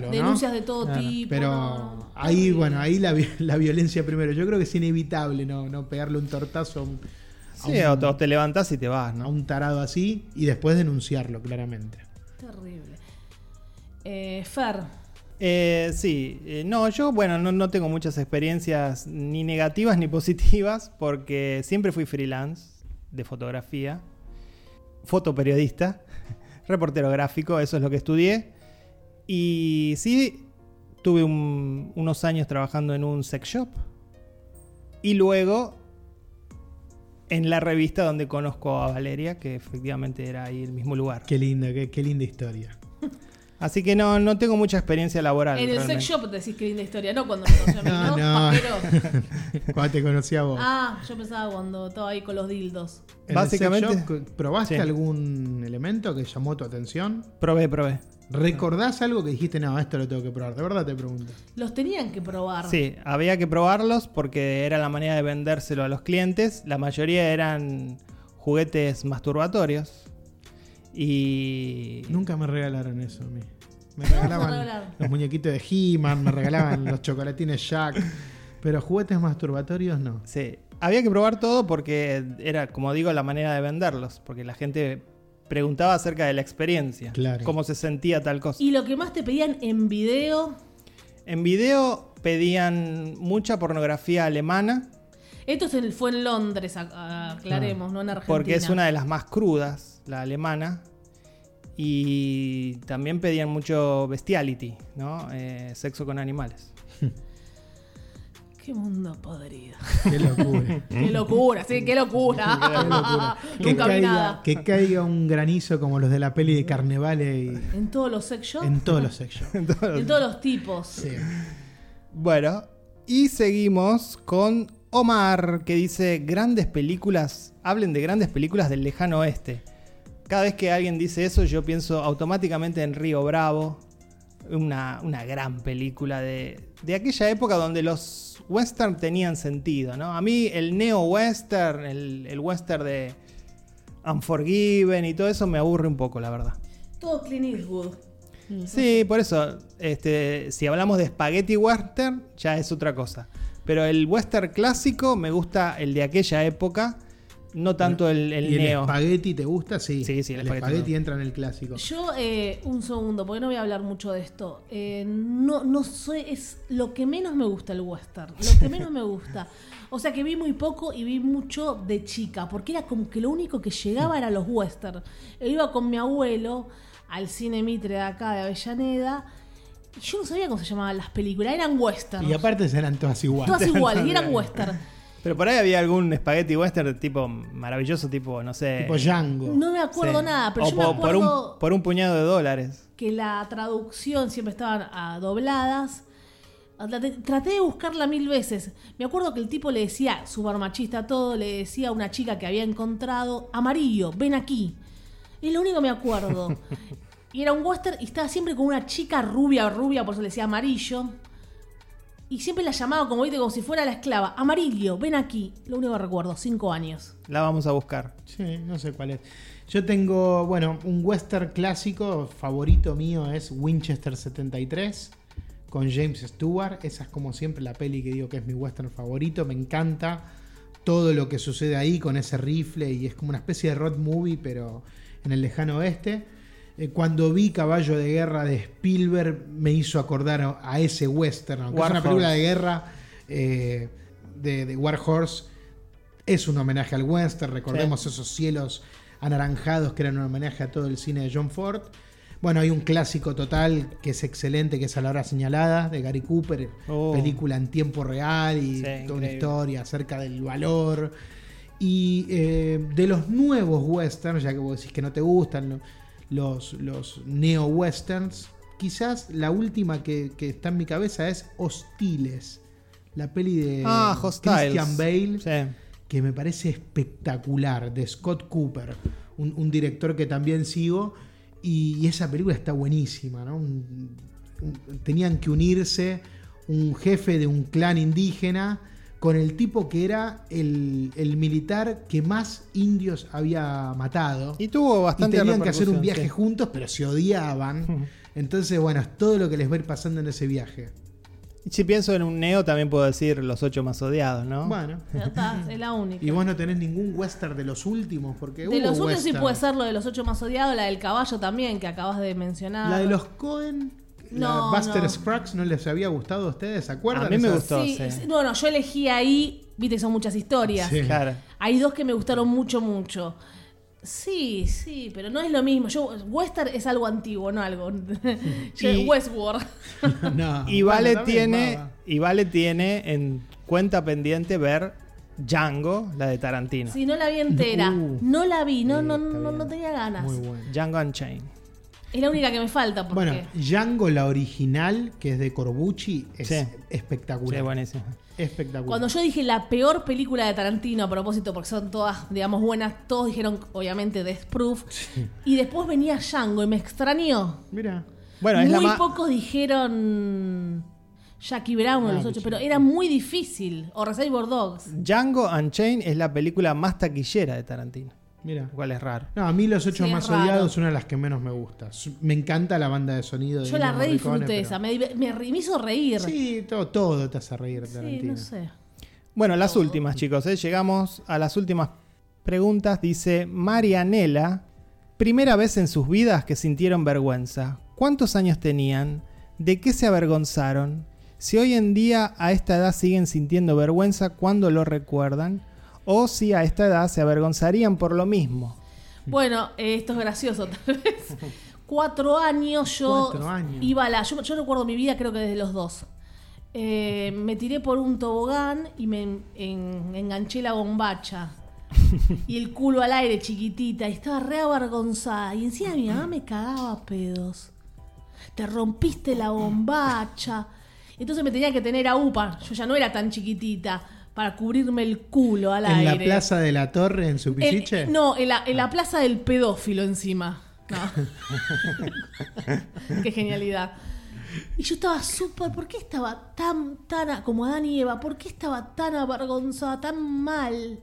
S3: denunciarlo, ¿no?
S4: Denuncias de todo
S3: Claro,
S4: tipo.
S3: Pero
S4: no, no, no,
S3: ahí,
S4: terrible.
S3: bueno, ahí la, vi- la violencia primero. Yo creo que es inevitable no, no pegarle un tortazo a un, a
S2: Sí,
S3: un-
S2: o te, o te levantás y te vas,
S3: a
S2: ¿no?
S3: un tarado así y después denunciarlo, claramente.
S4: Terrible. Eh, Fer,
S2: Eh, sí, eh, no, yo, bueno, no, no tengo muchas experiencias ni negativas ni positivas porque siempre fui freelance de fotografía, fotoperiodista, reportero gráfico, eso es lo que estudié. Y sí, tuve un- unos años trabajando en un sex shop y luego en la revista donde conozco a Valeria, que efectivamente era ahí el mismo lugar.
S3: Qué linda, qué, qué linda historia.
S2: Así que no, no tengo mucha experiencia laboral.
S4: en el
S2: realmente.
S4: sex shop decís que linda historia, no cuando me conocí a
S3: No,
S4: mí, ¿no?
S3: no.
S4: Pajero.
S3: Cuando te conocí a vos.
S4: Ah, yo pensaba cuando estaba ahí con los dildos.
S3: En el
S2: básicamente-
S3: sex shop, ¿Probaste
S2: Sí.
S3: algún elemento que llamó tu atención?
S2: Probé, probé.
S3: ¿Recordás algo que dijiste, no, esto lo tengo que probar? De verdad te pregunto.
S4: Los tenían que probar.
S2: Sí, había que probarlos porque era la manera de vendérselo a los clientes. La mayoría eran juguetes masturbatorios. Y.
S3: Nunca me regalaron eso a mí. Me
S4: vas a
S3: regalaban
S4: regalar?
S3: los muñequitos de He-Man, me regalaban los chocolatines Jack, pero juguetes masturbatorios no.
S2: Sí, había que probar todo porque era, como digo, la manera de venderlos. Porque la gente preguntaba acerca de la experiencia.
S3: Claro.
S2: Cómo se sentía tal cosa.
S4: Y lo que más te pedían en video.
S2: En video pedían mucha pornografía alemana
S4: Esto es en- fue en Londres, ac- aclaremos, no en Argentina.
S2: porque es una de las más crudas, la alemana. Y también pedían mucho bestiality, ¿no? Eh, sexo con animales.
S4: Qué mundo podrido.
S3: Qué locura.
S4: Qué locura, sí, ¿Mm? qué locura.
S3: que,
S4: Nunca vi
S3: caiga,
S4: nada.
S3: que caiga un granizo como los de la peli de Carnevale y-
S4: En todos los sex shops,
S3: en todos los sex shops.
S4: en todos los tipos.
S3: Sí.
S2: Bueno, y seguimos con Omar, que dice grandes películas, hablen de grandes películas del lejano oeste. Cada vez que alguien dice eso, yo pienso automáticamente en Río Bravo, una, una gran película de, de aquella época donde los western tenían sentido, ¿no? A mí el neo-western, el, el western de Unforgiven y todo eso me aburre un poco, la verdad.
S4: Todo Clint Eastwood.
S2: Sí, por eso, este, si hablamos de spaghetti western, ya es otra cosa. Pero el western clásico me gusta el de aquella época, no tanto el, el
S3: ¿Y el
S2: neo.
S3: espagueti te gusta? Sí.
S2: Sí, sí, el
S3: el,
S2: espagueti
S3: espagueti
S2: no.
S3: entra en el clásico.
S4: Yo, eh, un segundo, porque no voy a hablar mucho de esto. Eh, no, no soy, es lo que menos me gusta el western, lo que menos me gusta. O sea que vi muy poco y vi mucho de chica, porque era como que lo único que llegaba era los western. Yo iba con mi abuelo al cine Mitre de acá, de Avellaneda, y yo no sabía cómo se llamaban las películas, eran western.
S3: Y aparte serán todas iguales.
S4: Todas iguales, y eran western.
S2: Pero por ahí había algún spaghetti western tipo maravilloso, tipo, no sé.
S3: Tipo Django.
S4: No me acuerdo
S2: sí.
S4: nada, pero
S2: O
S4: yo
S2: po-
S4: me
S2: por,
S4: acuerdo...
S2: un, por un puñado de dólares.
S4: que la traducción siempre estaban ah, dobladas. Traté- Traté de buscarla mil veces. Me acuerdo que el tipo le decía, super machista todo, le decía a una chica que había encontrado, amarillo, ven aquí. Es lo único que me acuerdo. Y era un western y estaba siempre con una chica rubia, rubia, por eso le decía amarillo. Y siempre la llamaba como, viste, como si fuera la esclava. Amarillo, ven aquí. Lo único que recuerdo, cinco años.
S2: La vamos a buscar.
S3: Sí, no sé cuál es. Yo tengo, bueno, un western clásico favorito mío es Winchester 73 con James Stewart. Esa es como siempre la peli que digo que es mi western favorito. Me encanta todo lo que sucede ahí con ese rifle y es como una especie de road movie, pero en el lejano oeste. Eh, Cuando vi Caballo de Guerra de Spielberg me hizo acordar a- a ese western, aunque
S2: War
S3: es una
S2: Horse.
S3: película de guerra eh, de, de War Horse es un homenaje al western, recordemos esos cielos anaranjados que eran un homenaje a todo el cine de John Ford. Bueno, hay un clásico total que es excelente, que es A la hora señalada, de Gary Cooper,
S2: Oh.
S3: película en tiempo real y
S2: Sí,
S3: toda una
S2: increíble.
S3: historia acerca del valor. Y eh, de los nuevos westerns, ya que vos decís que no te gustan lo- los, los neo-westerns, quizás la última que, que está en mi cabeza es Hostiles, la peli de
S2: ah, Hostiles.
S3: Eh, Christian Bale
S2: Sí.
S3: que me parece espectacular, de Scott Cooper, un, un director que también sigo, y, y esa película está buenísima, ¿no? Un- un- tenían que unirse un jefe de un clan indígena con el tipo que era el, el militar que más indios había matado.
S2: Y tuvo bastante
S3: Y tenían que hacer un
S2: repercusión,
S3: viaje
S2: sí.
S3: juntos, pero se odiaban. Entonces, bueno, es todo lo que les va a ir pasando en ese viaje.
S2: Y Si pienso en un Neo, también puedo decir los ocho más odiados, ¿no?
S3: Bueno.
S4: Ya está, es la única.
S3: Y vos no tenés ningún western de los últimos, porque
S4: de
S3: hubo
S4: los últimos sí
S3: western.
S4: puede ser lo de los ocho más odiados, la del caballo también, que acabas de mencionar.
S3: La de los Cohen,
S4: Ah. No,
S3: la Buster
S4: no.
S3: Scruggs, ¿no les había gustado a ustedes? ¿Se acuerdan?
S2: A mí me
S3: Esas-
S2: gustó,
S4: Sí,
S2: sí.
S4: sí, no, no, yo elegí ahí, viste, son muchas historias.
S3: eh. Sí.
S2: Claro.
S4: Hay dos que me gustaron mucho, mucho. Sí, sí, pero no es lo mismo. Yo, Western es algo antiguo, no algo. Yo-
S2: Y-
S4: Westworld.
S3: No,
S2: Y
S3: bueno,
S2: Vale
S3: también,
S2: tiene,
S3: va, va.
S2: y Vale tiene en cuenta pendiente ver Django, la de Tarantino.
S4: Si no la vi entera,
S3: Uh,
S4: no la vi, no,
S3: sí,
S4: no,
S3: está
S4: no,
S3: bien.
S4: no tenía ganas.
S3: Muy bueno.
S2: Django Unchained.
S4: Es la única que me falta porque
S3: Bueno, Django, la original, que es de Corbucci, es
S2: Sí.
S3: espectacular.
S2: Sí, buenísimo.
S3: Espectacular.
S4: cuando yo dije la peor película de Tarantino a propósito, porque son todas, digamos, buenas, todos dijeron obviamente Death Proof. Y después venía Django y me extrañó.
S3: Mira.
S2: Bueno, es la
S4: muy
S2: más.
S4: pocos dijeron Jackie Brown o los ocho, pero era muy difícil. O Reservoir Dogs.
S2: Django Unchained es la película más taquillera de Tarantino.
S3: Mira.
S2: Lo cual es raro.
S3: No, a mí Los Ocho
S4: Sí, es
S3: Más
S4: raro.
S3: Odiados es una de las que menos me gusta. Su- Me encanta la banda de sonido. De
S4: Yo la
S3: Ennio
S4: re disfruté
S3: Morricone,
S4: esa, me, div- me ri- me hizo reír.
S3: pero- Sí, todo, todo te hace reír,
S4: Sí,
S3: Tarantino.
S4: no sé.
S2: Bueno, las últimas, chicos. ¿eh? Llegamos a las últimas preguntas. Dice Marianela, primera vez en sus vidas que sintieron vergüenza. ¿Cuántos años tenían? ¿De qué se avergonzaron? Si hoy en día a esta edad siguen sintiendo vergüenza cuando lo recuerdan, o si a esta edad se avergonzarían por lo mismo.
S4: Bueno, eh, esto es gracioso tal vez. Cuatro años yo
S3: Cuatro años.
S4: iba a la... Yo, yo recuerdo mi vida creo que desde los dos. Eh, me tiré por un tobogán y me en- en- enganché la bombacha. Y el culo al aire chiquitita. Y estaba re avergonzada. Y encima mi mamá me cagaba a pedos. Te rompiste la bombacha. Entonces me tenía que tener a UPA. Yo ya no era tan chiquitita. Para cubrirme el culo al
S3: En
S4: aire.
S3: la plaza de la torre, en su
S4: El-
S3: pisiche.
S4: Eh, no, en la, en la plaza del pedófilo encima. No. Qué genialidad. Y yo estaba súper, ¿por qué estaba tan, tan, a- como Adán y Eva, por qué estaba tan avergonzada, tan mal?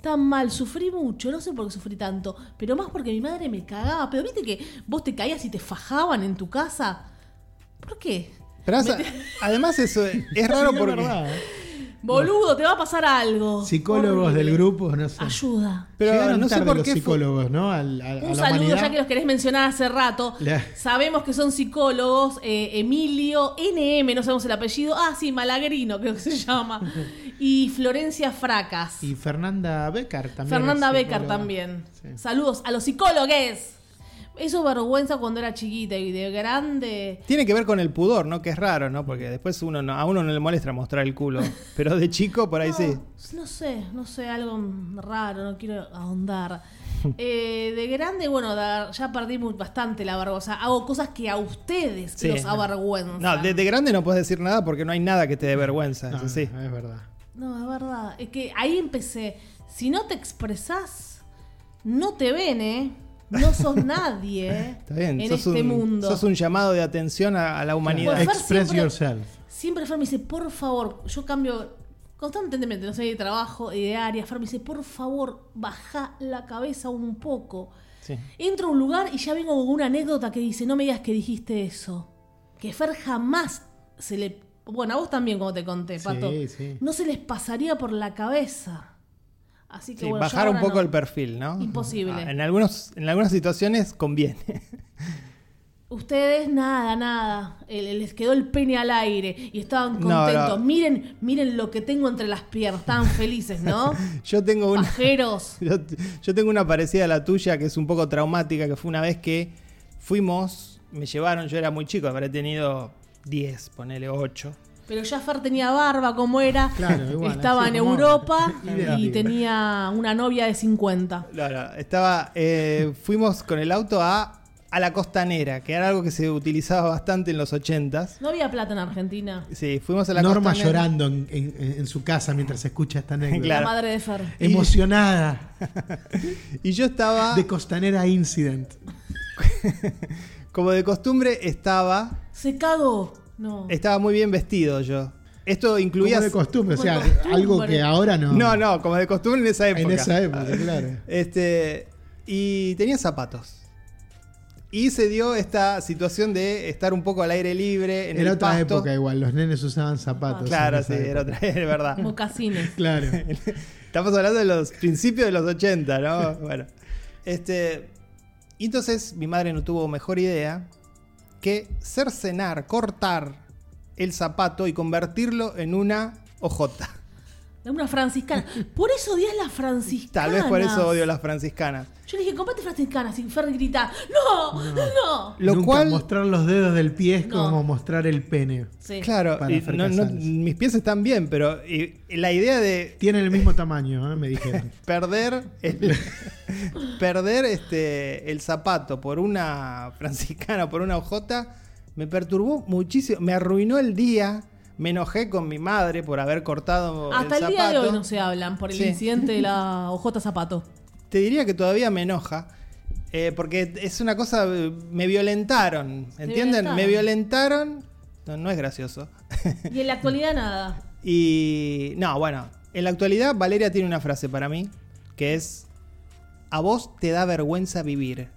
S4: Tan mal, sufrí mucho, no sé por qué sufrí tanto, pero más porque mi madre me cagaba. Pero viste que vos te caías y te fajaban en tu casa. ¿Por qué?
S2: Pero asa- además eso es, es raro
S3: Sí, es
S2: porque...
S3: verdad, ¿eh?
S4: Boludo, te va a pasar algo.
S3: Psicólogos
S4: Horrible.
S3: del grupo, no sé.
S4: Ayuda.
S2: Pero
S3: Llegaron
S2: no sé
S3: tarde
S2: por
S3: los
S2: qué... fu-
S3: psicólogos, ¿no? Al- a- a la
S4: Un saludo
S3: humanidad.
S4: ya que los querés mencionar hace rato.
S3: La-
S4: Sabemos que son psicólogos, eh, Emilio, NM, no sabemos el apellido, ah, sí, Malagrino creo que se llama, y Florencia Fracas,
S3: Y Fernanda Becker también.
S4: Fernanda
S3: es
S4: Becker
S3: psicóloga.
S4: también.
S3: Sí.
S4: Saludos a los psicólogos. Eso vergüenza cuando era chiquita y de grande.
S2: Tiene que ver con el pudor, ¿no? Que es raro, ¿no? Porque después uno no- a uno no le molesta mostrar el culo. Pero de chico, por ahí
S4: no,
S2: sí.
S4: No sé, no sé, algo raro, no quiero ahondar. Eh, de grande, bueno, da- ya perdí muy- bastante la vergüenza. Hago cosas que a ustedes
S2: Sí,
S4: los
S2: no.
S4: avergüenzan.
S2: No, de, de grande no puedes decir nada porque no hay nada que te dé vergüenza.
S3: No,
S2: eso sí.
S3: Ah, Es verdad.
S4: No, es verdad. Es que ahí empecé. Si no te expresás, no te ven, ¿eh? No sos nadie ¿eh?
S2: Está bien,
S4: en
S2: sos,
S4: este
S2: un,
S4: mundo.
S2: sos un llamado de atención a, a la humanidad.
S4: Fer Pues-
S3: Express
S4: siempre-
S3: yourself.
S4: Siempre Fer me dice, por favor, yo cambio constantemente, no sé, de trabajo y de área. Fer me dice, por favor, baja la cabeza un poco.
S2: Sí.
S4: Entro a un lugar y ya vengo con una anécdota que dice, no me digas que dijiste eso. Que Fer jamás se le... Bueno, a vos también como te conté, Pato.
S3: sí.
S4: No se les pasaría por la cabeza. Así que
S2: Sí,
S4: bueno, yo
S2: bajar un
S4: ahora
S2: poco
S4: no.
S2: el perfil, ¿no?
S4: Imposible.
S2: Ah, en, algunos, en algunas situaciones conviene.
S4: Ustedes nada, nada. Eh, Les quedó el pene al aire y estaban
S2: No, no.
S4: contentos. Miren, miren lo que tengo entre las piernas. Estaban felices, ¿no?
S2: Yo tengo una.
S4: Pajeros.
S2: Yo, yo tengo una parecida a la tuya que es un poco traumática, que fue una vez que fuimos, me llevaron, yo era muy chico, habré tenido 10, ponele 8.
S4: Pero ya Fer tenía barba como era.
S3: Claro, igual,
S4: Estaba
S3: así
S4: en
S3: como-
S4: Europa y
S3: Idéntico.
S4: tenía una novia de 50.
S2: No, no, estaba, eh, fuimos con el auto a, a la costanera, que era algo que se utilizaba bastante en los 80s.
S4: No había plata en Argentina.
S2: Sí, fuimos a la
S3: Norma
S2: costanera.
S3: llorando en, en- en su casa mientras escucha esta anécdota.
S4: La
S2: Claro.
S4: madre de Fer.
S3: Emocionada
S2: Y yo estaba,
S3: de Costanera Incident.
S2: como de costumbre, estaba,
S4: Se cagó. No.
S2: estaba muy bien vestido yo. Esto incluía.
S3: Como de costumbre, o sea,
S4: Como de costumbre.
S3: algo que ahora no.
S2: No, no, como de costumbre en esa época.
S3: En esa época, claro.
S2: Este, y tenía zapatos. Y se dio esta situación de estar un poco al aire libre en
S3: era
S2: el
S3: otra
S2: pasto.
S3: época igual, los nenes usaban zapatos. en
S2: Claro, sí,
S3: esa
S2: era
S3: época.
S2: otra, es verdad.
S4: Mocasines.
S3: Claro.
S2: Estamos hablando de los principios de los 80, ¿no? Bueno. Este, y entonces mi madre no tuvo mejor idea que cercenar, cortar el zapato y convertirlo en una ojota.
S4: De una franciscana. Por eso odias las franciscanas.
S2: Tal vez por eso odio a las franciscanas.
S4: Yo le dije, comprate franciscanas. Y Fer grita, ¡No! ¡No!
S2: Lo
S3: Nunca
S2: cual,
S3: mostrar los dedos del pie es
S4: No.
S3: como mostrar el pene.
S4: Sí.
S2: claro,
S3: Para
S2: y
S3: Fer
S2: no- no-
S3: Casals.
S2: mis pies están bien, pero y- y la idea de
S3: Tienen el mismo tamaño, ¿eh? me dijeron.
S2: perder el, perder este el zapato por una franciscana por una ojota me perturbó muchísimo me arruinó el día me enojé con mi madre por haber cortado
S4: Hasta
S2: el
S4: el,
S2: zapato
S4: día de hoy no se hablan por el
S2: Sí.
S4: incidente de la ojota zapato.
S2: te diría que todavía me enoja eh, porque es una cosa eh, me violentaron entienden me violentaron no, no es gracioso
S4: Y en la actualidad nada.
S2: Y no, bueno, en la actualidad Valeria tiene una frase para mí que es a vos te da vergüenza vivir.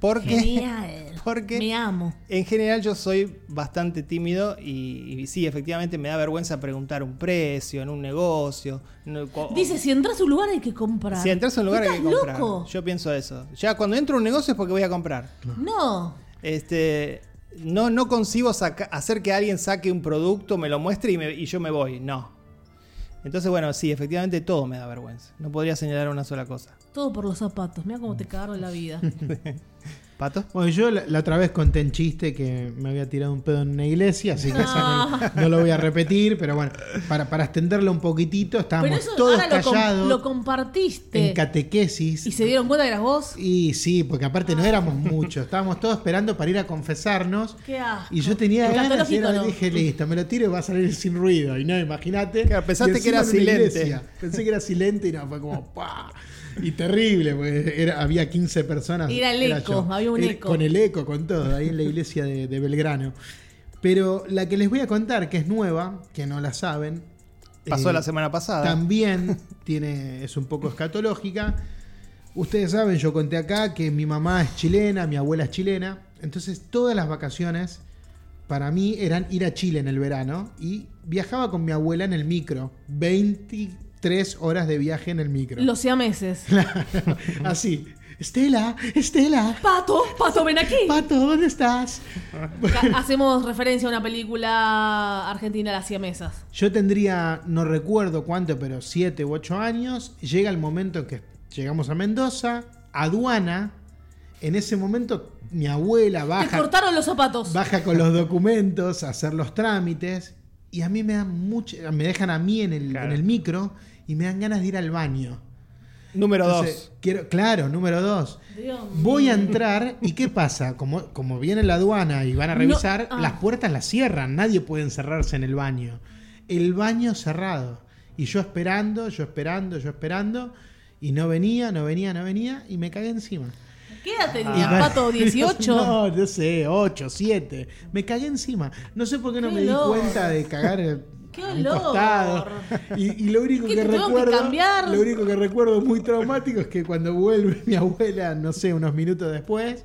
S2: Porque
S4: Genial.
S2: Porque-
S4: Me amo.
S2: en general yo soy bastante tímido y, y sí, efectivamente me da vergüenza preguntar un precio en un negocio. no- co-
S4: Dice, si entras a un lugar hay que comprar.
S2: si entras a un lugar hay que
S4: ¿Estás
S2: comprar.
S4: loco?
S2: Yo pienso eso. Ya cuando entro a un negocio es porque voy a comprar.
S4: No.
S2: Este, no, no concibo saca- hacer que alguien saque un producto, me lo muestre y, me- y yo me voy. No. Entonces, bueno, sí, efectivamente todo me da vergüenza. No podría señalar una sola cosa.
S4: Todo por los zapatos. Mira cómo te cagaron la vida.
S2: ¿Pato?
S3: Bueno, yo la, la otra vez conté en chiste que me había tirado un pedo en una iglesia, así que eso no, no lo voy a repetir, pero bueno, para, para extenderlo un poquitito, estábamos
S4: Pero eso
S3: todos
S4: ahora lo, com-
S3: callados
S4: lo compartiste.
S3: en catequesis.
S4: Y se dieron cuenta que eras vos.
S3: Y sí, porque aparte no éramos muchos, estábamos todos esperando para ir a confesarnos.
S4: Qué asco.
S3: Y yo tenía
S4: Lo
S3: ganas y
S4: catológico
S3: era-
S4: no.
S3: dije, listo, me lo tiro y va a salir sin ruido. Y no, imagínate.
S2: Claro, pensaste
S3: Y
S2: que era
S3: encima en una
S2: silente.
S3: iglesia. Pensé que era silente y no, fue como ¡pa! Y terrible, porque era, había 15 personas.
S4: Era el eco,
S3: yo.
S4: había un
S3: Era-
S4: eco.
S3: Con el eco, con todo, ahí en la iglesia de, de Belgrano. Pero la que les voy a contar, que es nueva, que no la saben.
S2: Pasó
S3: eh,
S2: la semana pasada.
S3: también tiene, es un poco escatológica. Ustedes saben, yo conté acá que mi mamá es chilena, mi abuela es chilena. Entonces todas las vacaciones para mí eran ir a Chile en el verano y viajaba con mi abuela en el micro. 23 horas de viaje en el micro.
S4: Los siameses.
S3: Así. Estela, Estela,
S4: Pato, Pato, ven aquí.
S3: Pato, ¿dónde estás?
S4: Ca- Hacemos referencia a una película argentina, Las siamesas.
S3: Yo tendría, no recuerdo cuánto, pero 7 u 8 años. Llega el momento en que llegamos a Mendoza, aduana. En ese momento mi abuela
S4: Te
S3: baja,
S4: cortaron los zapatos.
S3: baja con los documentos a hacer los trámites. Y a mí me dan mucha, me dejan a mí en el,
S2: Claro.
S3: en el micro y me dan ganas de ir al baño.
S2: Número
S3: Entonces,
S2: dos.
S3: Quiero, claro, número dos.
S4: Dios mío.
S3: Voy a entrar y ¿qué pasa? Como, como viene la aduana y van a
S4: No,
S3: revisar,
S4: ah.
S3: las puertas las cierran, nadie puede encerrarse en el baño. El baño cerrado. Y yo esperando, yo esperando, yo esperando. Y no venía, no venía, no venía. Y me cagué encima.
S4: ¿Qué edad tenías, Pato? ¿18?
S3: Ah. No, no sé, 8, 7. Me cagué encima. No sé por qué no
S4: Qué
S3: me di
S4: olor.
S3: cuenta de cagar. eh,
S4: Qué
S3: a un
S4: olor.
S3: costado. Y, y lo único
S4: ¿Qué
S3: que,
S4: te tuvieron que
S3: recuerdo.
S4: cambiar?
S3: Lo único que recuerdo muy traumático es que cuando vuelve mi abuela, no sé, unos minutos después,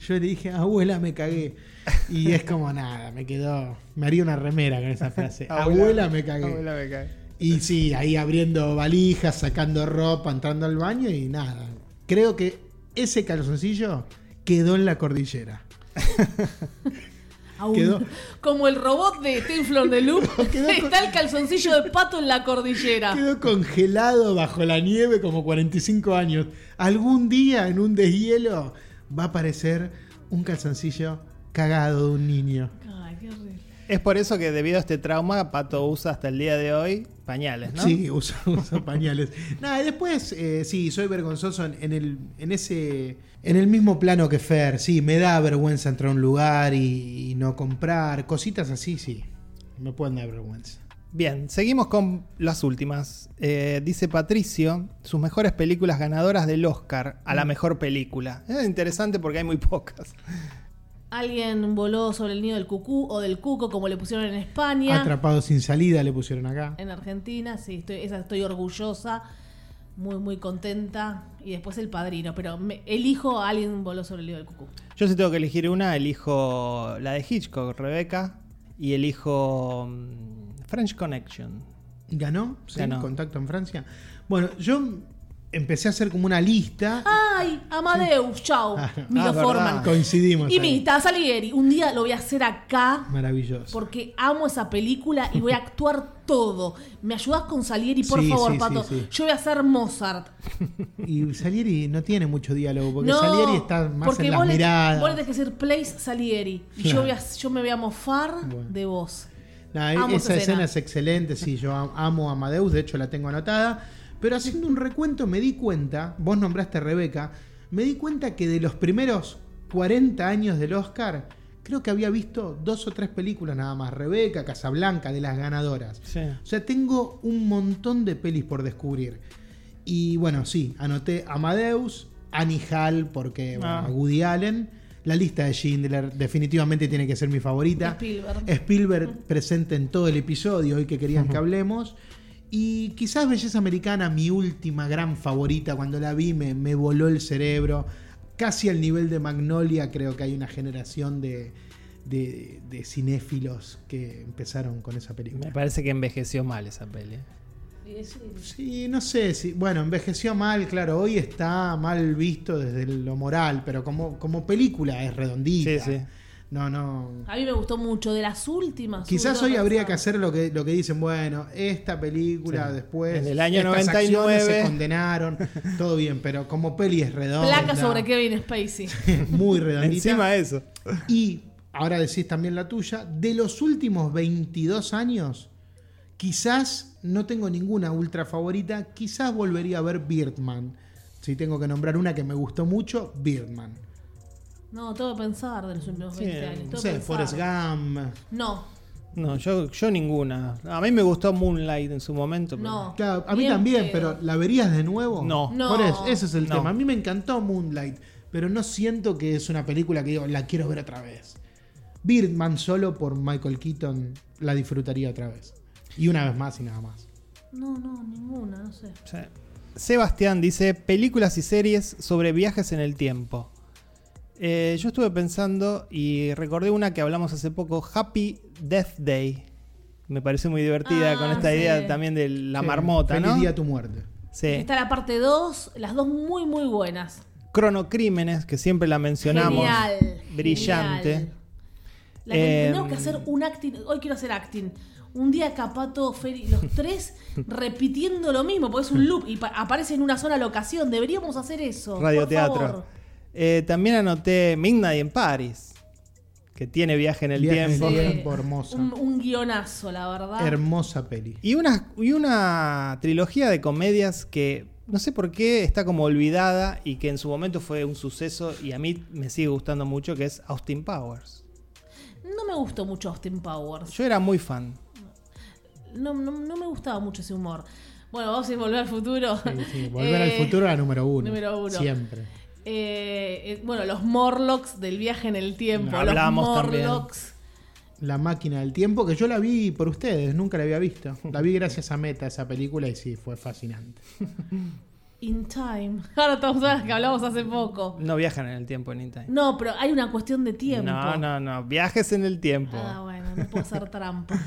S3: yo le dije, abuela, me cagué. Y es como nada, me quedó. Me haría una remera con esa frase. abuela, me cagué.
S2: Abuela me cagué.
S3: Y sí, ahí abriendo valijas, sacando ropa, entrando al baño y nada. Creo que ese calzoncillo quedó en la cordillera.
S4: Aún.
S3: Quedó-
S4: Como el robot de Tinflon de Loop.
S3: Quedó con-
S4: Está el calzoncillo de Pato en la cordillera.
S3: Quedó congelado bajo la nieve como 45 años. Algún día en un deshielo va a aparecer un calzoncillo cagado de un niño.
S4: Ay, qué horrible.
S2: Es por eso que debido a este trauma, Pato usa hasta el día de hoy pañales, ¿no?
S3: Sí, uso, uso pañales. Nada, y después, eh, sí, soy vergonzoso en, en el, en ese. En el mismo plano que Fer, sí, me da vergüenza entrar a un lugar y, y no comprar. Cositas así, sí. Me pueden dar vergüenza.
S2: Bien, seguimos con las últimas. Eh, dice Patricio, sus mejores películas
S3: Mm.
S2: ganadoras del Oscar a la mejor película. Es interesante porque hay muy pocas.
S4: Alguien voló sobre el nido del cucú o del cuco, como le pusieron en España.
S3: Atrapado sin salida le pusieron acá.
S4: en Argentina, sí, estoy, esa estoy orgullosa, muy, muy contenta. Y después el padrino, pero me- elijo a alguien voló sobre el lío del cucú.
S2: Yo si tengo que elegir una, elijo la de Hitchcock, Rebeca, y elijo mm, French Connection.
S3: ¿Ganó? Sí,
S2: Ganó.
S3: contacto en Francia. Bueno, yo empecé a hacer como una lista.
S4: Ah. ¡Ay! Amadeus, chau.
S3: Ah,
S4: Milo
S2: ah,
S4: Forman.
S2: verdad.
S3: Coincidimos. ahí.
S4: Imita a Salieri. Un día lo voy a hacer acá
S3: Maravilloso.
S4: porque amo esa película y voy a actuar todo. ¿Me ayudás con Salieri, por
S3: Sí,
S4: favor,
S3: sí, sí,
S4: Pato?
S3: sí.
S4: Yo voy a ser Mozart.
S3: Y Salieri no tiene mucho diálogo, porque Salieri está más
S4: porque
S3: en las
S4: vos le-
S3: miradas.
S4: Vos le tenés que decir, place Salieri. Y yo,
S3: Claro.
S4: voy a- yo me voy a mofar
S3: Bueno.
S4: de vos.
S3: Nah,
S4: Amo esa
S3: e esa escena.
S4: escena
S3: es excelente, sí, yo am- amo a Amadeus, de hecho la tengo anotada. Pero haciendo un recuento me di cuenta, vos nombraste a Rebeca, me di cuenta que de los primeros 40 años del Oscar, creo que había visto dos o tres películas nada más. Rebeca, Casablanca, de las ganadoras.
S2: Sí.
S3: O sea, tengo un montón de pelis por descubrir. Y bueno, sí, anoté Amadeus, Annie Hall, porque bueno,
S2: Ah.
S3: Woody Allen. La lista de Schindler definitivamente tiene que ser mi favorita.
S4: Spielberg.
S3: Spielberg presente en todo el episodio hoy que querían que hablemos. Y quizás Belleza Americana, mi última gran favorita, cuando la vi me, me voló el cerebro. Casi al nivel de Magnolia, creo que hay una generación de, de- de cinéfilos que empezaron con esa película.
S2: Me parece que envejeció mal esa peli.
S3: Sí, no sé si. Bueno, envejeció mal, claro. Hoy está mal visto desde lo moral, pero como, como película es redondita.
S2: Sí, sí.
S3: No, no.
S4: A mí me gustó mucho, de las últimas.
S3: Quizás
S4: últimas
S3: hoy habría
S4: personas.
S3: que hacer lo que, lo que dicen, bueno, esta película
S2: Sí.
S3: después.
S2: Desde el año
S3: estas
S2: 99.
S3: acciones se condenaron, todo bien, pero como peli es redonda.
S4: Placa sobre Kevin Spacey.
S3: Muy redondita.
S2: Encima de eso.
S3: Y ahora decís también la tuya, de los últimos 22 años, quizás no tengo ninguna ultra favorita, quizás volvería a ver Birdman. Si tengo que nombrar una que me gustó mucho, Birdman.
S4: No, tengo que pensar de los últimos
S2: Sí,
S4: 20 años. tengo
S3: No
S4: que
S3: sé,
S4: pensar.
S3: Forrest Gump.
S4: No,
S2: No, yo, yo ninguna. A mí me gustó Moonlight en su momento. pero-
S4: no.
S3: Claro, a mí
S4: Bien
S3: también,
S4: pedo.
S3: pero ¿la verías de nuevo?
S2: No.
S4: No.
S3: Por eso, ese es el
S2: No.
S3: tema. A mí me encantó Moonlight, pero no siento que es una película que digo, la quiero ver otra vez. Birdman solo por Michael Keaton la disfrutaría otra vez. Y una vez más y nada más.
S4: No, no, ninguna, no sé.
S2: Sí. Sebastián dice películas y series sobre viajes en el tiempo. Eh, yo estuve pensando y recordé una que hablamos hace poco, Happy Death Day. Me pareció muy divertida
S4: Ah,
S2: con esta
S4: sí.
S2: idea también de la
S3: Sí,
S2: marmota,
S3: feliz
S2: ¿no?
S3: día a tu muerte.
S2: Sí.
S4: Está la parte 2, las dos muy, muy buenas.
S2: Cronocrímenes, que siempre la mencionamos.
S4: Genial.
S2: Brillante.
S4: genial. La que-
S2: Eh,
S3: Em,
S4: tenemos que hacer un acting. Hoy quiero hacer acting. Un día Capato, Feri, los tres repitiendo lo mismo, porque es un loop y pa- aparece en una sola locación. Deberíamos hacer eso. por favor.
S2: Radioteatro. Eh, también anoté Midnight en París, que tiene viaje en el
S3: Viaje en
S2: tiempo.
S3: el
S4: Sí.
S3: tiempo, hermosa.
S4: Un, un guionazo, la verdad.
S3: Hermosa peli.
S2: Y una, y una trilogía de comedias que no sé por qué está como olvidada y que en su momento fue un suceso y a mí me sigue gustando mucho, que es Austin Powers.
S4: No me gustó mucho Austin Powers.
S2: Yo era muy fan.
S4: No, no, no me gustaba mucho ese humor. Bueno, vamos a ir volver al futuro.
S3: Sí, sí, Volver
S4: Eh,
S3: al futuro era número uno.
S4: número uno.
S3: Siempre.
S4: eh, eh, bueno, los Morlocks del viaje en el tiempo.
S2: No, hablamos
S4: los
S2: también.
S4: Morlocks.
S3: La máquina del tiempo, que yo la vi por ustedes, nunca la había visto. La vi gracias a Meta, esa película, y sí, fue fascinante.
S4: In Time. Ahora estamos a las que hablamos hace poco.
S2: No viajan en el tiempo en Time.
S4: No, pero hay una cuestión de tiempo.
S2: No, no, no. Viajes en el tiempo.
S4: Ah, bueno, no puedo hacer trampa.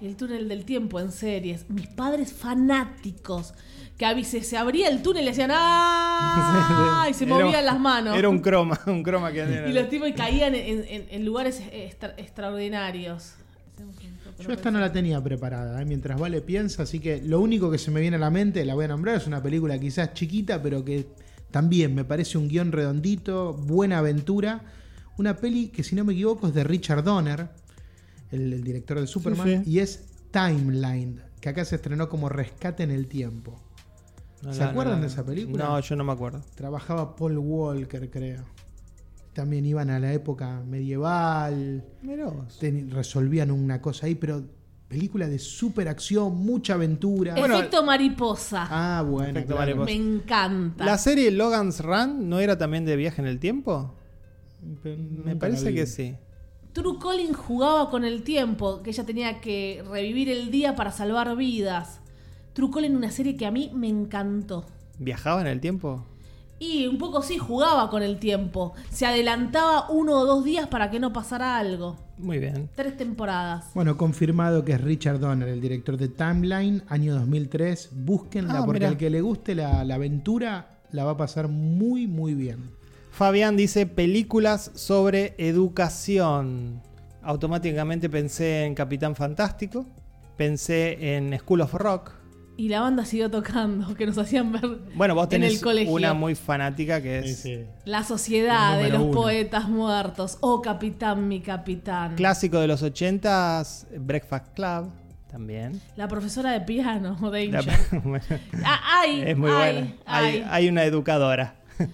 S4: El túnel del tiempo en series. Mis padres fanáticos. Que a veces se abría el túnel y le hacían ¡Ah! Y se
S2: Era-
S4: movían las manos.
S2: Era un croma, un croma que
S4: Y los tipos caían en, en- en lugares extra- extraordinarios.
S3: Yo esta no la tenía preparada, ¿eh? mientras Vale piensa, así que lo único que se me viene a la mente, la voy a nombrar, es una película quizás chiquita, pero que también me parece un guión redondito, buena aventura. Una peli que si no me equivoco es de Richard Donner, el, el director de Superman,
S2: sí.
S3: y es Timeline, que acá se estrenó como Rescate en el Tiempo.
S2: No,
S3: ¿Se
S2: no, no,
S3: acuerdan
S2: no.
S3: de esa película?
S2: No, yo no me acuerdo.
S3: Trabajaba Paul Walker, creo. También iban a la época medieval
S2: Mirá vos.
S3: ten- resolvían una cosa ahí, pero película de superacción, mucha aventura.
S4: Efecto mariposa.
S3: ah, bueno.
S2: Efecto
S3: claro.
S2: mariposa.
S4: Me encanta.
S2: ¿La serie Logan's Run no era también de viaje en el tiempo? Me parece que sí.
S4: True Colin jugaba con el tiempo, que ella tenía que revivir el día para salvar vidas. True Colin, una serie que a mí me encantó.
S2: ¿Viajaba en el tiempo?
S4: Y un poco sí, jugaba con el tiempo. Se adelantaba uno o dos días para que no pasara algo.
S2: Muy bien.
S4: Tres temporadas.
S3: Bueno, confirmado que es Richard Donner, el director de Timeline, año 2003. Búsquenla
S2: Ah,
S3: porque
S2: mirá.
S3: al que le guste la, la aventura la va a pasar muy, muy bien.
S2: Fabián dice películas sobre educación. Automáticamente pensé en Capitán Fantástico, pensé en School of Rock.
S4: Y la banda siguió tocando, que nos hacían ver
S2: Bueno, vos
S4: en
S2: tenés
S4: el colegio.
S2: una muy fanática que es
S4: La sociedad
S3: La
S4: de
S3: número
S4: los
S3: uno.
S4: poetas muertos. Oh, capitán, mi capitán.
S2: clásico de los 80s, Breakfast Club también.
S4: La profesora de piano,
S2: La-
S4: Danger.
S2: bueno,
S4: Ah, ay,
S2: es muy
S4: ay,
S2: buena.
S4: ay.
S2: Hay, hay una educadora.
S4: Es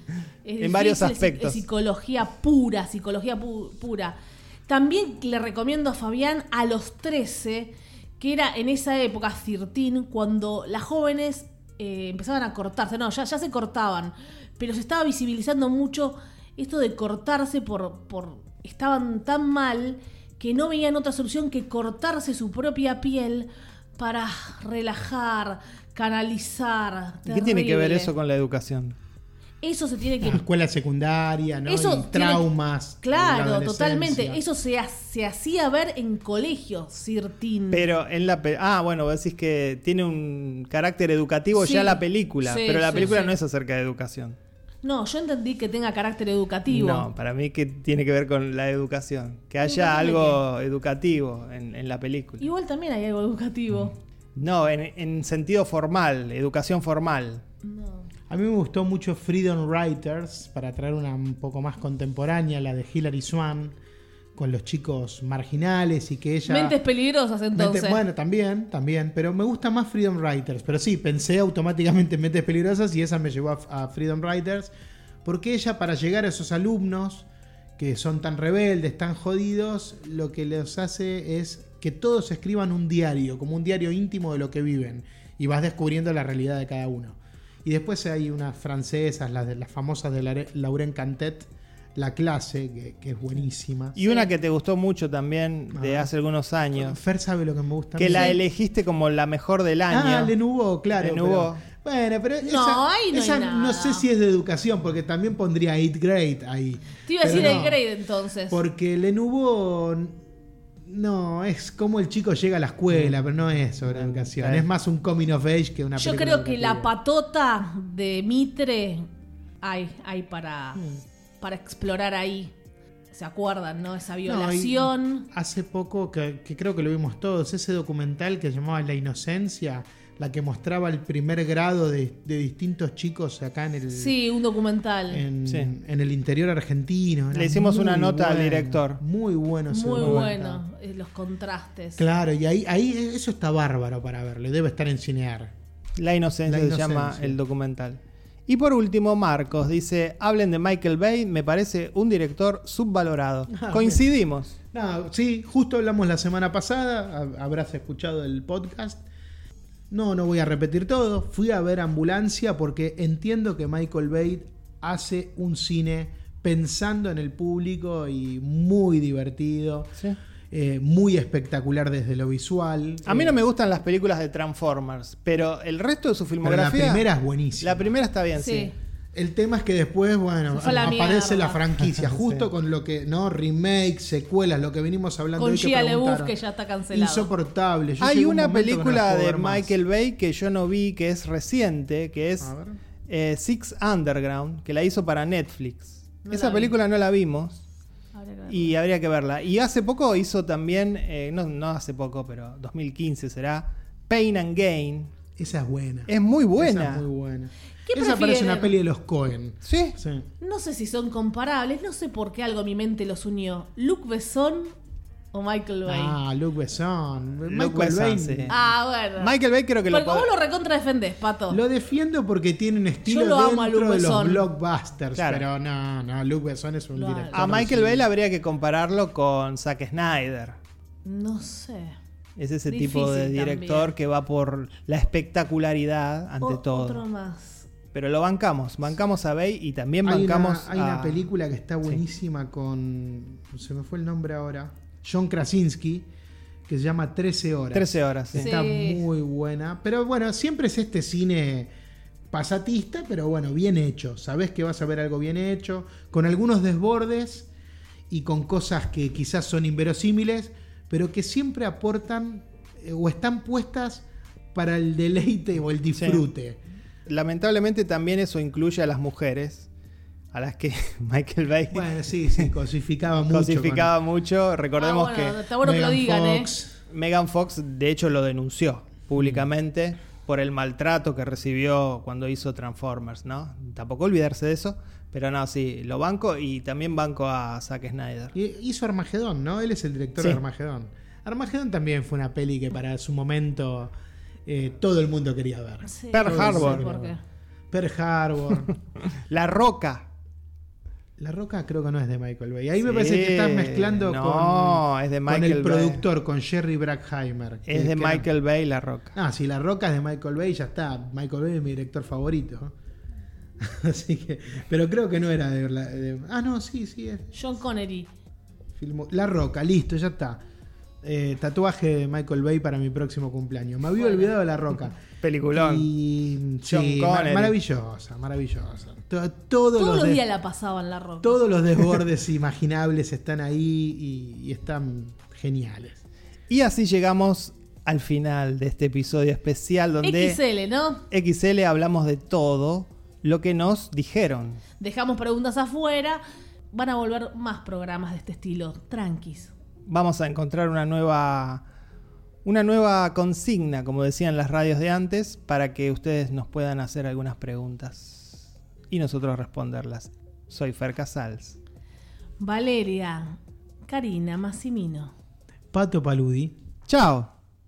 S2: en
S4: difícil,
S2: varios
S4: es-
S2: aspectos.
S4: es psicología pura, psicología pu- pura. También le recomiendo a Fabián a los 13, que era en esa época, Cirtín, cuando las jóvenes eh, empezaban a cortarse. No, ya, ya se cortaban, pero se estaba visibilizando mucho esto de cortarse por, por. Estaban tan mal que no veían otra solución que cortarse su propia piel para relajar, canalizar.
S2: ¿Y ¿Qué tiene que ver
S4: Terrible.
S2: eso con la educación?
S4: Eso se tiene que
S3: La escuela secundaria, ¿no?
S4: Eso
S3: Y
S4: tiene-
S3: traumas. de la
S4: Claro,
S3: adolescencia.
S4: totalmente. Eso se, ha- se hacía ver en colegios, Sirtin.
S2: Pero en la pe- ah, bueno, vos decís que tiene un carácter educativo
S4: Sí,
S2: ya la película,
S4: sí,
S2: pero la
S4: sí,
S2: película
S4: sí.
S2: no es acerca de educación.
S4: No, yo entendí que tenga carácter educativo.
S2: No, para mí que tiene que ver con la educación, que
S4: parece
S2: haya algo educativo en, en la película.
S4: Igual también hay algo educativo.
S2: No, en, en sentido formal, educación formal.
S4: No.
S3: A mí me gustó mucho Freedom Writers, para traer una un poco más contemporánea, la de Hilary Swan, con los chicos marginales y que ella...
S4: Mentes peligrosas
S3: Mente-
S4: entonces.
S3: bueno, también, también, pero me gusta más Freedom Writers. Pero sí, pensé automáticamente en Mentes Peligrosas y esa me llevó a, a Freedom Writers. Porque ella, para llegar a esos alumnos que son tan rebeldes, tan jodidos, lo que les hace es que todos escriban un diario, como un diario íntimo de lo que viven. Y vas descubriendo la realidad de cada uno. Y después hay unas francesas, las, de, las famosas de Laure- Lauren Cantet, La Clase, que, que es buenísima.
S2: Y una que te gustó mucho también de
S3: Ah.
S2: hace algunos años,
S3: Fer sabe lo que me gusta. a
S2: que
S3: mí.
S2: la elegiste como la mejor del año.
S3: Ah, Lenubo, claro.
S2: Lenubo.
S3: pero- bueno, pero esa,
S4: No, ahí no hay
S3: esa
S4: nada.
S3: sé si es de educación, porque también pondría 8 grade ahí.
S4: Te iba a
S3: Pero
S4: decir
S3: no,
S4: el grade entonces.
S3: Porque Lenubo no es como el chico llega a la escuela, pero no es sobre educación.
S2: está
S3: Es más un coming of age que una
S4: Yo
S3: película
S4: creo que la
S3: educativa.
S4: patota de Mitre hay, hay para, para explorar ahí. ¿Se acuerdan, no? Esa
S3: Mm. No, y
S4: violación.
S3: hace poco, que, que creo que lo vimos todos, ese documental que llamaba La Inocencia, la que mostraba el primer grado de, de distintos chicos acá en el,
S4: Sí, un documental.
S3: en,
S2: Sí.
S3: en el interior argentino. Era
S2: Le hicimos
S3: muy
S2: una nota al
S3: bueno,
S2: director.
S3: Muy bueno. ese
S4: Muy
S3: documental.
S4: bueno. eh, Los contrastes.
S3: Claro, y ahí, ahí eso está bárbaro para verlo. y Debe estar en cinear.
S2: La inocencia,
S3: La
S2: se llama
S3: Inocencia.
S2: el documental. Y por último, Marcos dice, hablen de Michael Bay, me parece un director subvalorado.
S3: Ah,
S2: Coincidimos.
S3: No, sí, justo hablamos la semana pasada. hab- Habrás escuchado el podcast. No, no voy a repetir todo. Fui a ver Ambulancia porque entiendo que Michael Bay hace un cine pensando en el público y muy divertido.
S2: Sí.
S3: eh, muy espectacular desde lo visual.
S2: A mí
S3: Eh,
S2: no me gustan las películas de Transformers, pero el resto de su
S3: pero la
S2: filmografía.
S3: primera es buenísima.
S2: la primera está bien, sí.
S4: Sí.
S3: El tema es que después, bueno,
S4: Se fue a la
S3: aparece
S4: mierda.
S3: la franquicia, justo
S2: Sí.
S3: con lo que, ¿no? Remake, secuelas, lo que venimos hablando
S4: Con
S3: hoy que
S4: Gia Lebouf,
S3: preguntaron.
S4: que ya está cancelado.
S3: Insoportable. Yo
S2: Hay
S3: llegué a un
S2: una
S3: momento que no
S2: película
S3: la puedo
S2: de
S3: ver más.
S2: Michael Bay que yo no vi, que es reciente, que es
S3: A ver.
S2: eh, Six Underground, que la hizo para Netflix.
S4: No
S2: Esa
S4: la vi.
S2: película no la vimos
S4: Habrá que ver.
S2: y habría que verla. Y hace poco hizo también, eh, no, no hace poco, pero 2015 será, Pain and Gain.
S3: Esa es buena.
S2: Es muy buena.
S3: Esa es muy buena.
S4: ¿Qué
S3: Esa parece
S4: prefieren?
S3: una peli de los Cohen.
S2: Sí.
S3: Sí.
S4: No sé si son comparables, no sé por qué algo en mi mente los unió. ¿Luc Besson o Michael Bay? Ah,
S3: Ah, Luke Besson. Michael
S2: Besson,
S3: Bay.
S2: sí.
S4: bueno.
S2: Michael Bay creo que
S4: Porque
S2: lo pod-
S4: vos lo recontra defendés, Pato.
S3: Lo defiendo porque tiene un estilo
S4: Yo lo amo a
S3: dentro
S4: Luke
S3: de los
S4: Besson.
S3: blockbusters.
S2: Claro.
S3: Pero no, no, Luke Besson es un
S4: Lo amo.
S3: director.
S2: A Michael Bay
S3: sí.
S2: habría que compararlo con Zack Snyder.
S4: No sé.
S2: Es ese
S4: Difícil
S2: tipo de director
S4: también.
S2: que va por la espectacularidad ante
S4: O-
S2: todo.
S4: Otro más.
S2: Pero lo bancamos, bancamos a Bay y también
S3: Hay,
S2: bancamos
S3: una, hay
S2: a...
S3: una película que está buenísima con. Se me fue el nombre ahora. John Krasinski, que se llama 13 horas.
S2: 13 horas. sí.
S3: Está
S4: Sí.
S3: muy buena. Pero bueno, siempre es este cine pasatista, pero bueno, bien hecho. Sabes que vas a ver algo bien hecho, con algunos desbordes y con cosas que quizás son inverosímiles, pero que siempre aportan eh, o están puestas para el deleite o el disfrute.
S2: Lamentablemente también eso incluye a las mujeres, a las que Michael Bay
S3: Bueno, sí, sí, cosificaba mucho. con-
S2: cosificaba mucho. Recordemos
S4: Ah, bueno,
S2: que
S4: Está bueno que lo
S3: Megan
S4: digan, ¿eh?
S3: Fox.
S2: Megan Fox, de hecho, lo denunció
S3: Mm.
S2: públicamente por el maltrato que recibió cuando hizo Transformers, ¿no? Tampoco olvidarse de eso, pero no, sí, lo banco y también banco a Zack Snyder.
S3: Y- Hizo Armagedón, ¿no? Él es el director
S2: ¿eh? Sí.
S3: de Armagedón. Armagedón también fue una peli que para su momento eh, todo el mundo quería ver.
S4: ¿eh? Sí,
S2: Pearl
S4: no sé
S2: Harbor.
S4: por qué.
S3: Pearl Harbor.
S2: La Roca.
S3: La Roca creo que no es de Michael Bay. Ahí me
S2: Sí,
S3: parece que estás mezclando
S2: no,
S3: con,
S2: es de
S3: con
S2: Michael Bay.
S3: el productor, con Jerry Brackheimer. que-
S2: Es de
S3: que era-
S2: Michael Bay, La Roca.
S3: Ah, si La Roca es de Michael Bay, ya está. Michael Bay es mi director favorito. Así que, pero creo que no era de, la- de- Ah, no, sí, sí, es,
S4: John Connery.
S3: Filmo- La Roca, listo, ya está. Eh, tatuaje de Michael Bay para mi próximo cumpleaños. Me había olvidado de La Roca.
S2: Peliculón.
S3: Y,
S2: John
S3: sí, ma-
S2: Connery.
S3: maravillosa, maravillosa. To- todos,
S4: Todos
S3: los
S4: los
S3: de-
S4: días la pasaban la roca.
S3: todos los desbordes imaginables están ahí y, y están geniales.
S2: Y así llegamos al final de este episodio especial donde
S4: XL, ¿no?
S2: XL hablamos de todo lo que nos dijeron.
S4: Dejamos preguntas afuera. Van a volver más programas de este estilo. Tranquis.
S2: Vamos a encontrar una nueva una nueva consigna, como decían las radios de antes, para que ustedes nos puedan hacer algunas preguntas y nosotros responderlas. Soy Fer Casals.
S4: Valeria, Karina, Massimino.
S3: Pato Paludi.
S2: Chao.